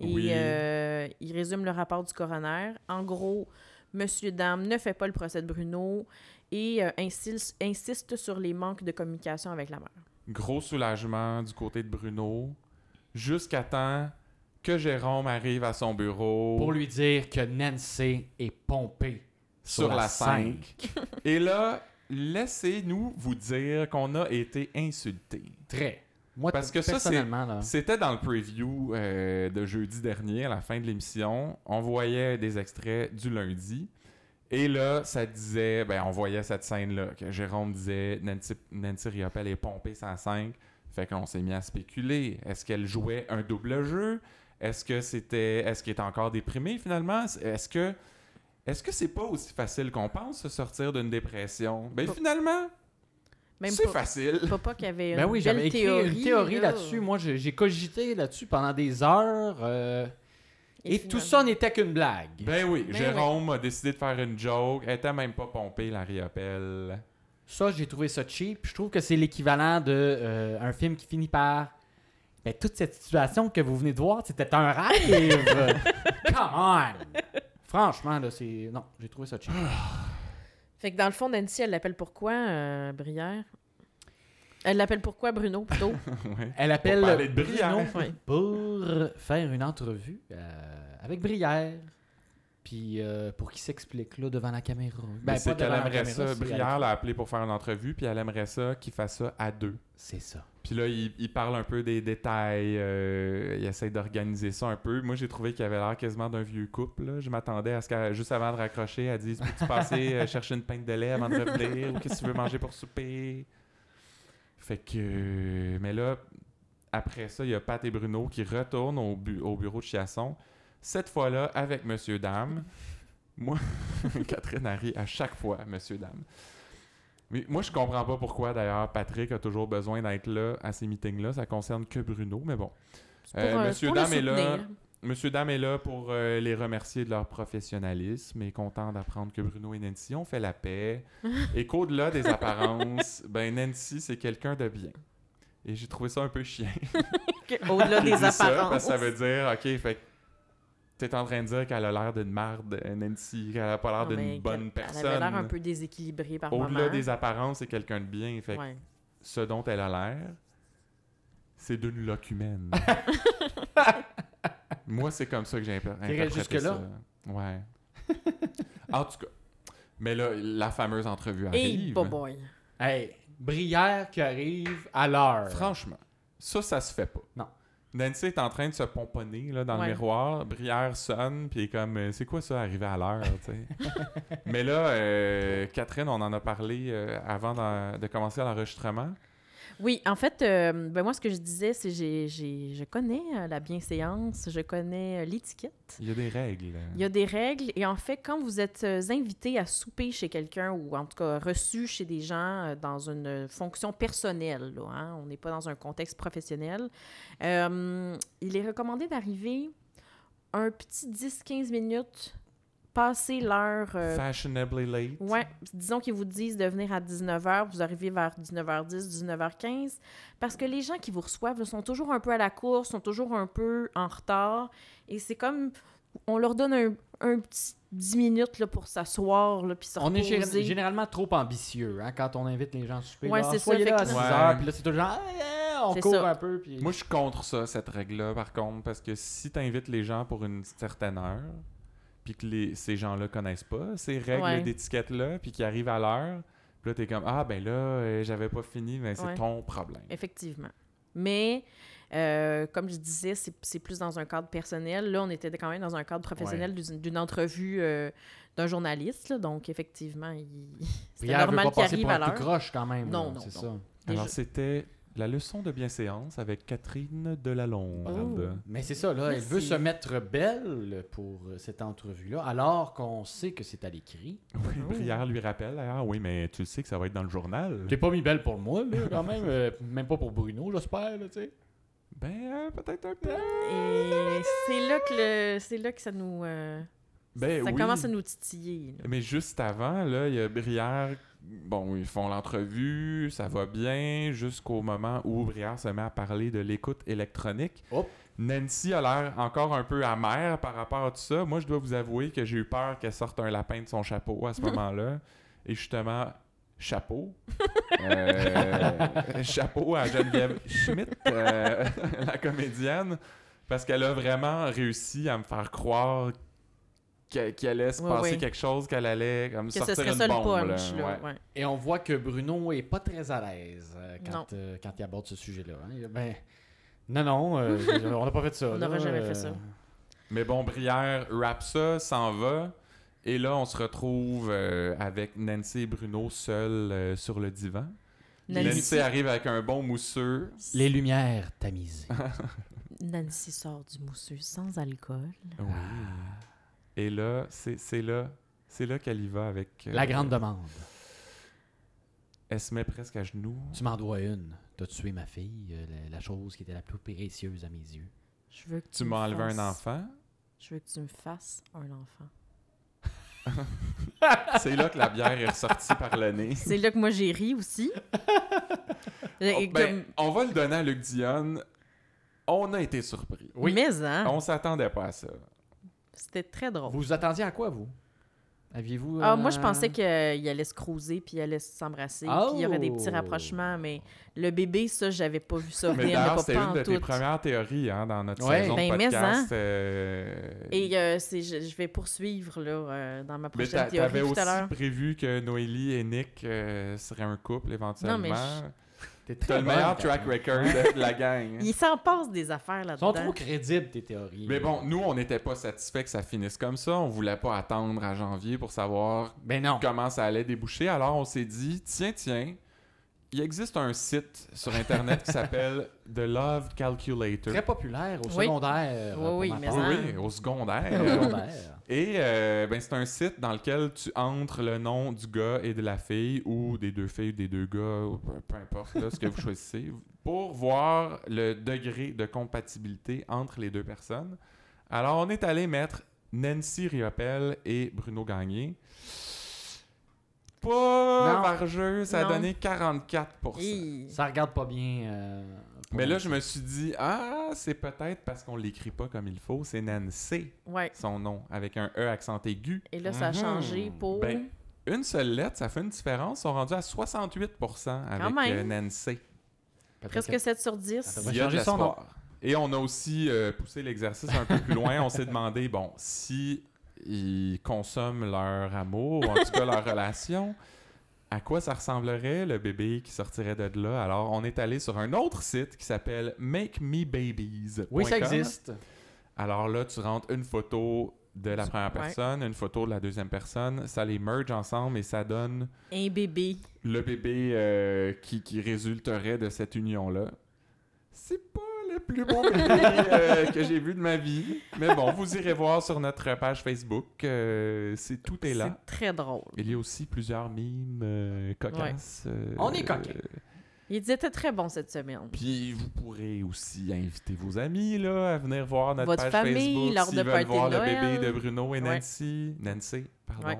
[SPEAKER 2] Et
[SPEAKER 1] Oui.
[SPEAKER 2] euh, ils résument le rapport du coroner. En gros, Monsieur Dame ne fait pas le procès de Bruno et euh, insiste, insiste sur les manques de communication avec la mère.
[SPEAKER 1] Gros soulagement du côté de Bruno, jusqu'à temps que Jérôme arrive à son bureau
[SPEAKER 3] Pour lui dire que Nancy est pompée
[SPEAKER 1] sur la 5. Et là, laissez-nous vous dire qu'on a été insultés.
[SPEAKER 3] Très. Moi,
[SPEAKER 1] Parce
[SPEAKER 3] t-
[SPEAKER 1] que ça, c'est-
[SPEAKER 3] personnellement,
[SPEAKER 2] Ah.
[SPEAKER 3] là,
[SPEAKER 1] C'était dans le preview euh, de jeudi dernier, à la fin de l'émission. On voyait des extraits du lundi. Et là, ça disait, ben, on voyait cette scène-là, que Jérôme disait Nancy, Nancy Riopelle est pompée 105. Fait qu'on s'est mis à spéculer. Est-ce qu'elle jouait un double jeu Est-ce que c'était. Est-ce qu'elle est encore déprimée finalement Est-ce que. Est-ce que c'est pas aussi facile qu'on pense se sortir d'une dépression? Ben
[SPEAKER 2] Pas-
[SPEAKER 1] finalement,
[SPEAKER 2] Même
[SPEAKER 1] c'est
[SPEAKER 2] pas,
[SPEAKER 1] facile.
[SPEAKER 2] pas, pas qu'il y avait une
[SPEAKER 3] Ben
[SPEAKER 2] belle
[SPEAKER 3] oui, j'avais écrit
[SPEAKER 2] théorie,
[SPEAKER 3] une théorie
[SPEAKER 2] là.
[SPEAKER 3] là-dessus. Moi, je- j'ai cogité là-dessus pendant des heures. euh, et tout
[SPEAKER 2] finalement-
[SPEAKER 3] ça n'était qu'une blague.
[SPEAKER 1] Ben oui,
[SPEAKER 2] Ben
[SPEAKER 1] Jérôme a décidé de faire une joke. Elle était même pas pompée, la Riopelle.
[SPEAKER 3] Ça, j'ai trouvé ça cheap. Je trouve que c'est l'équivalent de euh, un film qui finit par. Ben, toute cette situation que vous venez de voir, c'était un rêve. Come on! Franchement, là, c'est. Non, j'ai trouvé ça cheap.
[SPEAKER 2] Fait que dans le fond, Nancy, elle l'appelle pourquoi, euh, Brière? Elle l'appelle pourquoi, Bruno, plutôt?
[SPEAKER 1] Ouais.
[SPEAKER 3] Elle appelle
[SPEAKER 1] Pour parler de
[SPEAKER 3] Bruno
[SPEAKER 1] Brière.
[SPEAKER 2] Ouais.
[SPEAKER 3] pour faire une entrevue euh, avec Brière. Puis euh, pour qu'il s'explique là devant la caméra. Ben,
[SPEAKER 1] Mais c'est
[SPEAKER 3] pas devant
[SPEAKER 1] qu'elle
[SPEAKER 3] la
[SPEAKER 1] aimerait
[SPEAKER 3] caméra,
[SPEAKER 1] ça.
[SPEAKER 3] c'est-
[SPEAKER 1] Brière l'a appelé pour faire une entrevue, puis elle aimerait ça qu'il fasse ça à deux.
[SPEAKER 3] C'est ça.
[SPEAKER 1] Puis là, il, il parle un peu des détails, euh, il essaie d'organiser ça un peu. Moi, j'ai trouvé qu'il avait l'air quasiment d'un vieux couple. là. Je m'attendais à ce qu'elle, juste avant de raccrocher, elle dise Peux-tu passer euh, chercher une pinte de lait avant de revenir Ou qu'est-ce que tu veux manger pour souper Fait que. Mais là, après ça, il y a Pat et Bruno qui retournent au, bu- au bureau de Chiasson. Cette fois-là, avec Monsieur Dame. Moi, Catherine Harry, à chaque fois, Monsieur Dame. Mais moi, je comprends pas pourquoi, d'ailleurs, Patrick a toujours besoin d'être là à ces meetings-là. Ça concerne que Bruno, mais bon.
[SPEAKER 2] Pour,
[SPEAKER 1] Euh,
[SPEAKER 2] euh,
[SPEAKER 1] Monsieur
[SPEAKER 2] pour le
[SPEAKER 1] Dame est là.
[SPEAKER 2] soutenir.
[SPEAKER 1] Monsieur Dame est là pour euh, les remercier de leur professionnalisme et content d'apprendre que Bruno et Nancy ont fait la paix. et qu'au-delà des apparences, ben Nancy, c'est quelqu'un de bien. Et j'ai trouvé ça un peu chiant.
[SPEAKER 2] Que- Au-delà
[SPEAKER 1] qu'il
[SPEAKER 2] des
[SPEAKER 1] dise ça, parce
[SPEAKER 2] apparences.
[SPEAKER 1] que ça veut dire, OK, fait que t'es en train de dire qu'elle a l'air d'une marde, euh, Nancy, qu'elle a pas l'air
[SPEAKER 2] Non, mais
[SPEAKER 1] d'une bonne
[SPEAKER 2] qu'elle-
[SPEAKER 1] personne.
[SPEAKER 2] Elle avait l'air un peu déséquilibrée par
[SPEAKER 1] Au-delà
[SPEAKER 2] moment. hein.
[SPEAKER 1] des apparences, c'est quelqu'un de bien. Fait que
[SPEAKER 2] Ouais.
[SPEAKER 1] ce dont elle a l'air, c'est d'une loque humaine. Moi, c'est comme ça que j'ai impr-
[SPEAKER 3] T'irais
[SPEAKER 1] interprété
[SPEAKER 3] jusque-là?
[SPEAKER 1] ça. Ouais. en tout cas. Mais là, la fameuse entrevue
[SPEAKER 2] Et
[SPEAKER 1] arrive.
[SPEAKER 2] bo boy.
[SPEAKER 3] Hey, Brière qui arrive à l'heure.
[SPEAKER 1] Franchement, ça, ça se fait pas.
[SPEAKER 3] Non.
[SPEAKER 1] Nancy est en train de se pomponner là, dans
[SPEAKER 2] Ouais.
[SPEAKER 1] le miroir. Brière sonne, puis est comme euh, C'est quoi ça, arriver à l'heure tu sais? Mais là, euh, Catherine, on en a parlé euh, avant d'en- de commencer l'enregistrement.
[SPEAKER 2] Oui, en fait, euh, ben moi, ce que je disais, c'est j'ai, j'ai, je connais euh, la bienséance, je connais euh, l'étiquette.
[SPEAKER 1] Il y a des règles.
[SPEAKER 2] Il y a des règles et en fait, quand vous êtes euh, invité à souper chez quelqu'un ou en tout cas reçu chez des gens euh, dans une euh, fonction personnelle, là, hein, on n'est pas dans un contexte professionnel, euh, il est recommandé d'arriver un petit 10-15 minutes passer l'heure euh,
[SPEAKER 1] Fashionably late.
[SPEAKER 2] Ouais, disons qu'ils vous disent de venir à 19h, vous arrivez vers 19h10, 19h15, parce que les gens qui vous reçoivent là, sont toujours un peu à la course, sont toujours un peu en retard, et c'est comme, on leur donne un, un petit 10 minutes là, pour s'asseoir, là, puis se
[SPEAKER 3] On est gé-
[SPEAKER 2] reposer.
[SPEAKER 3] généralement trop ambitieux hein, quand on invite les gens à souper.
[SPEAKER 2] Ouais,
[SPEAKER 3] là, Ah,
[SPEAKER 2] c'est ça,
[SPEAKER 3] soyez
[SPEAKER 2] fait
[SPEAKER 3] là
[SPEAKER 2] que
[SPEAKER 3] à 6
[SPEAKER 1] là-
[SPEAKER 3] heures,
[SPEAKER 1] Ouais.
[SPEAKER 3] puis là, c'est toujours genre, Ah, ah, on
[SPEAKER 2] C'est
[SPEAKER 3] court
[SPEAKER 2] ça.
[SPEAKER 3] un peu. Puis...
[SPEAKER 1] Moi, je suis contre ça, cette règle-là, par contre, parce que si t'invites les gens pour une certaine heure, puis que les, ces gens-là connaissent pas ces règles
[SPEAKER 2] Ouais.
[SPEAKER 1] d'étiquette-là, puis qu'ils arrivent à l'heure, puis là, t'es comme « Ah, ben là, euh, j'avais pas fini, mais c'est
[SPEAKER 2] Ouais.
[SPEAKER 1] ton problème.
[SPEAKER 2] Effectivement. Mais, euh, comme je disais, c'est c'est plus dans un cadre personnel. Là, on était quand même dans un cadre professionnel d'une- d'une entrevue euh, d'un journaliste, là, donc effectivement, il... c'est
[SPEAKER 3] Brière veut
[SPEAKER 2] normal
[SPEAKER 3] pas
[SPEAKER 2] qu'il
[SPEAKER 3] passer
[SPEAKER 2] arrive
[SPEAKER 3] pour
[SPEAKER 2] à
[SPEAKER 3] un tout
[SPEAKER 2] l'heure.
[SPEAKER 3] croche quand même.
[SPEAKER 2] Non,
[SPEAKER 3] là,
[SPEAKER 2] non,
[SPEAKER 3] C'est
[SPEAKER 2] non.
[SPEAKER 3] ça. »
[SPEAKER 1] Alors, c'était La leçon de bienséance avec Catherine Delalonde.
[SPEAKER 3] Mais c'est ça, là,
[SPEAKER 2] Merci.
[SPEAKER 3] elle veut se mettre belle pour euh, cette entrevue-là, alors qu'on sait que c'est à l'écrit.
[SPEAKER 1] Oui, Brière lui rappelle Ah oui, mais tu le sais que ça va être dans le journal.
[SPEAKER 3] T'es pas mis belle pour moi, là, quand même. euh, même pas pour Bruno, j'espère, là, tu sais.
[SPEAKER 1] Ben, euh, peut-être un peu.
[SPEAKER 2] Et c'est là que le- c'est là que ça nous euh,
[SPEAKER 1] Ben,
[SPEAKER 2] ça
[SPEAKER 1] oui.
[SPEAKER 2] commence à nous titiller. là.
[SPEAKER 1] Mais juste avant, là, il y a Brière. Bon, ils font l'entrevue, ça va bien, jusqu'au moment où Brière se met à parler de l'écoute électronique.
[SPEAKER 3] Hop.
[SPEAKER 1] Nancy a l'air encore un peu amère par rapport à tout ça. Moi, je dois vous avouer que j'ai eu peur qu'elle sorte un lapin de son chapeau à ce moment-là. Et justement, chapeau. Euh, chapeau à Geneviève Schmidt, euh, la comédienne, parce qu'elle a vraiment réussi à me faire croire que- qu'elle allait se
[SPEAKER 2] Ouais,
[SPEAKER 1] passer
[SPEAKER 2] ouais.
[SPEAKER 1] quelque chose, qu'elle allait comme
[SPEAKER 2] Que ce
[SPEAKER 1] sortir
[SPEAKER 2] serait
[SPEAKER 1] une
[SPEAKER 2] ça le
[SPEAKER 1] bombe.
[SPEAKER 2] punch.
[SPEAKER 1] là.
[SPEAKER 2] là,
[SPEAKER 1] Ouais.
[SPEAKER 2] ouais.
[SPEAKER 3] Et on voit que Bruno est pas très à l'aise euh,
[SPEAKER 2] Non.
[SPEAKER 3] quand, euh, quand il aborde ce sujet-là. hein. Il- Ben, non, non, euh, je- on n'a pas fait ça.
[SPEAKER 2] On
[SPEAKER 3] là,
[SPEAKER 2] n'aurait jamais fait
[SPEAKER 3] euh,
[SPEAKER 2] ça.
[SPEAKER 1] Mais bon, Brière rappe ça, s'en va. Et là, on se retrouve euh, avec Nancy et Bruno seuls euh, sur le divan. Nancy.
[SPEAKER 2] Nancy,
[SPEAKER 1] arrive avec un bon mousseux.
[SPEAKER 3] Les lumières tamisées.
[SPEAKER 2] Nancy sort du mousseux sans alcool.
[SPEAKER 1] Oui. Et là, c'est c'est là, c'est là qu'elle y va avec. euh,
[SPEAKER 3] La grande demande.
[SPEAKER 1] Elle se met presque à genoux.
[SPEAKER 3] Tu m'en dois une. T'as tué ma fille, euh, la, la chose qui était la plus précieuse à mes yeux.
[SPEAKER 2] Je veux que tu,
[SPEAKER 1] Tu m'as enlevé
[SPEAKER 2] me
[SPEAKER 1] un
[SPEAKER 2] fasses-
[SPEAKER 1] enfant.
[SPEAKER 2] Je veux que tu me fasses un enfant.
[SPEAKER 1] C'est là que la bière est ressortie par le nez.
[SPEAKER 2] C'est là que moi j'ai ri aussi. Et
[SPEAKER 1] Oh, ben,
[SPEAKER 2] comme-
[SPEAKER 1] on va le donner à Luc Dionne. On a été surpris.
[SPEAKER 2] Mais hein,
[SPEAKER 1] On s'attendait pas à ça.
[SPEAKER 2] Ah, c'était très drôle.
[SPEAKER 3] Vous vous attendiez à quoi, vous Aviez-vous.
[SPEAKER 2] Ah,
[SPEAKER 3] euh,
[SPEAKER 2] moi, je pensais qu'il allait se croiser, puis il allait s'embrasser, puis il y aurait des petits
[SPEAKER 3] Oh!
[SPEAKER 2] rapprochements, mais le bébé, ça, j'avais pas vu ça
[SPEAKER 1] Mais
[SPEAKER 2] venir, mais
[SPEAKER 1] d'ailleurs,
[SPEAKER 2] pas,
[SPEAKER 1] c'était
[SPEAKER 2] pas
[SPEAKER 1] une
[SPEAKER 2] en
[SPEAKER 1] de tes
[SPEAKER 2] tout.
[SPEAKER 1] premières théories hein, dans notre
[SPEAKER 3] Ouais.
[SPEAKER 1] saison de
[SPEAKER 2] Ben, mais
[SPEAKER 1] podcast.
[SPEAKER 2] en.
[SPEAKER 1] euh,
[SPEAKER 2] Et euh, c'est- je, je vais poursuivre là, euh, dans ma
[SPEAKER 1] mais
[SPEAKER 2] prochaine
[SPEAKER 1] t'a-
[SPEAKER 2] théorie
[SPEAKER 1] t'avais
[SPEAKER 2] tout à l'heure.
[SPEAKER 1] aussi prévu que Noélie et Nick euh, seraient un couple éventuellement.
[SPEAKER 3] T'es
[SPEAKER 1] T'as
[SPEAKER 3] très
[SPEAKER 1] le meilleur
[SPEAKER 3] bonne,
[SPEAKER 1] track
[SPEAKER 3] Catherine.
[SPEAKER 1] record de la gang.
[SPEAKER 2] Il s'en passe des affaires
[SPEAKER 3] Ils sont
[SPEAKER 2] là-dedans.
[SPEAKER 3] trop crédibles, tes théories.
[SPEAKER 1] Mais bon, nous, on n'était pas satisfaits que ça finisse comme ça. On voulait pas attendre à janvier pour savoir
[SPEAKER 3] Ben non.
[SPEAKER 1] comment ça allait déboucher. Alors, on s'est dit, tiens, tiens, il existe un site sur Internet qui s'appelle The Love Calculator. Ah
[SPEAKER 3] Très populaire au
[SPEAKER 2] Oui.
[SPEAKER 3] secondaire.
[SPEAKER 2] Oui,
[SPEAKER 3] euh,
[SPEAKER 2] oui,
[SPEAKER 3] pour ma
[SPEAKER 2] mais
[SPEAKER 1] Oui,
[SPEAKER 3] part.
[SPEAKER 2] ça-
[SPEAKER 1] oui, au
[SPEAKER 3] Au
[SPEAKER 1] secondaire.
[SPEAKER 3] secondaire.
[SPEAKER 1] Et euh, ben, c'est un site dans lequel tu entres le nom du gars et de la fille, ou des deux filles, ou des deux gars, ou peu, peu importe là, ce que vous choisissez, pour voir le degré de compatibilité entre les deux personnes. Alors, on est allé mettre Nancy Riopelle et Bruno Gagné. Pas
[SPEAKER 3] Non.
[SPEAKER 1] vargeux, ça a
[SPEAKER 2] Non.
[SPEAKER 1] donné 44
[SPEAKER 2] Hi.
[SPEAKER 3] Ça regarde pas bien. euh, pour
[SPEAKER 1] Mais là,
[SPEAKER 3] nous.
[SPEAKER 1] je me suis dit, ah, c'est peut-être parce qu'on l'écrit pas comme il faut, c'est Nancy,
[SPEAKER 2] Ouais.
[SPEAKER 1] son nom, avec un E accent aigu.
[SPEAKER 2] Et là, ça a
[SPEAKER 3] Mhm.
[SPEAKER 2] changé pour...
[SPEAKER 1] Ben, une seule lettre, ça fait une différence. Ils sont rendus à 68% avec
[SPEAKER 2] même.
[SPEAKER 1] euh, Nancy.
[SPEAKER 3] Peut-être
[SPEAKER 2] presque
[SPEAKER 3] que-
[SPEAKER 2] 7 sur 10.
[SPEAKER 3] va
[SPEAKER 1] Il y a de
[SPEAKER 3] changer son
[SPEAKER 1] l'espoir. Et on a aussi euh, poussé l'exercice un peu plus loin. On s'est demandé, bon, si ils consomment leur amour, ou en tout cas leur relation, à quoi ça ressemblerait le bébé qui sortirait de là? Alors, on est allé sur un autre site qui s'appelle makemebabies.com.
[SPEAKER 3] Oui, ça existe.
[SPEAKER 1] Alors là, tu rentres une photo de la première
[SPEAKER 2] Ouais.
[SPEAKER 1] personne, une photo de la deuxième personne, ça les merge ensemble et ça donne
[SPEAKER 2] Un bébé.
[SPEAKER 1] le bébé euh, qui, qui résulterait de cette union-là. C'est pas le plus beau bébé euh, que j'ai vu de ma vie. Mais bon, vous irez voir sur notre page Facebook. euh, c'est tout est là.
[SPEAKER 2] C'est très drôle.
[SPEAKER 1] Il y a aussi plusieurs mimes euh, cocasses. euh,
[SPEAKER 3] On est coquins.
[SPEAKER 1] euh,
[SPEAKER 2] Ils étaient très bons cette semaine.
[SPEAKER 1] Puis vous pourrez aussi inviter vos amis là, à venir voir notre
[SPEAKER 2] Votre
[SPEAKER 1] page
[SPEAKER 2] famille,
[SPEAKER 1] Facebook
[SPEAKER 2] lors de
[SPEAKER 1] s'ils veulent
[SPEAKER 2] party
[SPEAKER 1] voir
[SPEAKER 2] de
[SPEAKER 1] le
[SPEAKER 2] Noël.
[SPEAKER 1] bébé de Bruno et
[SPEAKER 2] Ouais.
[SPEAKER 1] Nancy. Nancy, pardon.
[SPEAKER 2] Ouais.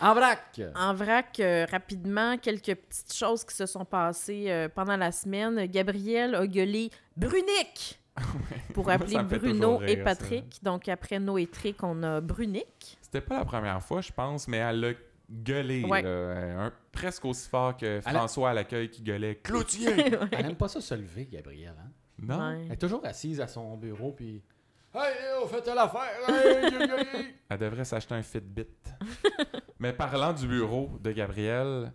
[SPEAKER 3] En vrac.
[SPEAKER 2] En vrac, euh, rapidement, quelques petites choses qui se sont passées euh, pendant la semaine. Gabriel a gueulé Brunic pour
[SPEAKER 1] Moi,
[SPEAKER 2] appeler
[SPEAKER 1] ça me fait
[SPEAKER 2] Bruno
[SPEAKER 1] toujours rire,
[SPEAKER 2] et Patrick. Donc, après Noétric, on a Brunic.
[SPEAKER 1] C'était pas la première fois, je pense, mais elle a gueulé.
[SPEAKER 2] Ouais.
[SPEAKER 1] là, un- presque aussi fort que
[SPEAKER 3] a-
[SPEAKER 1] François à l'accueil qui gueulait Cloutier.
[SPEAKER 3] Elle n'aime pas ça se lever, Gabrielle. hein.
[SPEAKER 1] non,
[SPEAKER 2] Ouais.
[SPEAKER 3] Elle est toujours assise à son bureau, puis. Hey, on fait telle affaire. Hey, yo, yo, yo.
[SPEAKER 1] elle devrait s'acheter un Fitbit. mais parlant du bureau de Gabriel,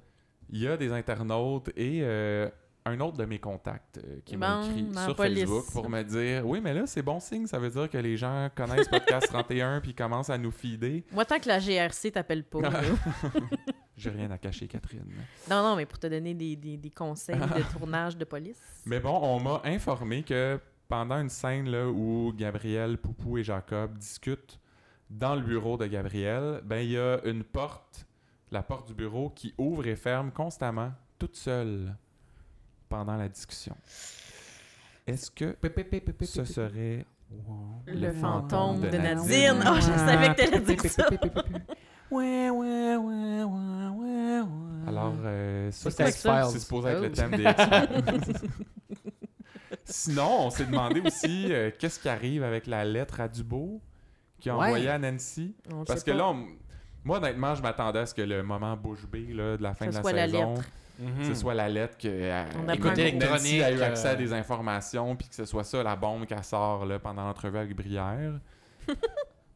[SPEAKER 1] il y a des internautes et euh, un autre de mes contacts euh, qui m'a
[SPEAKER 2] Bon,
[SPEAKER 1] écrit
[SPEAKER 2] dans la
[SPEAKER 1] sur
[SPEAKER 2] police.
[SPEAKER 1] Facebook pour me dire Oui, mais là, c'est bon signe, ça veut dire que les gens connaissent Podcast 31 puis commencent à nous fider.
[SPEAKER 2] Moi, tant que la GRC t'appelle pas, là,
[SPEAKER 1] J'ai rien à cacher, Catherine.
[SPEAKER 2] Non, non, mais pour te donner des, des- des conseils de tournage de police.
[SPEAKER 1] Mais bon, on m'a informé que pendant une scène là, où Gabriel, Poupou et Jacob discutent dans le bureau de Gabriel, ben il y a une porte, la porte du bureau, qui ouvre et ferme constamment, toute seule, pendant la discussion. Est-ce que ce serait
[SPEAKER 2] Le,
[SPEAKER 1] Le
[SPEAKER 2] fantôme
[SPEAKER 1] fantôme
[SPEAKER 2] de,
[SPEAKER 1] de
[SPEAKER 2] Nadine.
[SPEAKER 1] Nadine.
[SPEAKER 2] Oh, je savais que t'allais dire ça.
[SPEAKER 3] Ouais, ouais, ouais, ouais, ouais, ouais.
[SPEAKER 1] alors euh, ça,
[SPEAKER 3] Ça, c'était
[SPEAKER 1] c'est-
[SPEAKER 3] X-Files.
[SPEAKER 1] c'est supposé être le thème des X-Files. Sinon, on s'est demandé aussi euh, qu'est-ce qui arrive avec la lettre à Dubo qui a
[SPEAKER 3] Ouais.
[SPEAKER 1] envoyée à Nancy.
[SPEAKER 2] On le
[SPEAKER 1] Parce
[SPEAKER 2] sait
[SPEAKER 1] que
[SPEAKER 2] pas.
[SPEAKER 1] là, on- moi, honnêtement, je m'attendais à ce que le moment bouche bée là, de la fin
[SPEAKER 2] Ce
[SPEAKER 1] de la
[SPEAKER 2] soit la
[SPEAKER 1] saison,
[SPEAKER 2] lettre.
[SPEAKER 1] que
[SPEAKER 3] Hmm.
[SPEAKER 1] ce soit la lettre que euh,
[SPEAKER 2] On apprend
[SPEAKER 1] écoute,
[SPEAKER 2] beaucoup.
[SPEAKER 1] Nancy a eu
[SPEAKER 3] Électronique,
[SPEAKER 1] accès à
[SPEAKER 3] euh,
[SPEAKER 1] des informations, puis que ce soit ça la bombe qu'elle sort là, pendant l'entrevue avec Brière.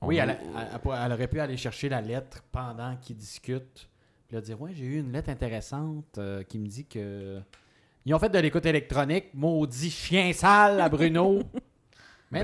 [SPEAKER 1] On
[SPEAKER 3] Oui,
[SPEAKER 1] a-
[SPEAKER 3] elle, a- elle- elle- elle aurait pu aller chercher la lettre pendant qu'ils discutent. Puis là, dire Ouais, j'ai eu une lettre intéressante euh, qui me dit que. Ils ont fait de l'écoute électronique, maudit chien sale à Bruno. Mais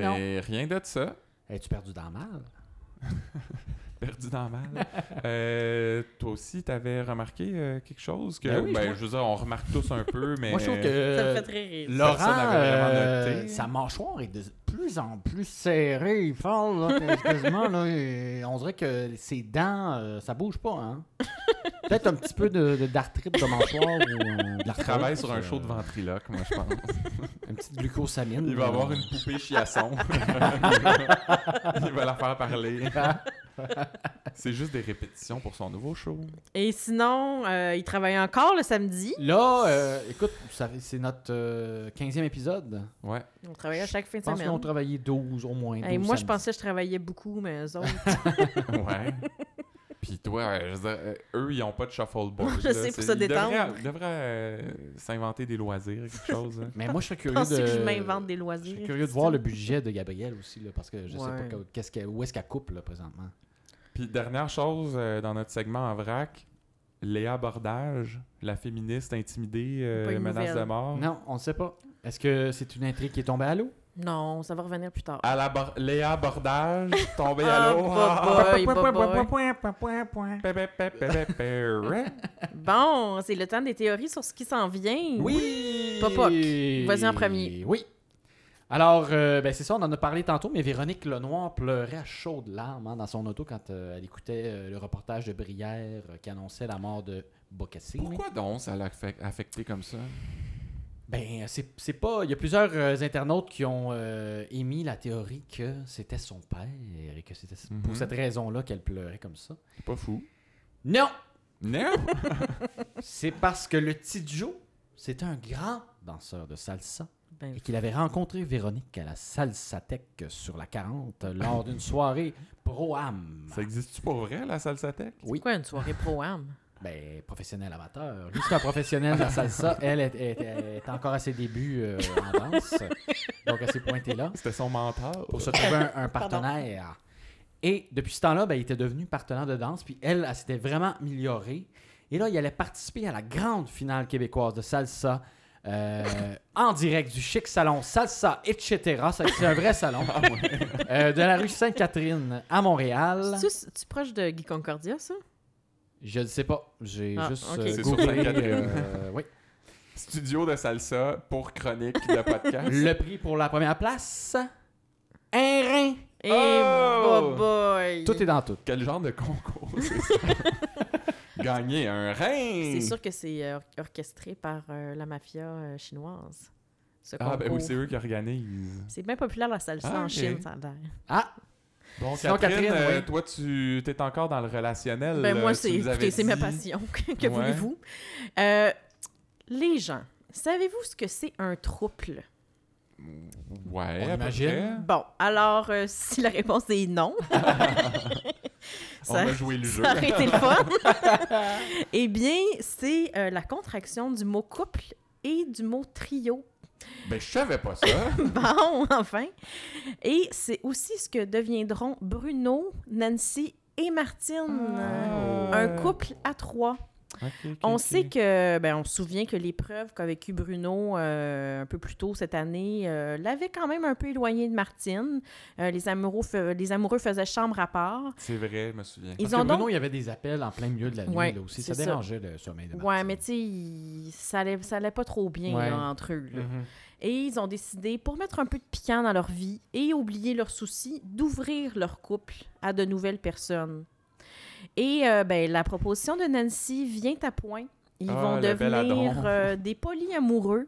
[SPEAKER 1] mais
[SPEAKER 3] non.
[SPEAKER 1] ben, rien de ça.
[SPEAKER 3] Es-tu perdu dans le mal?
[SPEAKER 1] Perdu dans le mal. Euh, toi aussi, t'avais remarqué euh, quelque chose que,
[SPEAKER 3] Ben oui, je-
[SPEAKER 1] je veux dire, on remarque tous un peu, mais
[SPEAKER 3] Moi, je trouve que.
[SPEAKER 2] Ça me fait très rire.
[SPEAKER 1] Laurent,
[SPEAKER 3] Laurent,
[SPEAKER 1] euh, sa
[SPEAKER 3] sa mâchoire est de plus en plus serrée. Il parle, quasiment, on dirait que ses dents, euh, ça bouge pas, hein. Peut-être un petit peu d'arthrite de, mâchoire ou euh,
[SPEAKER 1] il travaille sur un show de ventriloque, moi, je pense.
[SPEAKER 3] Une petite glucosamine.
[SPEAKER 1] Il va avoir une poupée chiasson. Il va la faire parler. C'est juste des répétitions pour son nouveau show.
[SPEAKER 2] Et sinon, euh, il travaille encore le samedi.
[SPEAKER 3] Là, euh, écoute, ça fait- c'est notre euh, 15e épisode.
[SPEAKER 1] Ouais.
[SPEAKER 2] On travaille à chaque fin
[SPEAKER 3] Je
[SPEAKER 2] de
[SPEAKER 3] pense qu'on a
[SPEAKER 2] semaine.
[SPEAKER 3] travaillé 12 au moins.
[SPEAKER 2] Hey,
[SPEAKER 3] 12
[SPEAKER 2] moi, je
[SPEAKER 3] samedis.
[SPEAKER 2] pensais que je travaillais beaucoup, mais eux autres,
[SPEAKER 1] Ouais. Puis toi, euh, je veux dire, euh, eux, ils ont pas de shuffleboard.
[SPEAKER 2] Je
[SPEAKER 1] là.
[SPEAKER 2] sais, pour
[SPEAKER 1] C'est-
[SPEAKER 2] se
[SPEAKER 1] ils devraient-
[SPEAKER 2] détendre.
[SPEAKER 1] Ils devraient euh, s'inventer des loisirs, quelque chose. hein.
[SPEAKER 3] Mais moi, je serais curieux
[SPEAKER 2] pensez
[SPEAKER 3] de...
[SPEAKER 2] que je m'invente des
[SPEAKER 3] je serais
[SPEAKER 2] loisirs.
[SPEAKER 3] curieux de voir le budget de Gabrielle aussi, là, parce que je sais
[SPEAKER 2] Ouais.
[SPEAKER 3] pas que- qu'est-ce qu'elle- où est-ce qu'elle coupe là, présentement.
[SPEAKER 1] Puis dernière chose euh, dans notre segment en vrac, Léa Bordage, la féministe intimidée, euh,
[SPEAKER 2] Pas une
[SPEAKER 1] menace de
[SPEAKER 2] nouvelle.
[SPEAKER 1] mort.
[SPEAKER 3] Non, on ne sait pas. Est-ce que c'est une intrigue qui est tombée à l'eau?
[SPEAKER 2] Non, ça va revenir plus
[SPEAKER 3] Ah,
[SPEAKER 2] tard.
[SPEAKER 1] À la bor- Léa Bordage, tombée à
[SPEAKER 2] Ah,
[SPEAKER 1] l'eau.
[SPEAKER 2] boy, boy, boy.
[SPEAKER 1] Pe- pe- pe- pe- pe- pe-
[SPEAKER 2] Bon, c'est le temps des théories sur ce qui s'en vient.
[SPEAKER 3] Oui!
[SPEAKER 2] Popoc, vas-y en premier.
[SPEAKER 3] Oui. Alors, euh, ben, c'est ça, on en a parlé tantôt, mais Véronique Lenoir pleurait à chaudes larmes hein, dans son auto quand euh, elle écoutait euh, le reportage de Brière euh, qui annonçait la mort de Bocassini.
[SPEAKER 1] Pourquoi donc ça l'a affe- affecté comme ça?
[SPEAKER 3] Ben, c'est c'est pas. Il y a plusieurs euh, internautes qui ont euh, émis la théorie que c'était son père et que c'était
[SPEAKER 1] Mhm.
[SPEAKER 3] pour cette raison-là qu'elle pleurait comme ça.
[SPEAKER 1] C'est Pas fou.
[SPEAKER 3] Non!
[SPEAKER 1] Non!
[SPEAKER 3] C'est parce que le petit Joe, c'était un grand danseur de salsa
[SPEAKER 2] Ben,
[SPEAKER 3] et qu'il avait rencontré Véronique à la Salsa Tech sur la 40 lors d'une soirée pro-am.
[SPEAKER 1] Ça existe-tu pour vrai, la salsatec?
[SPEAKER 3] oui.
[SPEAKER 2] Quoi, une soirée pro-am?
[SPEAKER 3] Ben, professionnel amateur. Lui, c'est un professionnel de la salsa. Elle est, est- est encore à ses débuts euh, en danse. Donc, elle s'est pointée là.
[SPEAKER 1] C'était son mentor.
[SPEAKER 3] pour se trouver un, un partenaire. Et depuis ce temps-là, ben, il était devenu partenaire de danse, puis elle, elle s'était vraiment améliorée. Et là, il allait participer à la grande finale québécoise de salsa euh, en direct du chic salon Salsa, etc. Ça, C'est un vrai salon
[SPEAKER 1] Ah
[SPEAKER 3] Euh, de la rue Sainte-Catherine à Montréal.
[SPEAKER 2] Tu, tu proche de Guy Concordia, ça?
[SPEAKER 3] Je ne sais pas, j'ai
[SPEAKER 2] Ah,
[SPEAKER 3] juste
[SPEAKER 2] ok.
[SPEAKER 3] euh,
[SPEAKER 1] C'est sur
[SPEAKER 3] googlé.
[SPEAKER 1] Sainte-Catherine.
[SPEAKER 3] euh, oui.
[SPEAKER 1] Studio de salsa pour chronique de podcast.
[SPEAKER 3] Le prix pour la première place, un rein.
[SPEAKER 2] Eh,
[SPEAKER 1] Oh!
[SPEAKER 2] bo- boy!
[SPEAKER 3] Tout est dans tout.
[SPEAKER 1] Quel genre de concours, c'est ça? Gagner un rein!
[SPEAKER 2] C'est sûr que c'est euh, or- orchestré par euh, la mafia euh, chinoise. Ce
[SPEAKER 1] Ah, ben
[SPEAKER 2] concours.
[SPEAKER 1] oui, c'est eux qui organisent.
[SPEAKER 2] C'est bien populaire la salsa
[SPEAKER 1] Ah,
[SPEAKER 2] en
[SPEAKER 1] ok.
[SPEAKER 2] Chine, ça a l'air.
[SPEAKER 3] Ah,
[SPEAKER 1] Bon,
[SPEAKER 3] Sinon,
[SPEAKER 1] Catherine,
[SPEAKER 3] Catherine,
[SPEAKER 1] euh,
[SPEAKER 3] oui.
[SPEAKER 1] toi, tu t'es encore dans le relationnel.
[SPEAKER 2] Ben
[SPEAKER 1] là,
[SPEAKER 2] moi,
[SPEAKER 1] tu
[SPEAKER 2] c'est
[SPEAKER 1] nous avais
[SPEAKER 2] écoutez, c'est ma
[SPEAKER 1] dit.
[SPEAKER 2] passion. que
[SPEAKER 1] Ouais.
[SPEAKER 2] voulez-vous? Euh, les gens, savez-vous ce que c'est un trouble?
[SPEAKER 1] Ouais,
[SPEAKER 3] On
[SPEAKER 1] à peu
[SPEAKER 3] imagine.
[SPEAKER 1] près.
[SPEAKER 2] Bon, alors, euh, si la réponse est non,
[SPEAKER 1] On
[SPEAKER 2] ça,
[SPEAKER 1] va jouer le jeu.
[SPEAKER 2] ça aurait été le fun. eh bien, c'est euh, la contraction du mot couple et du mot trio.
[SPEAKER 1] Ben, je savais pas ça. Ah,
[SPEAKER 2] Bon, enfin. Et c'est aussi ce que deviendront Bruno, Nancy et Martine.
[SPEAKER 1] Ah.
[SPEAKER 2] Un couple à trois. On sait que, ben, on se souvient que l'épreuve qu'a vécu Bruno euh, un peu plus tôt cette année euh, l'avait quand même un peu éloigné de Martine. Euh, les, amoureux fe- les amoureux faisaient chambre à part.
[SPEAKER 1] C'est vrai, je me souviens.
[SPEAKER 2] Ils
[SPEAKER 3] Parce
[SPEAKER 2] ont
[SPEAKER 3] que Bruno,
[SPEAKER 2] donc.
[SPEAKER 3] il y avait des appels en plein milieu de la nuit
[SPEAKER 2] Ouais,
[SPEAKER 3] là aussi.
[SPEAKER 2] c'est
[SPEAKER 3] Ça
[SPEAKER 2] ça.
[SPEAKER 3] dérangeait le sommeil de
[SPEAKER 2] Ouais,
[SPEAKER 3] Martine.
[SPEAKER 2] mais tu sais, ils- ça allait, ça allait pas trop bien
[SPEAKER 3] Ouais.
[SPEAKER 2] là, entre eux. là.
[SPEAKER 3] Mm-hmm.
[SPEAKER 1] Mhm.
[SPEAKER 2] Et ils ont décidé, pour mettre un peu de piquant dans leur vie et oublier leurs soucis, d'ouvrir leur couple à de nouvelles personnes. Et euh, ben, la proposition de Nancy vient à point. Ils
[SPEAKER 1] Ah,
[SPEAKER 2] vont
[SPEAKER 1] le bel
[SPEAKER 2] devenir
[SPEAKER 1] adon.
[SPEAKER 2] euh, des polyamoureux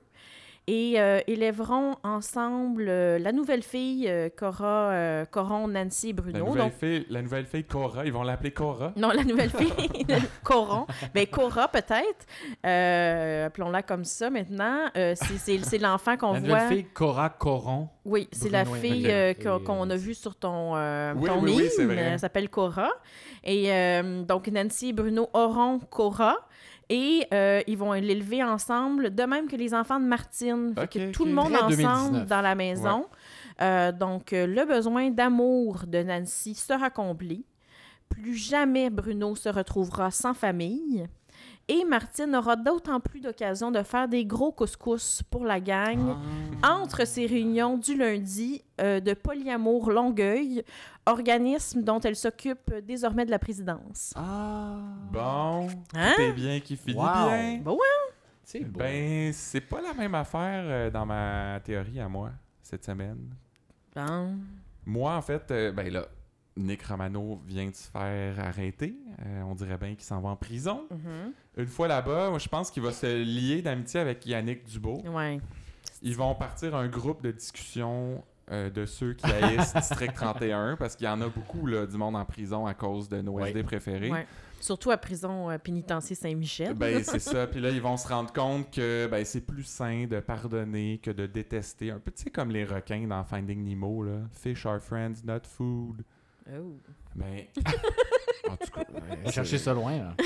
[SPEAKER 2] et euh, élèveront ensemble euh, la nouvelle fille euh, qu'aura, euh, qu'auront Nancy et
[SPEAKER 1] La,
[SPEAKER 2] Bruno.
[SPEAKER 1] nouvelle
[SPEAKER 2] Donc-
[SPEAKER 1] fille, la nouvelle fille Cora, ils vont l'appeler Cora.
[SPEAKER 2] non, la nouvelle fille, Coron. Ben, Cora, peut-être. Euh, appelons-la comme ça maintenant. Euh, c'est, c'est- c'est l'enfant qu'on
[SPEAKER 3] La
[SPEAKER 2] voit.
[SPEAKER 3] nouvelle fille Cora Coron.
[SPEAKER 2] Oui, c'est la
[SPEAKER 3] Bruno et
[SPEAKER 2] fille
[SPEAKER 3] Maria.
[SPEAKER 2] euh,
[SPEAKER 3] Et,
[SPEAKER 2] qu'on- qu'on a
[SPEAKER 3] euh,
[SPEAKER 2] vue sur ton, euh,
[SPEAKER 1] Oui,
[SPEAKER 2] ton
[SPEAKER 1] oui, oui, c'est
[SPEAKER 2] meme.
[SPEAKER 1] vrai.
[SPEAKER 2] Elle s'appelle Cora. Et euh, donc, Nancy et Bruno auront Cora. Et euh, ils vont l'élever ensemble, de même que les enfants de Martine. Fait
[SPEAKER 1] Ok,
[SPEAKER 2] que tout
[SPEAKER 1] ok.
[SPEAKER 2] le monde
[SPEAKER 3] Très
[SPEAKER 2] ensemble
[SPEAKER 3] 2019.
[SPEAKER 2] dans la maison. Euh, donc, euh, le besoin d'amour de Nancy sera comblé. Plus jamais Bruno se retrouvera sans famille. Et Martine aura d'autant plus d'occasion de faire des gros couscous pour la gang
[SPEAKER 3] Ah.
[SPEAKER 2] entre ces réunions du lundi euh, de Polyamour Longueuil, organisme dont elle s'occupe désormais de la présidence.
[SPEAKER 3] Ah.
[SPEAKER 1] Bon,
[SPEAKER 2] Hein?
[SPEAKER 1] t'es bien qui finit
[SPEAKER 3] Wow.
[SPEAKER 1] bien.
[SPEAKER 3] C'est beau.
[SPEAKER 1] Ben, c'est pas la même affaire euh, dans ma théorie à moi cette semaine.
[SPEAKER 2] Bon.
[SPEAKER 1] Moi, en fait, euh, ben là, Nick Romano vient de se faire arrêter. Euh, on dirait bien qu'il s'en va en prison.
[SPEAKER 2] Mhm.
[SPEAKER 1] Une fois là-bas, moi, je pense qu'il va se lier d'amitié avec Yannick Dubo.
[SPEAKER 2] Ouais.
[SPEAKER 1] Ils vont partir un groupe de discussion euh, de ceux qui haïssent District 31 parce qu'il y en a beaucoup là, du monde en prison à cause de nos
[SPEAKER 3] Oui.
[SPEAKER 1] SD préférés.
[SPEAKER 2] Ouais. Surtout à prison euh, pénitencier Saint-Michel.
[SPEAKER 1] Ben, c'est ça. Puis là, ils vont se rendre compte que ben, c'est plus sain de pardonner que de détester. Un peu, tu sais, comme les requins dans Finding Nemo, là. Fish are friends, not food.
[SPEAKER 2] Oh.
[SPEAKER 1] Ben. en tout cas. ben,
[SPEAKER 3] On va chercher
[SPEAKER 1] c'est-
[SPEAKER 3] ça loin. là.
[SPEAKER 1] ben,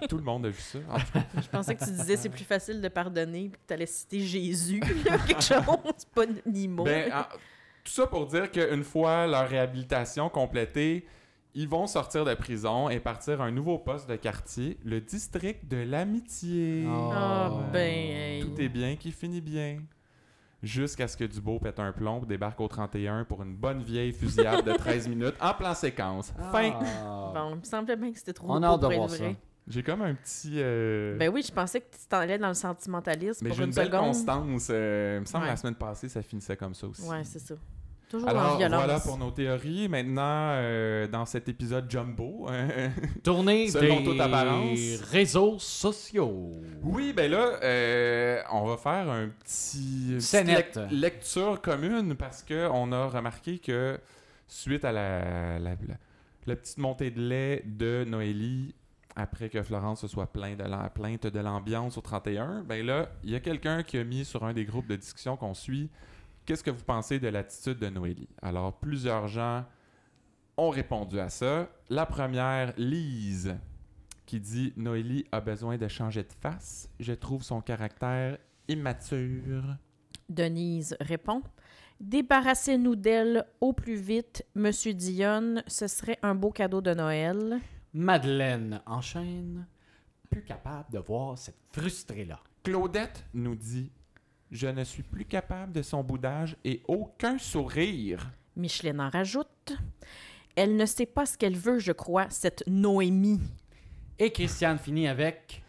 [SPEAKER 1] c'est- tout le monde a vu ça. En tout cas,
[SPEAKER 2] Je pensais que tu disais c'est plus facile de pardonner puis que tu allais citer Jésus ou quelque chose, pas Nimo.
[SPEAKER 1] ben, en- tout ça pour dire qu'une fois leur réhabilitation complétée, ils vont sortir de prison et partir à un nouveau poste de quartier, le district de l'amitié.
[SPEAKER 2] Ah, ben,
[SPEAKER 1] oh. Tout est bien qui finit bien. Jusqu'à ce que Dubo pète un plomb, débarque au 31 pour une bonne vieille fusillade de 13 minutes en plan séquence. Fin.
[SPEAKER 3] Ah.
[SPEAKER 2] Bon, il me semblait bien que c'était trop
[SPEAKER 3] On
[SPEAKER 2] beau
[SPEAKER 3] a hâte de
[SPEAKER 2] pour être
[SPEAKER 3] voir
[SPEAKER 2] vrai.
[SPEAKER 1] J'ai comme un petit. euh,
[SPEAKER 2] Ben oui, je pensais que tu t'en allais dans le sentimentalisme
[SPEAKER 1] mais
[SPEAKER 2] pour
[SPEAKER 1] j'ai
[SPEAKER 2] une,
[SPEAKER 1] une belle
[SPEAKER 2] seconde.
[SPEAKER 1] constance. euh, il me semble que
[SPEAKER 2] Ouais.
[SPEAKER 1] la semaine passée, ça finissait comme ça aussi.
[SPEAKER 2] Ouais, c'est ça. Toujours en
[SPEAKER 1] Alors
[SPEAKER 2] violence.
[SPEAKER 1] voilà pour nos théories. Maintenant, euh, dans cet épisode Jumbo. euh,
[SPEAKER 3] ça. Tournée
[SPEAKER 1] Selon
[SPEAKER 3] des
[SPEAKER 1] toute apparence.
[SPEAKER 3] réseaux sociaux.
[SPEAKER 1] oui, ben là, euh, on va faire un petit une petite
[SPEAKER 3] Scénette.
[SPEAKER 1] lec- lecture commune parce que on a remarqué que suite à la, la- la- la petite montée de lait de Noélie après que Florence se soit plainte de, la, plainte de l'ambiance au 31, ben là, il y a quelqu'un qui a mis sur un des groupes de discussion qu'on suit Qu'est-ce que vous pensez de l'attitude de Noélie Alors, plusieurs gens ont répondu à ça. La première, Lise, qui dit Noélie a besoin de changer de face. Je trouve son caractère immature.
[SPEAKER 2] Denise répond Débarrassez-nous d'elle au plus vite, Monsieur Dionne, ce serait un beau cadeau de Noël.
[SPEAKER 3] Madeleine enchaîne. Plus capable de voir cette frustrée-là.
[SPEAKER 1] Claudette nous dit Je ne suis plus capable de son boudage et aucun sourire.
[SPEAKER 2] Micheline en rajoute Elle ne sait pas ce qu'elle veut, je crois, cette Noémie.
[SPEAKER 3] Et Christiane finit avec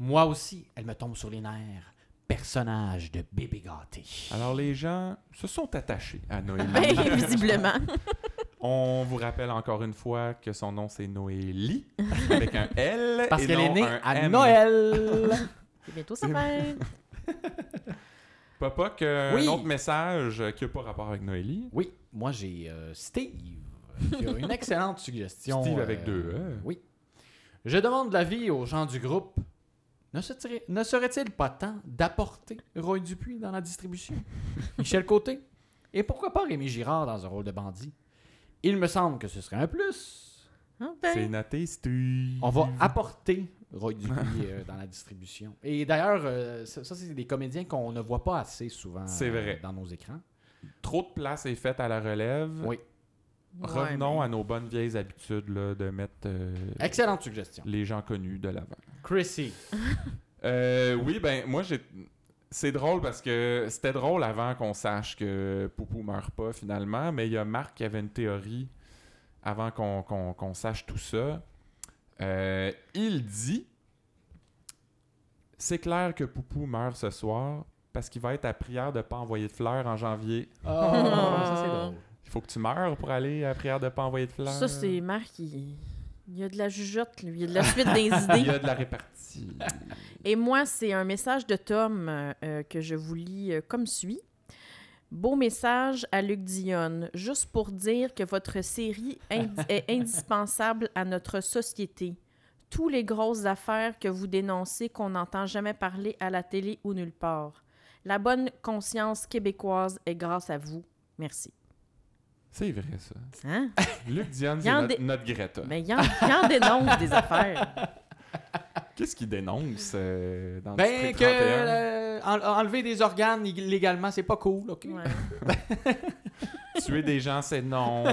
[SPEAKER 3] Moi aussi, elle me tombe sur les nerfs. Personnage de bébé gâté.
[SPEAKER 1] Alors les gens se sont attachés à
[SPEAKER 2] Ben,
[SPEAKER 1] Noélie.
[SPEAKER 2] visiblement.
[SPEAKER 1] On vous rappelle encore une fois que son nom c'est Noélie avec un L
[SPEAKER 3] Parce
[SPEAKER 1] et
[SPEAKER 3] qu'elle est
[SPEAKER 1] non
[SPEAKER 3] née
[SPEAKER 1] un
[SPEAKER 3] à
[SPEAKER 1] M.
[SPEAKER 3] Noël.
[SPEAKER 2] C'est bientôt sa fête.
[SPEAKER 1] Papa que
[SPEAKER 3] Oui.
[SPEAKER 1] un autre message qui n'a pas rapport avec Noélie.
[SPEAKER 3] oui, moi j'ai euh, Steve qui a une excellente suggestion. euh,
[SPEAKER 1] Steve avec deux E.
[SPEAKER 3] Oui. Je demande l'avis aux gens du groupe. Ne, se tirait- ne serait-il pas temps d'apporter Roy Dupuis dans la distribution? Michel Côté? Et pourquoi pas Rémi Girard dans un rôle de bandit? Il me semble que ce serait un plus.
[SPEAKER 2] Ah
[SPEAKER 1] C'est
[SPEAKER 2] ben,
[SPEAKER 1] noté Steve.
[SPEAKER 3] On va apporter Roy Dupuis euh, dans la distribution. Et d'ailleurs, euh, ça, ça, c'est des comédiens qu'on ne voit pas assez souvent
[SPEAKER 1] C'est
[SPEAKER 3] euh,
[SPEAKER 1] vrai.
[SPEAKER 3] dans nos écrans.
[SPEAKER 1] Trop de place est faite à la relève.
[SPEAKER 3] Oui.
[SPEAKER 1] Revenons
[SPEAKER 2] Ouais,
[SPEAKER 1] à nos bonnes vieilles habitudes là, de mettre euh,
[SPEAKER 3] Excellente suggestion.
[SPEAKER 1] les gens connus de l'avant.
[SPEAKER 3] Chrissy.
[SPEAKER 1] Euh, oui, ben moi j'ai. C'est drôle parce que c'était drôle avant qu'on sache que Poupou meurt pas finalement, mais il y a Marc qui avait une théorie avant qu'on qu'on- qu'on sache tout ça. Euh, il dit C'est clair que Poupou meurt ce soir parce qu'il va être à prière de pas envoyer de fleurs en janvier.
[SPEAKER 3] Oh, ça c'est drôle.
[SPEAKER 1] Il faut que tu meurs pour aller à prière de pas envoyer de fleurs.
[SPEAKER 2] Ça, c'est Marc, il... il y a de la jugeote, lui. Il y a de la suite des
[SPEAKER 1] Il y
[SPEAKER 2] idées.
[SPEAKER 1] a de la répartie.
[SPEAKER 2] Et moi, c'est un message de Tom euh, euh, que je vous lis euh, comme suit. Beau message à Luc Dionne, juste pour dire que votre série indi- est indispensable à notre société. Tous les grosses affaires que vous dénoncez qu'on n'entend jamais parler à la télé ou nulle part. La bonne conscience québécoise est grâce à vous. Merci.
[SPEAKER 1] C'est vrai ça.
[SPEAKER 2] Hein?
[SPEAKER 1] Luc Diane,
[SPEAKER 2] Il
[SPEAKER 1] c'est
[SPEAKER 2] y en
[SPEAKER 1] notre,
[SPEAKER 2] dé-
[SPEAKER 1] notre Greta.
[SPEAKER 2] Mais il y en, il y en dénonce des affaires.
[SPEAKER 1] Qu'est-ce qu'il dénonce euh, dans
[SPEAKER 3] Ben,
[SPEAKER 1] District
[SPEAKER 3] que
[SPEAKER 1] 31?
[SPEAKER 3] euh, en- enlever des organes illégalement, c'est pas cool, ok?
[SPEAKER 2] Ouais.
[SPEAKER 1] Tuer des gens, c'est non.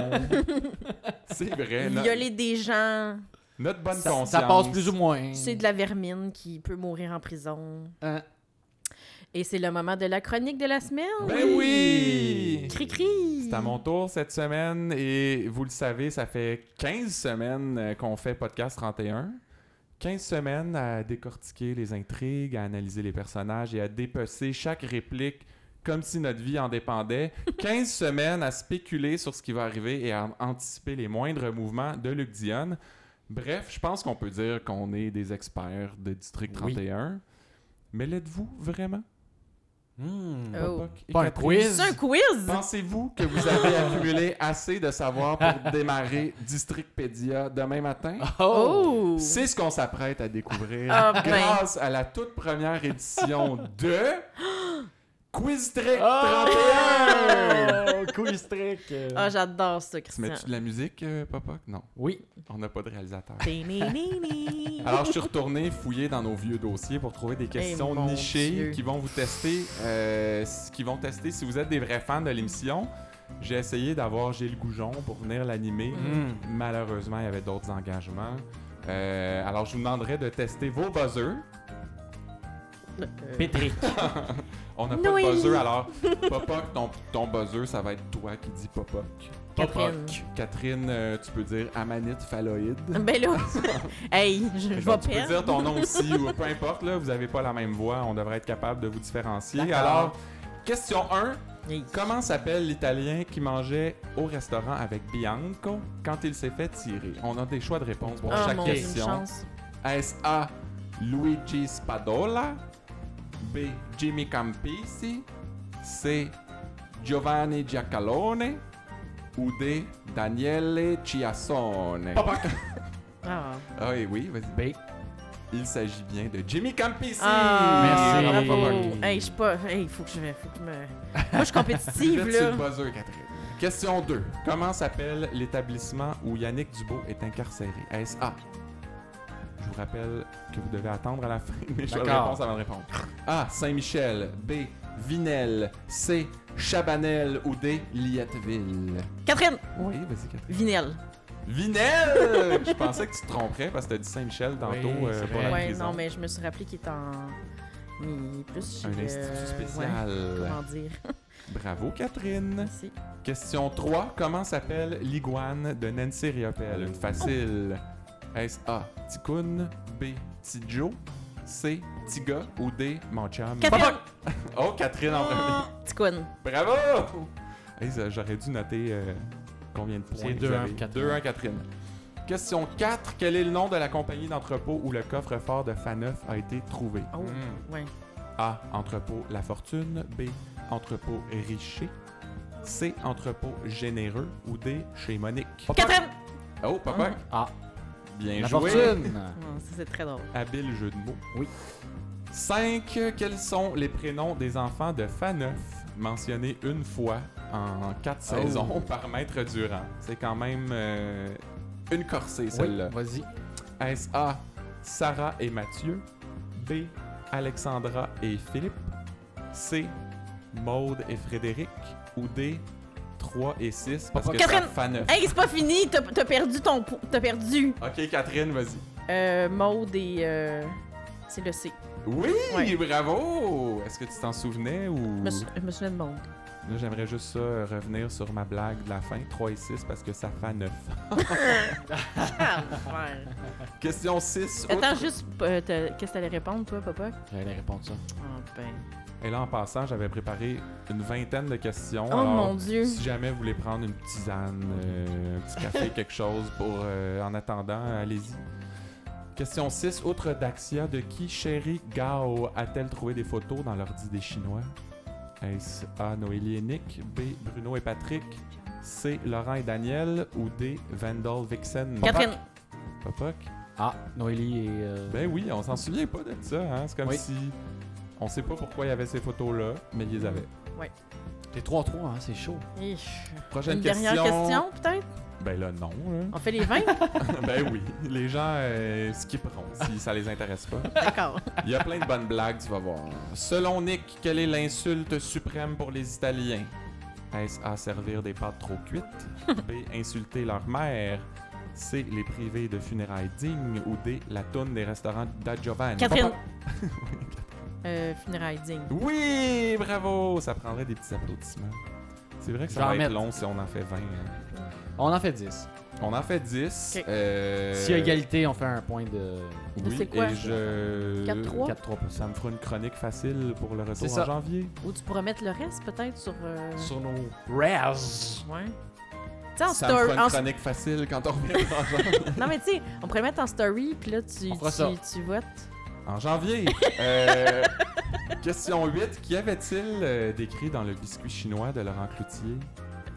[SPEAKER 1] c'est vrai. no-
[SPEAKER 2] Violer des gens,
[SPEAKER 1] Notre bonne
[SPEAKER 3] Ça,
[SPEAKER 1] conscience.
[SPEAKER 3] ça passe plus ou moins.
[SPEAKER 2] c'est de la vermine qui peut mourir en prison.
[SPEAKER 3] Hein.
[SPEAKER 2] Et c'est le moment de la chronique de la semaine.
[SPEAKER 1] Ben oui!
[SPEAKER 2] Cri-cri!
[SPEAKER 1] C'est à mon tour cette semaine et vous le savez, ça fait 15 semaines euh, qu'on fait Podcast 31. 15 semaines à décortiquer les intrigues, à analyser les personnages et à dépecer chaque réplique comme si notre vie en dépendait. 15 semaines à spéculer sur ce qui va arriver et à anticiper les moindres mouvements de Luc Dionne. Bref, je pense qu'on peut dire qu'on est des experts de District
[SPEAKER 3] Oui.
[SPEAKER 1] 31. Mais l'êtes-vous vraiment?
[SPEAKER 3] Hmm.
[SPEAKER 2] Oh.
[SPEAKER 1] Popoc et
[SPEAKER 3] Pas un
[SPEAKER 1] Catherine?
[SPEAKER 3] quiz.
[SPEAKER 2] C'est un quiz!
[SPEAKER 1] Pensez-vous que vous avez accumulé assez de savoir pour démarrer Districtpedia demain matin?
[SPEAKER 3] Oh.
[SPEAKER 2] Oh!
[SPEAKER 1] C'est ce qu'on s'apprête à découvrir
[SPEAKER 2] Ah, ben.
[SPEAKER 1] grâce à la toute première édition de Quiz Trick
[SPEAKER 3] Oh! Quiz trick.
[SPEAKER 2] Ah, j'adore
[SPEAKER 1] 31!
[SPEAKER 2] ça,
[SPEAKER 1] Tu
[SPEAKER 2] Christian.
[SPEAKER 1] mets-tu de la musique, euh, Popoc? Non,
[SPEAKER 3] Oui.
[SPEAKER 1] on n'a pas de réalisateur.
[SPEAKER 2] Tinini.
[SPEAKER 1] Alors, je suis retourné fouiller dans nos vieux dossiers pour trouver des questions
[SPEAKER 2] Eh, mon
[SPEAKER 1] nichées
[SPEAKER 2] Dieu.
[SPEAKER 1] qui vont vous tester, euh, s- qui vont tester si vous êtes des vrais fans de l'émission. J'ai essayé d'avoir Gilles Goujon pour venir l'animer.
[SPEAKER 3] Hmm.
[SPEAKER 1] Malheureusement, il y avait d'autres engagements. Euh, alors, je vous demanderai de tester vos buzzers.
[SPEAKER 2] Euh,
[SPEAKER 3] Patrick.
[SPEAKER 1] On n'a pas
[SPEAKER 2] Oui.
[SPEAKER 1] de buzzer, alors Popoc, ton, ton buzzer, ça va être toi qui dis Popoc.
[SPEAKER 2] Catherine.
[SPEAKER 1] Catherine, euh, tu peux dire Amanite phalloïde.
[SPEAKER 2] Ben là, hey, je, je
[SPEAKER 1] Bon,
[SPEAKER 2] vais
[SPEAKER 1] tu peux
[SPEAKER 2] perdre.
[SPEAKER 1] dire ton nom aussi ou peu importe, là, vous n'avez pas la même voix, on devrait être capable de vous différencier.
[SPEAKER 3] D'accord.
[SPEAKER 1] Alors, question 1,
[SPEAKER 2] Hey.
[SPEAKER 1] comment s'appelle l'Italien qui mangeait au restaurant avec Bianco quand il s'est fait tirer? On a des choix de réponse pour
[SPEAKER 2] Ah,
[SPEAKER 1] chaque
[SPEAKER 2] mon Dieu, une
[SPEAKER 1] question.
[SPEAKER 2] chance.
[SPEAKER 1] Est-ce A, Luigi Spadola? B, Jimmy Campisi? C, Giovanni Giacalone? Ou D, Daniele Chiassone?
[SPEAKER 2] Ah.
[SPEAKER 1] Ah oui, oui, vas-y.
[SPEAKER 3] B.
[SPEAKER 1] Il s'agit bien de Jimmy Campisi.
[SPEAKER 2] Ah,
[SPEAKER 3] Merci.
[SPEAKER 2] bravo.
[SPEAKER 1] Bravo, Marc.
[SPEAKER 2] Hey, je suis pas. Hey, faut que je vais. Faut que je me. Moi, je suis compétitive,
[SPEAKER 1] Faites-tu
[SPEAKER 2] là.
[SPEAKER 1] le buzzer, Catherine. Question 2. Comment s'appelle l'établissement où Yannick Dubo est incarcéré? Est-ce A? Je vous rappelle que vous devez attendre à la fin mes choix de
[SPEAKER 3] D'accord.
[SPEAKER 1] réponse avant de répondre. A. Saint-Michel. B. Vinel. C. Chabanel. Ou D. Lietteville.
[SPEAKER 2] Catherine!
[SPEAKER 1] Oui, vas-y, Catherine.
[SPEAKER 2] Vinel.
[SPEAKER 1] Vinel! Je pensais que tu te tromperais parce que tu as dit Saint-Michel tantôt
[SPEAKER 3] Oui,
[SPEAKER 1] euh,
[SPEAKER 3] c'est
[SPEAKER 1] pour la
[SPEAKER 3] vrai.
[SPEAKER 2] ouais,
[SPEAKER 1] prison.
[SPEAKER 2] non, mais je me suis rappelé qu'il est en. Il est plus chez
[SPEAKER 1] Un
[SPEAKER 2] le-
[SPEAKER 1] institut spécial.
[SPEAKER 2] ouais, comment dire?
[SPEAKER 1] Bravo, Catherine.
[SPEAKER 2] Merci.
[SPEAKER 1] Question 3. Comment s'appelle l'iguane de Nancy Riopelle? Une facile. Est-ce A. Ticoun, B. Tidjo, C. Tiga ou D. Mon chum?
[SPEAKER 2] Catherine!
[SPEAKER 1] Oh, Catherine en premier.
[SPEAKER 2] Ticoun.
[SPEAKER 1] Bravo! Hey, ça, J'aurais dû noter euh, combien de points.
[SPEAKER 3] C'est
[SPEAKER 1] vous
[SPEAKER 3] 2-1
[SPEAKER 1] avez.
[SPEAKER 3] pour Catherine.
[SPEAKER 1] 2-1 Catherine. Question 4. Quel est le nom de la compagnie d'entrepôt où le coffre-fort de Faneuf a été trouvé? Hmm.
[SPEAKER 2] Oh,
[SPEAKER 1] Mm.
[SPEAKER 2] ouais.
[SPEAKER 1] A. Entrepôt La Fortune. B. Entrepôt Richer. C. Entrepôt Généreux. Ou D. Chez Monique.
[SPEAKER 2] Catherine!
[SPEAKER 1] Oh, papa.
[SPEAKER 3] Ah,
[SPEAKER 1] Bien
[SPEAKER 3] la
[SPEAKER 1] joué.
[SPEAKER 3] fortune.
[SPEAKER 2] Oh, ça, c'est très drôle.
[SPEAKER 1] Habile jeu de mots.
[SPEAKER 3] Oui.
[SPEAKER 1] 5. Quels sont les prénoms des enfants de Faneuf mentionnés une fois en quatre
[SPEAKER 3] Oh.
[SPEAKER 1] saisons par Maître Durand? C'est quand même euh, une corsée,
[SPEAKER 3] Oui,
[SPEAKER 1] celle-là.
[SPEAKER 3] vas-y.
[SPEAKER 1] Est-ce A. Sarah et Mathieu. B. Alexandra et Philippe. C. Maude et Frédéric. Ou D. 3 et 6 parce que ça
[SPEAKER 2] Catherine!
[SPEAKER 1] fait neuf.
[SPEAKER 2] Hey, c'est pas fini! T'as t'as perdu ton. po- T'as perdu!
[SPEAKER 1] Ok, Catherine, vas-y.
[SPEAKER 2] euh, Maude et. euh, c'est le C.
[SPEAKER 1] Oui,
[SPEAKER 2] Ouais.
[SPEAKER 1] bravo! Est-ce que tu t'en souvenais ou...
[SPEAKER 2] Je me sou- je me souviens de Maude.
[SPEAKER 1] Là, j'aimerais juste ça, euh, revenir sur ma blague de la fin, 3 et 6, parce que ça fait 9. Question 6.
[SPEAKER 2] Attends, juste, euh, t'as- qu'est-ce que t'allais répondre, toi, papa?
[SPEAKER 3] J'allais répondre ça.
[SPEAKER 1] Et là, en passant, j'avais préparé une vingtaine de questions.
[SPEAKER 2] Oh
[SPEAKER 1] alors,
[SPEAKER 2] mon Dieu.
[SPEAKER 1] Si jamais vous voulez prendre une tisane, euh, un petit café, quelque chose pour euh, en attendant, allez-y. Question 6. Outre Daxia, de qui Sherry Gao a-t-elle trouvé des photos dans l'ordi des Chinois Est-ce A. Noélie et Nick B. Bruno et Patrick C. Laurent et Daniel ou D. Vandal Vixen
[SPEAKER 2] Catherine.
[SPEAKER 1] Popoc?
[SPEAKER 3] Ah, Noélie et. euh,
[SPEAKER 1] Ben oui, on s'en souvient pas de ça. Hein? C'est comme
[SPEAKER 3] Oui.
[SPEAKER 1] si on sait pas pourquoi il y avait ces photos-là, mais il les avait.
[SPEAKER 3] T'es 3-3, hein, c'est chaud.
[SPEAKER 2] Ich.
[SPEAKER 1] Prochaine
[SPEAKER 2] Une dernière question, peut-être?
[SPEAKER 1] Ben là, non. hein.
[SPEAKER 2] On fait les 20?
[SPEAKER 1] ben oui, les gens euh, skipperont si ça les intéresse pas.
[SPEAKER 2] D'accord.
[SPEAKER 1] Il y a plein de bonnes blagues, tu vas voir. Selon Nick, quelle est l'insulte suprême pour les Italiens Est-ce A, servir des pâtes trop cuites B, insulter leur mère C, les priver de funérailles dignes Ou D, la toune des restaurants da Giovanni
[SPEAKER 2] Catherine. Euh, funérailles dignes.
[SPEAKER 1] Oui, bravo Ça prendrait des petits applaudissements. C'est vrai que ça
[SPEAKER 3] J'en
[SPEAKER 1] va être
[SPEAKER 3] mettre.
[SPEAKER 1] long si on en fait 20. hein.
[SPEAKER 3] On en fait 10.
[SPEAKER 1] On en fait 10.
[SPEAKER 2] Ok.
[SPEAKER 1] euh,
[SPEAKER 3] S'il y a égalité, on fait un point de.
[SPEAKER 2] Ou c'est quoi?
[SPEAKER 1] et je...
[SPEAKER 2] 4-3?
[SPEAKER 3] 4-3%.
[SPEAKER 1] Ça me fera une chronique facile pour le
[SPEAKER 3] C'est
[SPEAKER 1] retour
[SPEAKER 3] ça.
[SPEAKER 1] en janvier.
[SPEAKER 2] Ou tu pourrais mettre le reste, peut-être, sur... euh,
[SPEAKER 3] Sur nos Raz.
[SPEAKER 2] Ouais. Tu sais, en
[SPEAKER 1] ça me
[SPEAKER 2] story...
[SPEAKER 1] fera une
[SPEAKER 2] en-
[SPEAKER 1] chronique facile quand on revient en janvier.
[SPEAKER 2] Non, mais tu sais, on pourrait le mettre en story, puis là, tu,
[SPEAKER 3] On fera ça.
[SPEAKER 2] tu, tu votes.
[SPEAKER 1] en janvier! Euh, question 8. Qu'y avait-il euh, d'écrit dans le biscuit chinois de Laurent Cloutier?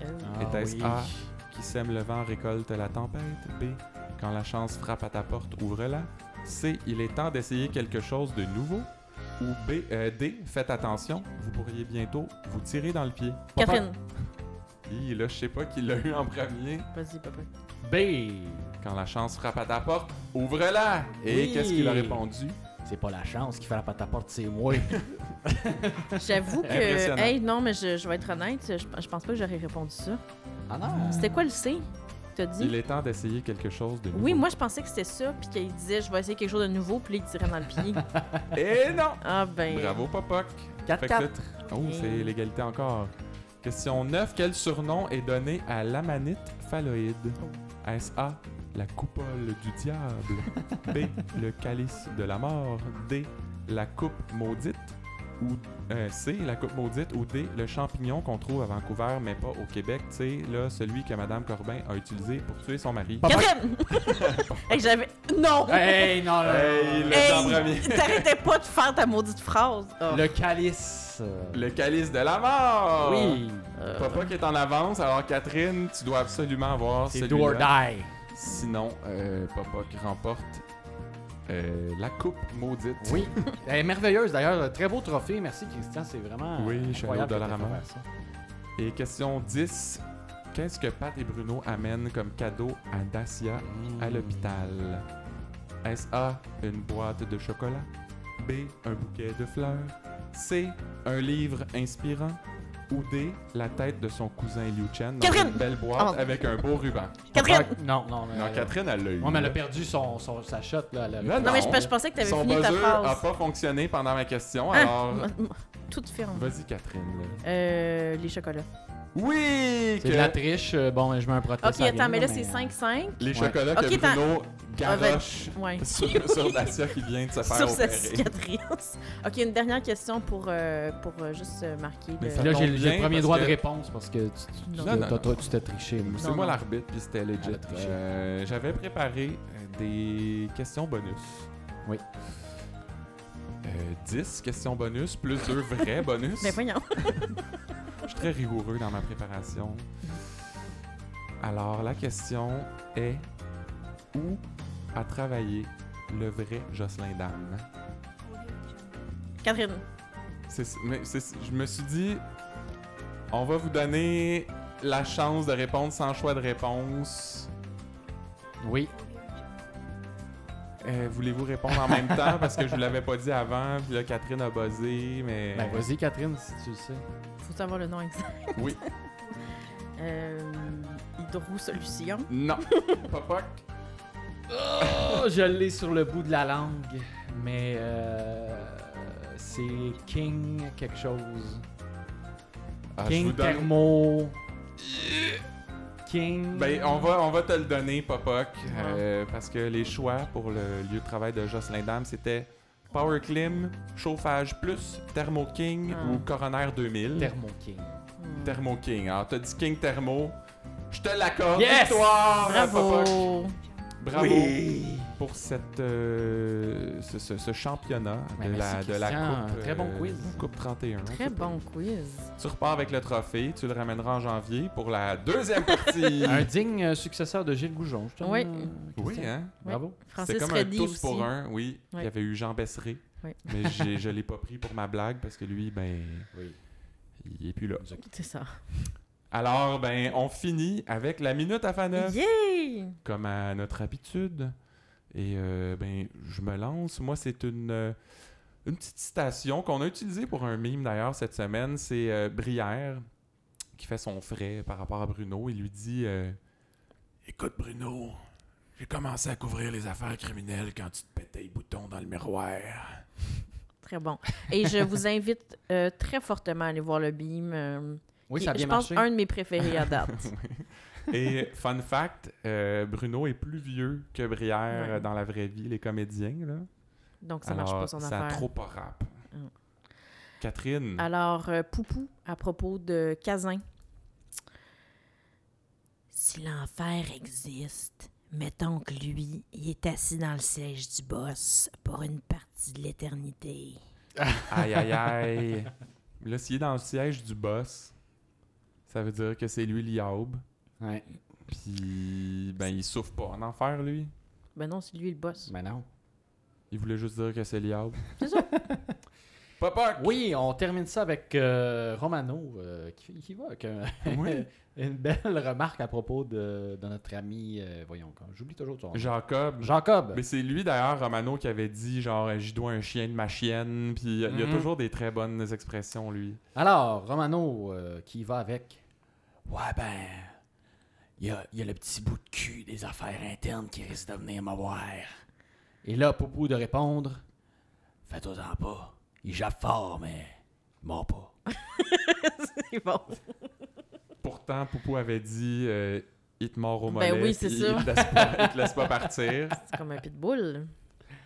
[SPEAKER 2] Euh,
[SPEAKER 3] Ah
[SPEAKER 1] Était-ce A? Qui sème le vent récolte la tempête. B. Quand la chance frappe à ta porte, ouvre-la. C. Il est temps d'essayer quelque chose de nouveau. Ou B. euh, D. Faites attention, vous pourriez bientôt vous tirer dans le pied.
[SPEAKER 2] Catherine.
[SPEAKER 1] Hi, là, je sais pas qui l'a eu en premier.
[SPEAKER 2] Vas-y, papa.
[SPEAKER 3] B.
[SPEAKER 1] Quand la chance frappe à ta porte, ouvre-la! Et
[SPEAKER 3] Oui.
[SPEAKER 1] qu'est-ce qu'il a répondu?
[SPEAKER 3] C'est pas la chance qui frappe à ta porte, c'est moi.
[SPEAKER 2] J'avoue que...
[SPEAKER 1] Impressionnant.
[SPEAKER 2] Hey, non, mais je, je vais être honnête, je, je pense pas que j'aurais répondu ça.
[SPEAKER 3] ah non.
[SPEAKER 2] C'était quoi le C? T'as dit?
[SPEAKER 1] Il est temps d'essayer quelque chose de nouveau.
[SPEAKER 2] Oui, moi je pensais que c'était ça, puis qu'il disait je vais essayer quelque chose de nouveau, puis là, il tirait dans le pied.
[SPEAKER 1] Et Eh non!
[SPEAKER 2] Ah ben.
[SPEAKER 3] euh,
[SPEAKER 1] Bravo, Popoc!
[SPEAKER 3] 4-4.
[SPEAKER 1] Fait que c'est- Oh, c'est l'égalité encore. Question 9. Quel surnom est donné à l'amanite phalloïde?
[SPEAKER 3] Oh.
[SPEAKER 1] Est-ce A. La coupole du diable. B. Le calice de la mort. D. La coupe maudite. Ou euh, C. La coupe maudite. Ou D. Le champignon qu'on trouve à Vancouver, mais pas au Québec. Tu sais, là, celui que Madame Corbin a utilisé pour tuer son mari.
[SPEAKER 2] Catherine! hey, j'avais. Non!
[SPEAKER 3] Hey, non, non,
[SPEAKER 1] Hey,
[SPEAKER 3] non,
[SPEAKER 1] le-
[SPEAKER 3] non.
[SPEAKER 1] en premier.
[SPEAKER 2] T'arrêtais pas de faire ta maudite phrase! Oh.
[SPEAKER 3] Le calice. euh,
[SPEAKER 1] Le calice de la mort!
[SPEAKER 3] Oui.
[SPEAKER 2] Euh,
[SPEAKER 1] Papa qui est en avance, alors Catherine, tu dois absolument avoir
[SPEAKER 3] C'est
[SPEAKER 1] celui-là.
[SPEAKER 3] do or die.
[SPEAKER 1] Sinon, euh, Papa qui remporte euh, la coupe maudite.
[SPEAKER 3] Oui. Elle est merveilleuse d'ailleurs. Très beau trophée. Merci Christian. C'est vraiment.
[SPEAKER 1] Oui,
[SPEAKER 3] euh,
[SPEAKER 1] je suis allé au
[SPEAKER 3] incroyable que t'aies
[SPEAKER 1] Dollarama.
[SPEAKER 3] fait faire ça.
[SPEAKER 1] Et question 10. Qu'est-ce que Pat et Bruno amènent comme cadeau à Dacia
[SPEAKER 3] Hmm.
[SPEAKER 1] à l'hôpital? Est-ce A, une boîte de chocolat? B, un bouquet de fleurs? C, un livre inspirant? Ou D, la tête de son cousin Liu Chen dans
[SPEAKER 2] Catherine!
[SPEAKER 1] une belle boîte
[SPEAKER 2] Oh.
[SPEAKER 1] avec un beau ruban?
[SPEAKER 2] Catherine!
[SPEAKER 3] Non, non,
[SPEAKER 1] Non,
[SPEAKER 3] elle-
[SPEAKER 1] Catherine, elle l'a eu.
[SPEAKER 3] Euh, Ouais, mais elle a
[SPEAKER 1] là.
[SPEAKER 3] perdu son, son- sa shot. Là, elle a-
[SPEAKER 1] Non,
[SPEAKER 2] Non, mais je,
[SPEAKER 1] Non.
[SPEAKER 2] je pensais que t'avais
[SPEAKER 1] Son
[SPEAKER 2] fini ta
[SPEAKER 1] buzzer a
[SPEAKER 2] phrase.
[SPEAKER 1] pas fonctionné pendant ma question,
[SPEAKER 2] Hein?
[SPEAKER 1] alors...
[SPEAKER 2] M- m- Toute ferme.
[SPEAKER 1] Vas-y, Catherine.
[SPEAKER 2] Euh, les chocolats.
[SPEAKER 1] Oui!
[SPEAKER 3] C'est de la triche. euh, Bon, je mets un protest.
[SPEAKER 2] Ok,
[SPEAKER 3] à
[SPEAKER 2] attends,
[SPEAKER 3] rien,
[SPEAKER 2] mais là c'est
[SPEAKER 3] euh,
[SPEAKER 2] 5-5.
[SPEAKER 1] Les
[SPEAKER 3] Ouais.
[SPEAKER 1] chocolats
[SPEAKER 2] Ok,
[SPEAKER 1] que
[SPEAKER 2] t'en-
[SPEAKER 1] Bruno garoche
[SPEAKER 2] Ouais.
[SPEAKER 1] sur, sur Dacia qui vient de se faire
[SPEAKER 2] Sur sa
[SPEAKER 1] opérer.
[SPEAKER 2] cicatrice. Ok, une dernière question pour, euh, pour euh, juste euh, marquer.
[SPEAKER 1] Mais
[SPEAKER 2] le-
[SPEAKER 1] ça
[SPEAKER 3] Puis là, j'ai
[SPEAKER 1] tombe
[SPEAKER 3] j'ai le
[SPEAKER 1] bien
[SPEAKER 3] premier
[SPEAKER 1] parce
[SPEAKER 3] droit
[SPEAKER 1] que-
[SPEAKER 3] de réponse parce que tu- tu tu-
[SPEAKER 2] Non,
[SPEAKER 3] t'as-
[SPEAKER 1] non, non.
[SPEAKER 3] t'as- tu t'es triché. moi.
[SPEAKER 1] C'est
[SPEAKER 2] Non,
[SPEAKER 1] moi
[SPEAKER 2] non.
[SPEAKER 1] l'arbitre, puis c'était legit.
[SPEAKER 3] Elle a triché.
[SPEAKER 1] Euh, J'avais préparé euh, des questions bonus.
[SPEAKER 3] Oui.
[SPEAKER 1] Euh, 10 questions bonus, plus 2 vrais bonus.
[SPEAKER 2] Ben voyons.
[SPEAKER 1] Je suis très rigoureux dans ma préparation. Alors, la question est où a travaillé le vrai Jocelyn Dame?
[SPEAKER 2] Catherine.
[SPEAKER 1] C'est- mais c'est- je me suis dit, on va vous donner la chance de répondre sans choix de réponse.
[SPEAKER 3] Oui.
[SPEAKER 1] Euh, Voulez-vous répondre en même temps parce que je vous l'avais pas dit avant, puis là Catherine a buzzé, mais
[SPEAKER 3] Ben, vas-y, Catherine, si tu le sais.
[SPEAKER 2] Faut savoir le nom exact.
[SPEAKER 1] Oui.
[SPEAKER 2] Euh, Hydro Solution.
[SPEAKER 1] non, Popoc.
[SPEAKER 3] Oh, je l'ai sur le bout de la langue, mais euh, c'est King quelque chose.
[SPEAKER 1] Ah, je vous
[SPEAKER 3] King
[SPEAKER 1] donne...
[SPEAKER 3] Thermo. King.
[SPEAKER 1] Ben, on va, on va te le donner, Popoc, euh,
[SPEAKER 3] Ah.
[SPEAKER 1] parce que les choix pour le lieu de travail de Jocelyn Dame, c'était Power Clim, Chauffage Plus, Thermo King
[SPEAKER 2] Ah.
[SPEAKER 1] ou Coroner 2000.
[SPEAKER 3] Thermo King.
[SPEAKER 1] Thermo King. Alors, t'as dit King Thermo. Je te l'accorde.
[SPEAKER 3] Yes!
[SPEAKER 1] Victoire, Popoc.
[SPEAKER 2] Bravo!
[SPEAKER 1] Bravo pour cette, euh, ce, ce- ce championnat
[SPEAKER 3] Ouais,
[SPEAKER 1] de,
[SPEAKER 3] merci,
[SPEAKER 1] la, de la
[SPEAKER 3] Christian.
[SPEAKER 1] Coupe. euh,
[SPEAKER 3] Très bon quiz.
[SPEAKER 1] Coupe 31.
[SPEAKER 2] Très bon quiz.
[SPEAKER 1] Tu repars avec le trophée, tu le ramèneras en janvier pour la deuxième partie.
[SPEAKER 3] Un digne euh, successeur de Gilles Goujon, je te
[SPEAKER 2] Oui.
[SPEAKER 3] donne, euh,
[SPEAKER 1] oui,
[SPEAKER 3] Christian.
[SPEAKER 1] hein?
[SPEAKER 3] Bravo.
[SPEAKER 1] C'est
[SPEAKER 2] Francis
[SPEAKER 1] comme un
[SPEAKER 2] Reddy
[SPEAKER 1] tous
[SPEAKER 2] aussi.
[SPEAKER 1] pour un, oui.
[SPEAKER 2] Ouais.
[SPEAKER 1] Il y avait eu Jean Besseré.
[SPEAKER 2] Ouais.
[SPEAKER 1] Mais j'ai- je l'ai pas pris pour ma blague parce que lui, ben,
[SPEAKER 3] Oui.
[SPEAKER 1] il est plus là.
[SPEAKER 2] C'est ça.
[SPEAKER 1] Alors, ben, on finit avec la minute à fan neuf,
[SPEAKER 2] Yay!
[SPEAKER 1] comme à notre habitude. Et euh, ben, je me lance. Moi, c'est une, euh, une petite citation qu'on a utilisée pour un mime d'ailleurs cette semaine. C'est euh, Brière qui fait son frais par rapport à Bruno. Il lui dit euh, Écoute, Bruno, j'ai commencé à couvrir les affaires criminelles quand tu te pétais les boutons dans le miroir.
[SPEAKER 2] Très bon. Et je vous invite euh, très fortement à aller voir le beam. euh,
[SPEAKER 3] Oui,
[SPEAKER 2] qui
[SPEAKER 3] ça a
[SPEAKER 2] est,
[SPEAKER 3] bien
[SPEAKER 2] je pense
[SPEAKER 3] marché.
[SPEAKER 2] un de mes préférés à date.
[SPEAKER 1] Et fun fact, euh, Bruno est plus vieux que Brière
[SPEAKER 2] Ouais.
[SPEAKER 1] euh, dans la vraie vie, les comédiens. Là.
[SPEAKER 2] Donc ça
[SPEAKER 1] Alors,
[SPEAKER 2] marche pas son
[SPEAKER 1] Ça a
[SPEAKER 2] affaire.
[SPEAKER 1] trop pas rap.
[SPEAKER 2] Mm.
[SPEAKER 1] Catherine,
[SPEAKER 2] Alors, euh, Poupou, à propos de Kazin. Si l'enfer existe, mettons que lui, il est assis dans le siège du boss pour une partie de l'éternité.
[SPEAKER 1] aïe aïe aïe. Là, s'il est dans le siège du boss, ça veut dire que c'est lui l'Iaube.
[SPEAKER 3] Ouais.
[SPEAKER 1] Puis, ben, il souffre pas en enfer, lui.
[SPEAKER 2] Ben non, c'est lui le boss.
[SPEAKER 3] Mais non.
[SPEAKER 1] Il voulait juste dire que c'est l'Iaube. Papa!
[SPEAKER 3] Oui, on termine ça avec euh, Romano euh, qui, qui va avec un-
[SPEAKER 1] Oui.
[SPEAKER 3] une belle remarque à propos de, de notre ami, euh, voyons, quand- j'oublie toujours son nom.
[SPEAKER 1] Jacob.
[SPEAKER 3] Jacob.
[SPEAKER 1] Mais c'est lui d'ailleurs, Romano, qui avait dit genre j'y dois un chien de ma chienne. Puis il y a- il y a
[SPEAKER 2] Mm-hmm.
[SPEAKER 3] Mhm.
[SPEAKER 1] toujours des très bonnes expressions, lui.
[SPEAKER 3] Alors, Romano euh, qui va avec. Ouais, ben, il y a, y a le petit bout de cul des affaires internes qui risque de venir me voir. Et là, Poupou de répondre Faites-en pas. Il jappe fort, mais il mord pas.
[SPEAKER 2] c'est bon.
[SPEAKER 1] Pourtant, Poupou avait dit euh, il te mord au
[SPEAKER 2] Ben
[SPEAKER 1] mollet.
[SPEAKER 2] oui, c'est
[SPEAKER 1] puis
[SPEAKER 2] ça.
[SPEAKER 1] Il te laisse pas, il te laisse pas partir.
[SPEAKER 2] C'est comme un pitbull.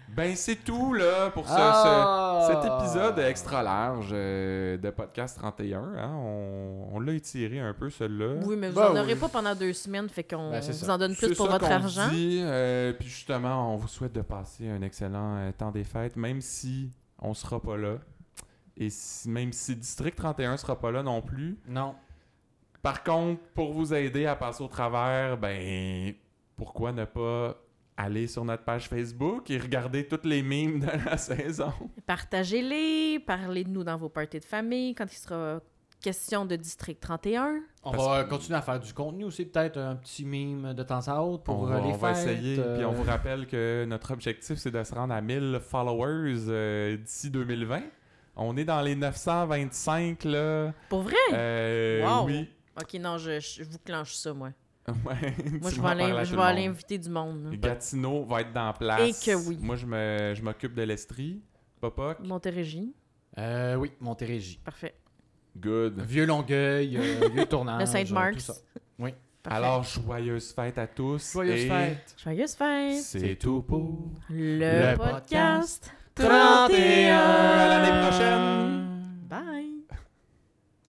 [SPEAKER 1] Ben c'est tout là pour ce- ce-
[SPEAKER 2] Ah,
[SPEAKER 1] cet
[SPEAKER 3] Ah!
[SPEAKER 1] épisode extra large euh, de podcast 31. hein. On, on l'a étiré un peu celui-là.
[SPEAKER 2] Oui, mais vous
[SPEAKER 3] Ben
[SPEAKER 2] en aurez
[SPEAKER 3] oui.
[SPEAKER 2] pas pendant deux semaines, fait qu'on
[SPEAKER 3] Ben, c'est
[SPEAKER 2] vous
[SPEAKER 3] ça.
[SPEAKER 2] en donne
[SPEAKER 1] C'est
[SPEAKER 2] plus pour
[SPEAKER 1] ça
[SPEAKER 2] votre
[SPEAKER 1] qu'on
[SPEAKER 2] argent.
[SPEAKER 1] dit, euh, puis justement, on vous souhaite de passer un excellent euh, temps des fêtes, même si on sera pas là. Et si- même si District 31 sera pas là non plus.
[SPEAKER 3] Non.
[SPEAKER 1] Par contre, pour vous aider à passer au travers, ben pourquoi ne pas aller sur notre page Facebook et regarder toutes les mimes de la saison.
[SPEAKER 2] Partagez-les, parlez de nous dans vos parties de famille quand il sera question de District 31.
[SPEAKER 3] On
[SPEAKER 1] Parce
[SPEAKER 3] va
[SPEAKER 1] que-
[SPEAKER 3] continuer à faire du contenu aussi, peut-être un petit mime de temps à autre pour
[SPEAKER 1] on
[SPEAKER 3] euh,
[SPEAKER 1] va,
[SPEAKER 3] les
[SPEAKER 1] on va
[SPEAKER 3] fêtes,
[SPEAKER 1] essayer.
[SPEAKER 3] euh,
[SPEAKER 1] Puis on vous rappelle que notre objectif, c'est de se rendre à 1000 followers euh, d'ici 2020. On est dans les 925, là.
[SPEAKER 2] Pour vrai?
[SPEAKER 1] Euh,
[SPEAKER 2] Wow.
[SPEAKER 1] Oui.
[SPEAKER 2] Ok, non, je, je vous clenche ça, moi.
[SPEAKER 1] Ouais,
[SPEAKER 2] Moi,
[SPEAKER 1] tu vas en
[SPEAKER 2] je vais
[SPEAKER 1] parler à
[SPEAKER 2] aller, je
[SPEAKER 1] tout le
[SPEAKER 2] vais aller
[SPEAKER 1] monde.
[SPEAKER 2] inviter du monde. là.
[SPEAKER 1] Gatineau va être dans la place.
[SPEAKER 2] Et que oui.
[SPEAKER 1] Moi, je me- je m'occupe de l'Estrie. Popoc.
[SPEAKER 2] Montérégie,
[SPEAKER 3] euh, oui, Montérégie.
[SPEAKER 2] parfait.
[SPEAKER 1] Good.
[SPEAKER 3] Vieux Longueuil, euh, Vieux
[SPEAKER 1] Ah,
[SPEAKER 3] Tournage.
[SPEAKER 2] Le
[SPEAKER 3] euh, tout
[SPEAKER 2] Saint-Marc.
[SPEAKER 3] ça.
[SPEAKER 2] Parfait.
[SPEAKER 1] Alors, joyeuse fête à tous.
[SPEAKER 3] Joyeuses
[SPEAKER 1] et
[SPEAKER 3] fêtes.
[SPEAKER 2] Joyeuse fête!
[SPEAKER 1] C'est tout pour
[SPEAKER 2] Le,
[SPEAKER 3] Le
[SPEAKER 2] podcast
[SPEAKER 3] 31.
[SPEAKER 2] 31!
[SPEAKER 1] à l'année prochaine.